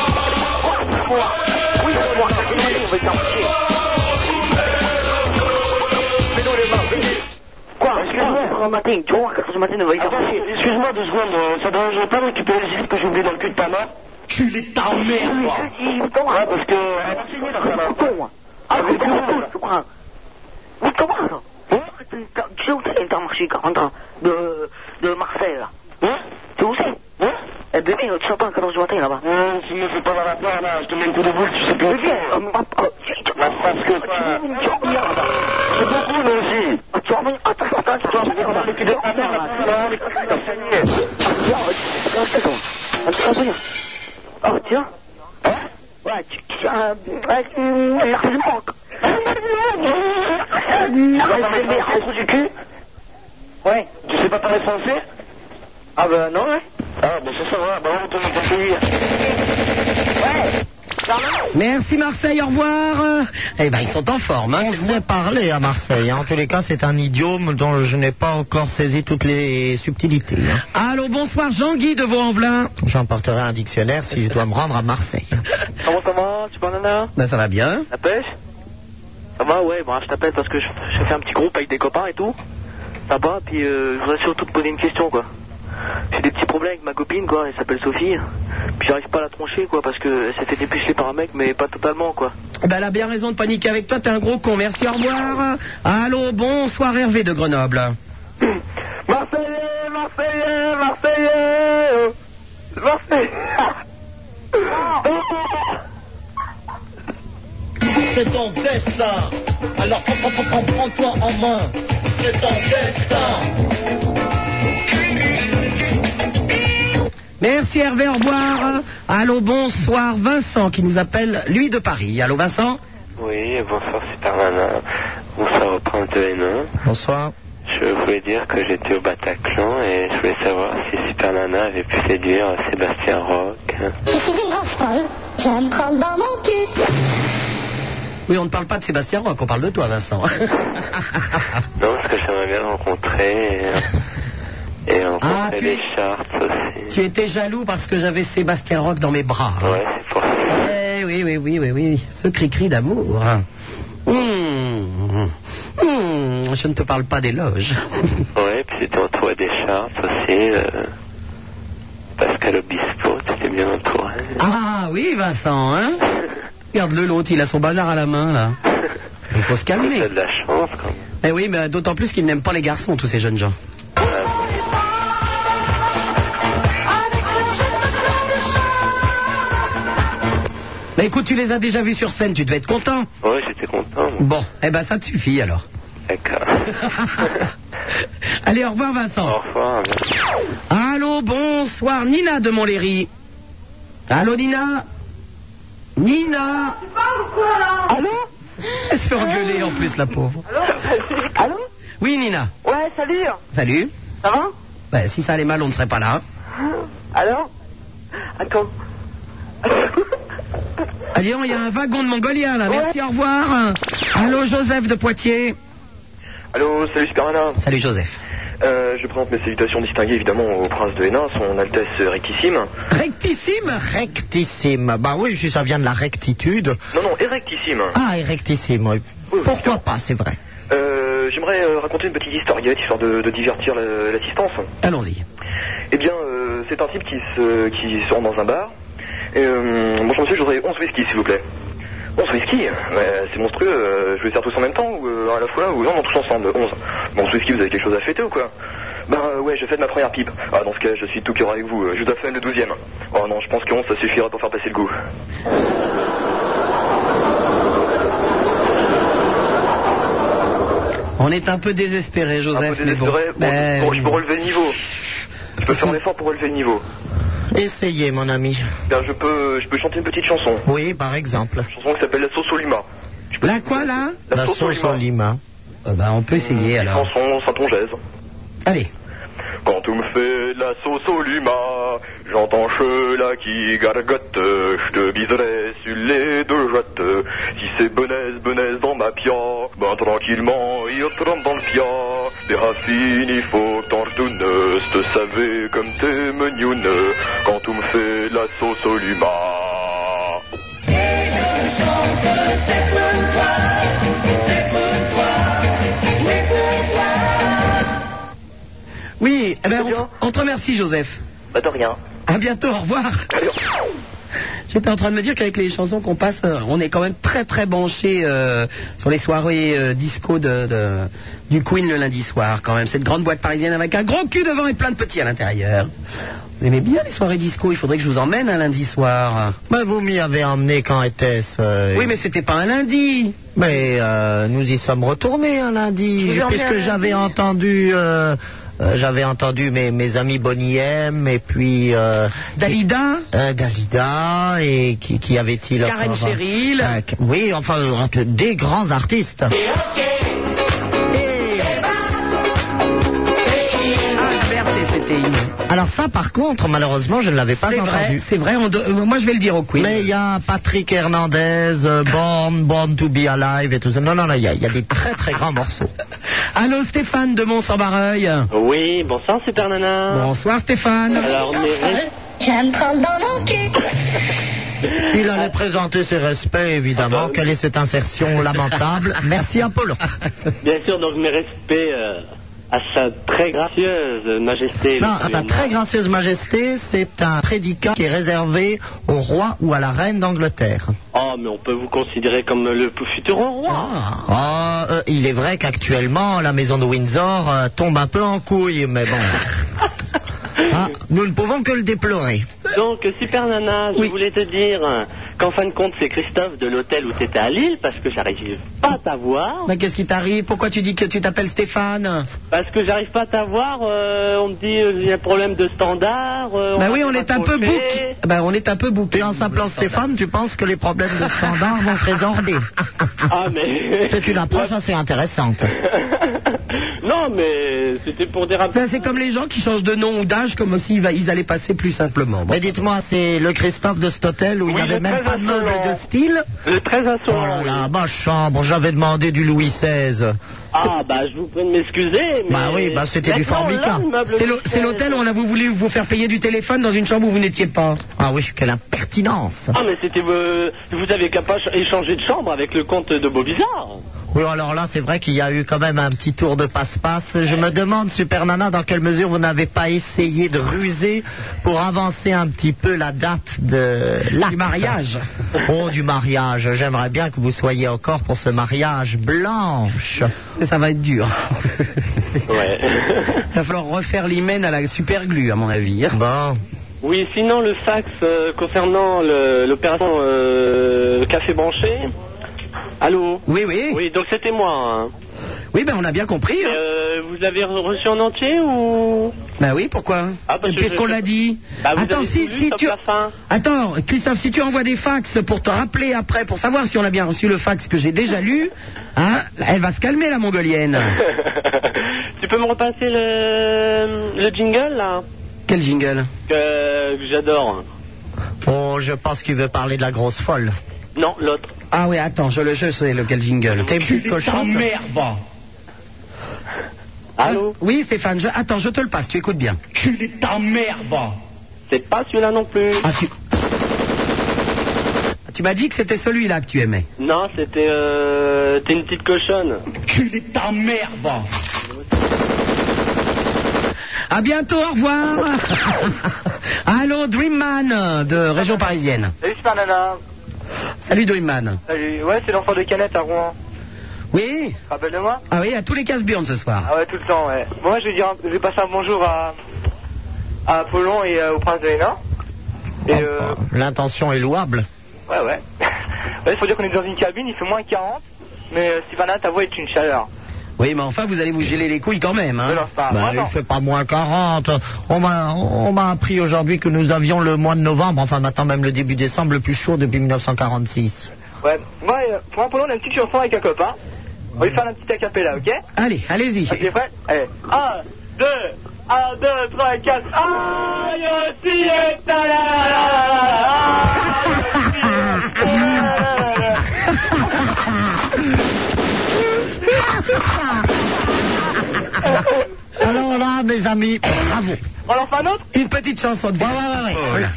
c'est moi Oui, c'est moi, c'est moi, on va t'en
Quoi Excuse-moi, matin, tu vois, 4 du matin, va y Excuse-moi deux secondes, euh, ça dérangerait pas de récupérer les gifs que j'ai oublié dans le cul de ta main Tu les ta mère, Ouais, parce que. euh, Elle m'a signé dans sa main. Ah, mais comment
Tu crois Oui, comment ça Hein T'as- Tu sais où c'est l'intermarché 40 ans de, de Marseille, là Hein Tu sais où c'est Hein Eh, bébé, tu sais pas, à 14 du matin, là-bas
Euh, Tu me fais pas la rapport là, je te mets un coup de boule, tu sais plus où
Bébé,
c'est.
euh, ma- euh, tu- tu-
Bah, parce que ça.
tu vas venir, là-bas
C'est beaucoup, nous aussi.
Ah, Tu vas venir, attends, attends, tu vas venir, là-bas Tu vas venir, là-bas Oh, tiens. Ouais, tu... tu- euh, ouais, tu- Merci du monde.
Ah, Tu vas pas parler français, trou du cul Ouais. Tu sais pas parler français bah, hein. Ah, ben non, ouais. Ah, ben ça, ça va, ben on retourne au pays.
Merci Marseille, au revoir.
Eh ben, ils sont en forme.
hein,
On sait parler à Marseille. hein. En tous les cas, c'est un idiome dont je n'ai pas encore saisi toutes les subtilités. hein.
Allô, bonsoir Jean-Guy de Vaux-en-Velin.
J'emporterai un dictionnaire si je dois me rendre à Marseille.
Comment ça va Tu vas, nana
Ben, ça va bien.
La pêche Ça va, ouais, bon, je t'appelle parce que je, je fais un petit groupe avec des copains et tout. Ça va, puis euh, je voudrais surtout te poser une question, quoi. J'ai des petits problèmes avec ma copine, quoi, elle s'appelle Sophie. Puis j'arrive pas à la troncher, quoi, parce que elle s'est fait dépêcher par un mec, mais pas totalement, quoi.
Ben, elle a bien raison de paniquer avec toi, t'es un gros con. Merci, au revoir. Allô, bonsoir Hervé de Grenoble.
Marseillais, Marseillais, Marseillais, Marseillais.
C'est ton destin. Alors prends- prends- prends- prends-toi en main. C'est ton destin.
Merci Hervé, au revoir. Allô, bonsoir Vincent qui nous appelle, lui de Paris. Allô Vincent
Oui, bonsoir Superman. Bonsoir au prince de Hénin.
Bonsoir.
Je voulais dire que j'étais au Bataclan et je voulais savoir si Super Nana avait pu séduire Sébastien Rock.
Je suis une grosse folle, je me prends dans mon cul.
Oui, on ne parle pas de Sébastien Roch, on parle de toi Vincent.
Non, parce que j'aimerais bien le rencontrer et, et rencontrer
Ah,
les charts aussi.
tu étais jaloux parce que j'avais Sébastien Roch dans mes bras.
Ouais, c'est pour ça.
Eh oui, oui, oui, oui, oui, ce cri-cri d'amour. Mmh. Mmh. Je ne te parle pas d'éloge.
Ouais, puis tu t'es entouré des charts aussi. euh, Pascal Obispo, tu t'es bien entouré.
Ah oui, Vincent, hein Regarde-le, l'autre, il a son bazar à la main, là. Il faut se calmer.
de la chance, quand même.
Eh oui, mais d'autant plus qu'ils n'aiment pas les garçons, tous ces jeunes gens. Mais Bah écoute, tu les as déjà vus sur scène, tu devais être content.
Ouais, j'étais content. moi.
Bon, eh ben ça te suffit alors.
D'accord.
Allez, au revoir Vincent.
Au revoir.
Allô, bonsoir Nina de Montlhéry. Allô Nina Nina Allô Elle se fait engueuler en plus la pauvre.
Allô
Oui Nina,
Ouais, salut.
salut.
Ça va
Ben, si ça allait mal, on ne serait pas là.
Alors Attends.
Allez, il y a un wagon de Mongolien là, merci, au revoir. Allô Joseph de Poitiers.
Allô, salut Superman.
Salut Joseph.
Euh, je présente mes salutations distinguées évidemment au prince de Hénin, son Altesse Rectissime.
Rectissime
Rectissime. Bah oui, si ça vient de la rectitude.
Non, non, érectissime.
Ah, et rectissime. oui. Pourquoi pas, c'est vrai.
Euh, J'aimerais euh, raconter une petite historiette histoire de, de divertir le- l'assistance.
Allons-y.
Eh bien, euh, c'est un type qui se, qui se rend dans un bar. Et, euh, bonjour monsieur, je voudrais 11 whisky s'il vous plaît. 11 whisky Ouais, C'est monstrueux, euh, je vais les faire tous en même temps ou euh, à la fois ou non, non, tous ensemble, 11. Bon, 11 whisky, vous avez quelque chose à fêter ou quoi Bah euh, ouais, je fête ma première pipe. Ah, dans ce cas, je suis tout cœur avec vous, euh, je dois faire le 12 e Oh non, je pense que 11 ça suffira pour faire passer le goût.
On est un peu désespéré Joseph, mais bon. Ben,
Bon, je peux relever le niveau. Je peux faire un effort pour relever le niveau.
Essayez, mon ami.
Ben, je peux, je peux chanter une petite chanson.
Oui, par exemple.
Une chanson qui s'appelle La sauce au lima.
La quoi là
La sauce hein. au lima.
Euh, ben, on peut essayer
Une
alors.
chanson saintongeaise.
Allez.
Quand on me fait de la sauce au lima, j'entends Chela qui gargote, je te biserai sur les deux jattes. Si c'est benaise, benaise dans ma pia, ben tranquillement, il trempe dans le pia. Des racines, il faut que t'en retournes, te savais comme t'es menioune, quand on me fait de la sauce au lima.
Ah, Oui, eh ben, on, te- on te remercie Joseph.
Bah de rien.
À bientôt, au revoir. J'étais en train de me dire qu'avec les chansons qu'on passe, euh, on est quand même très très branché euh, sur les soirées euh, disco de, de- du Queen le lundi soir quand même. Cette grande boîte parisienne avec un gros cul devant et plein de petits à l'intérieur. Vous aimez bien les soirées disco Il faudrait que je vous emmène un lundi soir.
Ben, vous m'y avez emmené quand était-ce euh,
Oui, mais c'était pas un lundi.
Mais euh, nous y sommes retournés un lundi,
Je vous en
puisque
remercie.
j'avais entendu, euh, euh, j'avais entendu mes, mes amis Bonnie M et puis euh,
Dalida,
euh, Dalida et qui, qui avait-il
Karen
encore
Cheryl.
Euh, oui, enfin euh, des grands artistes.
Ah, merde, c'est- c'était
Alors ça, par contre, malheureusement, je ne l'avais pas
C'est vrai,
entendu.
c'est vrai, on do- euh, moi je vais le dire au Queen.
Mais il y a Patrick Hernandez, euh, Born, Born to be Alive et tout ça. Non, non, non, il y, a- il y a des très très grands morceaux.
Allô Stéphane de mons en barœil
Oui, bonsoir Super Nana.
Bonsoir Stéphane.
Alors, on est-
J'aime prendre dans mon cul.
Il allait présenter ses respects,
Ah, bah
évidemment. Quelle est cette insertion lamentable Merci, Apollo.
Bien sûr, donc mes respects euh, à sa très gracieuse majesté.
Non, à ta très gracieuse majesté, c'est un prédicat qui est réservé au roi ou à la reine d'Angleterre.
Oh, mais on peut vous considérer comme le futur roi.
Ah, euh, il est vrai qu'actuellement, la maison de Windsor euh, tombe un peu en couille, mais bon. Ah, nous ne pouvons que le déplorer.
Donc, euh, Super Nana, je voulais te dire euh, qu'en fin de compte, c'est Christophe de l'hôtel où t'étais à Lille parce que j'arrive pas à t'avoir.
Mais qu'est-ce qui t'arrive Pourquoi tu dis que tu t'appelles Stéphane
Parce que j'arrive pas à t'avoir, euh, on me dit euh, il y a un problème de standard. euh,
Bah
va
oui,
te
on est un peu
raccrocher.
bouc. Bah on est un peu bouc.
En s'appelant Stéphane, tu penses que les problèmes de standard vont se résorber
Ah, mais.
C'est une approche assez intéressante.
Non, mais c'était pour des rappels.
Ça, C'est comme les gens qui changent de nom ou d'âge, comme s'ils va- ils allaient passer plus simplement. Bon.
Mais dites-moi, c'est le Christophe de cet hôtel où il n'y avait même pas de meuble de style
Le très insolent.
Oh là là, ma chambre, j'avais demandé du Louis XVI.
Ah, bah, je vous prie de m'excuser. mais-
Bah oui, bah, c'était du
Maintenant,
formica.
là, le meuble
C'est l'hô-
Michel.
c'est l'hôtel où on a voulu vous faire payer du téléphone dans une chambre où vous n'étiez pas.
Ah oui, quelle impertinence.
Ah, mais c'était. euh, vous avez qu'à pas ch- échanger de chambre avec le comte de Beaubizarre.
Oui, alors là, c'est vrai qu'il y a eu quand même un petit tour de passe-passe. Je me demande, Super Nana, dans quelle mesure vous n'avez pas essayé de ruser pour avancer un petit peu la date de l'acte.
Du mariage.
Oh, du mariage. J'aimerais bien que vous soyez encore pour ce mariage blanche.
Ça va être dur.
Ouais.
Il va falloir refaire l'hymen à la super glue, à mon avis.
Bon.
Oui, sinon le fax euh, concernant le- l'opération euh, café branché. Allô
Oui, oui.
Oui, donc c'était moi. hein.
Oui, ben on a bien compris. hein.
Euh, vous l'avez re- reçu en entier ou
Ben oui, pourquoi
Ah, parce que
Puisqu'on
je-
l'a dit.
Bah, vous
Attends,
avez
si,
tout lu,
si
sauf
tu...
la fin.
Attends, Christophe, si tu envoies des fax pour te rappeler après, pour savoir si on a bien reçu le fax que j'ai déjà lu, hein, elle va se calmer, la mongolienne.
Tu peux me repasser le, le jingle là
Quel jingle
que, que j'adore.
Oh, je pense qu'il veut parler de la grosse folle.
Non, l'autre.
Ah oui, attends, je le je sais lequel jingle.
T'es une petite cochonne.
Allô
Euh, Oui, Stéphane, je- attends, je te le passe, tu écoutes bien.
Culé ta merde C'est pas celui-là non plus.
Ah, tu... Ah, Tu m'as dit que c'était celui-là que tu aimais.
Non, c'était euh, t'es une petite cochonne. Culé
Oh,
ta merde
À bientôt, au revoir. Allô, Dreamman de région parisienne.
Salut Super Nana.
Salut, Dreamman.
Salut. Ouais, c'est l'enfant de Canette à Rouen.
Oui
Rappelle-moi.
Ah oui, à tous les casse ce soir.
Ah ouais, tout le temps, ouais. Bon, ouais, je vais, dire, un- je vais passer un bonjour à, à Apollon et euh, au prince de Hénin. Et
Ah.
euh,
L'intention est louable.
ouais, ouais. Ouais, faut dire qu'on est dans une cabine, il fait moins 40. Mais euh, Super Nana, ta voix est une chaleur.
Oui, mais enfin, vous allez vous geler les couilles quand même. Hein.
Enfin,
Bah, il
vraiment.
fait pas moins 40. On m'a on m'a appris aujourd'hui que nous avions le mois de novembre, enfin maintenant même le début décembre, le plus chaud depuis 1946.
Ouais. Moi, euh, pour Apollon, on a une petite chanson avec un copain. On va lui faire un petit acapella, ok
Allez, allez-y.
Ok, t'es prêt Allez. 1, 2, 1, 2, 3, 4. Aïe, aussi, et ta la la
Alors là, mes amis, bravo.
On en fait un autre
Une petite chanson de voix. Ah,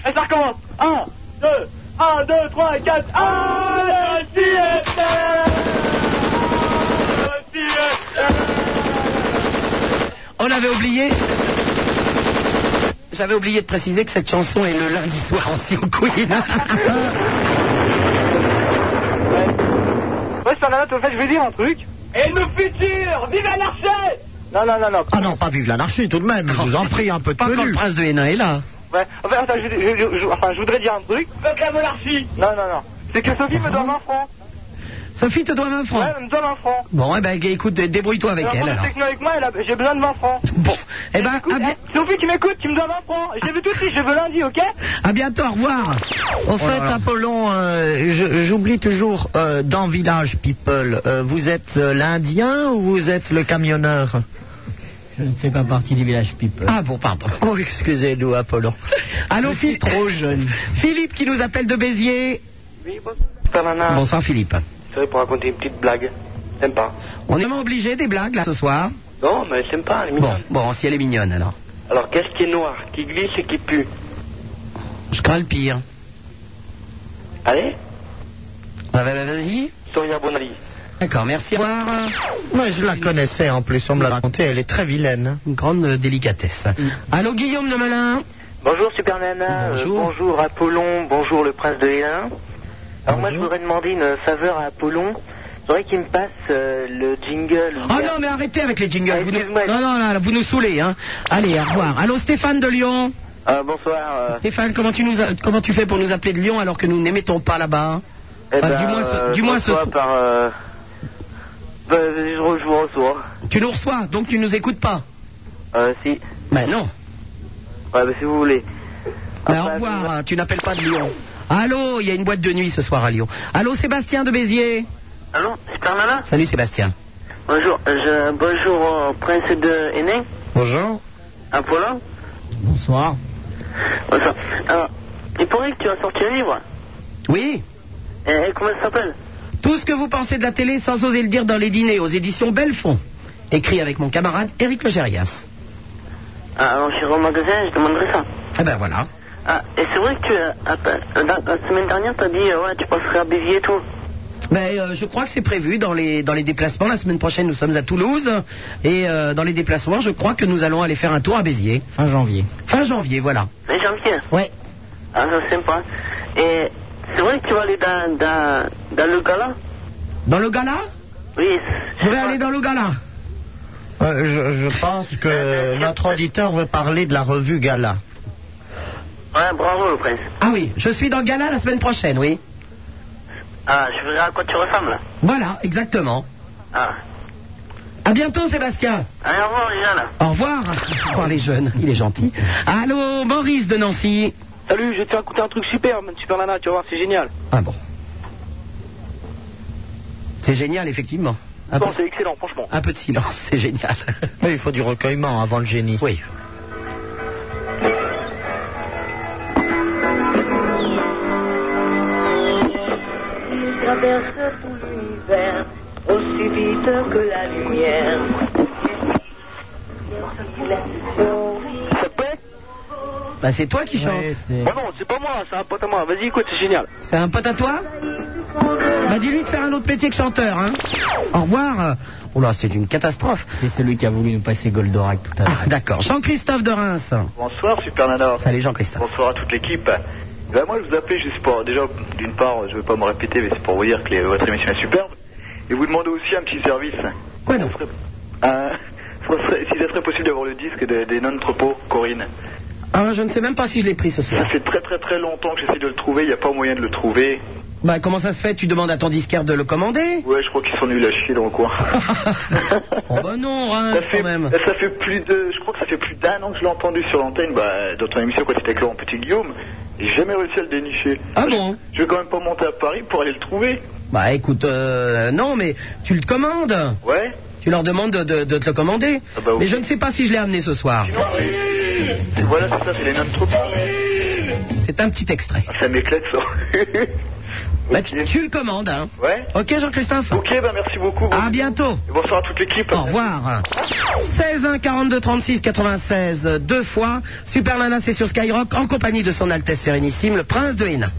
Et ça recommence. 1, 2, 1, 2, 3, 4. Ah, Aïe, aussi, et ta la la
On avait oublié. J'avais oublié de préciser que cette chanson est le lundi soir en Sion Queen.
Ouais, Fernando, en fait, je vais dire un truc. Et le futur Vive l'archet Non, non, non, non.
Ah non, pas vive l'anarchie tout de même, je vous en prie, un peu de
Pas quand le
tenue.
prince de Hénin est là.
Ouais, enfin, attends, je, je- je- je- enfin, je voudrais dire un truc. Fuck la monarchie Non, non, non. C'est que Sophie me donne un franc.
Sophie te doit 20 francs.
Ouais, elle me donne un franc.
Bon, eh ben, écoute, dé- débrouille-toi avec
Elle
elle.
a
alors.
un techno avec moi, elle a- j'ai besoin de 20 francs.
Bon, eh ben, à, bi-
Eh, Sophie, tu m'écoutes, tu me donnes 20 francs. Je veux tout de suite, je veux lundi, ok
à bientôt, au revoir.
Au
Oh
fait,
là là.
Apollon, euh, je- j'oublie toujours, euh, dans Village People, euh, vous êtes euh, l'Indien ou vous êtes le camionneur
Je ne fais pas partie du village people.
Ah bon, pardon.
Oh, excusez-nous, Apollon.
Allô, Philippe.
trop jeune.
Philippe qui nous appelle de Béziers.
Supermana.
Bonsoir, Philippe.
C'est pour raconter une petite blague. Sympa.
On est vraiment obligé des blagues là ce soir.
Non, mais sympa, elle est
Bon,
mignonne.
bon, si elle est mignonne alors.
Alors, qu'est-ce qui est noir, qui glisse et qui pue
Je crains le pire.
Allez
Bah, bah, bah, Vas-y.
Soria Bonali.
D'accord, merci. Au revoir.
Moi, je la connaissais en plus, on me l'a raconté, elle est très vilaine.
Une grande euh, délicatesse. Allô, Guillaume de Melun
Bonjour Super Nana, bonjour, bonjour Apollon, bonjour le prince de Hélène. Alors moi je voudrais demander une faveur à Apollon. J'aurais qu'il me passe euh, le jingle.
Oh non, mais arrêtez avec les jingles. vous nous- Non, non, là, vous nous saoulez. Hein. Allez, au revoir. Allô, Stéphane de Lyon
Euh, bonsoir. euh,
Stéphane, comment tu, nous a- comment tu fais pour nous appeler de Lyon alors que nous n'émettons pas là-bas hein
eh
Enfin,
ben,
Du moins, ce-
euh,
du moins ce
reçois par. euh, ben, je, re- je vous reçois.
Tu nous reçois, donc tu nous écoutes pas.
Euh, si.
Ben non.
Ouais, ben, si vous voulez.
Ben, au revoir, hein, tu n'appelles pas de Lyon. Allô, il y a une boîte de nuit ce soir à Lyon. Allô, Sébastien de Béziers
Allô, Super Nana
Salut, Sébastien.
Bonjour, euh, je, bonjour au prince de Hénin,
Bonjour.
Apollon.
Bonsoir.
Bonsoir. Alors, il pourrait que tu as sorti un livre.
Oui
Et, comment ça s'appelle
Tout ce que vous pensez de la télé sans oser le dire dans les dîners aux éditions Belfond. Écrit avec mon camarade Éric Legérias.
Ah, Alors, je suis au magasin, je demanderai ça.
Eh ben voilà.
Ah, et c'est vrai que tu, euh, ah, ben, la, la semaine dernière, t'as dit, euh, ouais, tu passerais à Béziers et tout.
Mais euh, je crois que c'est prévu dans les, dans les déplacements. La semaine prochaine, nous sommes à Toulouse. Et euh, dans les déplacements, je crois que nous allons aller faire un tour à Béziers.
Fin janvier.
Fin janvier, voilà.
Mais Jean-Pierre
Ouais.
Ah, ça, c'est sympa. Et c'est vrai que tu vas aller dans, Euh, dans, dans le gala
Dans le gala
Oui.
Je vais aller dans le gala.
Euh, je, je pense que notre auditeur veut parler de la revue Gala.
Ouais, bravo, le prince.
Ah oui, je suis dans le gala la semaine prochaine, oui.
Ah, je verrai à quoi tu ressembles, là.
Voilà, exactement.
Ah.
À bientôt, Sébastien.
Allez, au revoir, les gens, là.
Au revoir. Au revoir, les jeunes. Il est gentil. Allô, Maurice de Nancy.
Salut, je vais te faire écouter un truc super, man, super nana, tu vas voir, c'est génial.
Ah bon. C'est génial, effectivement. Un peu,
Bon, c'est excellent, franchement.
un peu de silence, c'est génial.
Mais il faut du recueillement avant le génie.
Oui.
Il traverse tout l'univers aussi vite que la lumière.
Bah, c'est toi qui chantes.
Bah non, c'est pas moi, c'est un pote à moi, vas-y, écoute, c'est génial.
C'est un pote à toi Bah dis-lui de faire un autre métier que chanteur, hein Au revoir Oula, Oh c'est une catastrophe
C'est celui qui a voulu nous passer Goldorak tout à l'heure.
Ah, D'accord, Jean-Christophe de Reims.
Bonsoir Super Nana.
Salut Jean-Christophe.
Bonsoir à toute l'équipe. Ben, moi je vous appelais juste pour déjà d'une part je ne vais pas me répéter mais c'est pour vous dire que les- votre émission est superbe et vous demander aussi un petit service.
Quoi donc
Euh, ça serait- si ça serait possible d'avoir le disque de- des non-propos Corinne.
Ah, je ne sais même pas si je l'ai pris ce
Ça
soir.
fait très très très longtemps que j'essaie de le trouver, il n'y a pas moyen de le trouver.
Bah comment ça se fait Tu demandes à ton disquaire de le commander
Ouais je crois qu'ils sont nuls à chier dans le coin.
Oh bah non, Reims
Ça fait,
quand même.
ça fait plus de, je crois que ça fait plus d'un an que je l'ai entendu sur l'antenne, bah, dans ton émission quand c'était avec Laurent Petit Guillaume. J'ai jamais réussi à le dénicher.
Ah bon
Je vais quand même pas monter à Paris pour aller le trouver.
Bah écoute, euh, non mais tu le commandes
Ouais.
Tu leur demandes de, de- de te le commander
Ah bah oui.
Mais je ne sais pas si je l'ai amené ce soir.
Et Voilà, c'est ça, c'est les notes trop.
C'est un petit extrait.
Ça m'éclate ça.
Bah, tu, tu le commandes, hein
Ouais.
Ok Jean-Christophe
Ok, bah merci beaucoup.
À bientôt
Et Bonsoir à toute l'équipe.
Au revoir. 16 1 42 36 96 deux fois. Super Nana c'est sur Skyrock en compagnie de son Altesse Sérénissime le Prince de Hénin.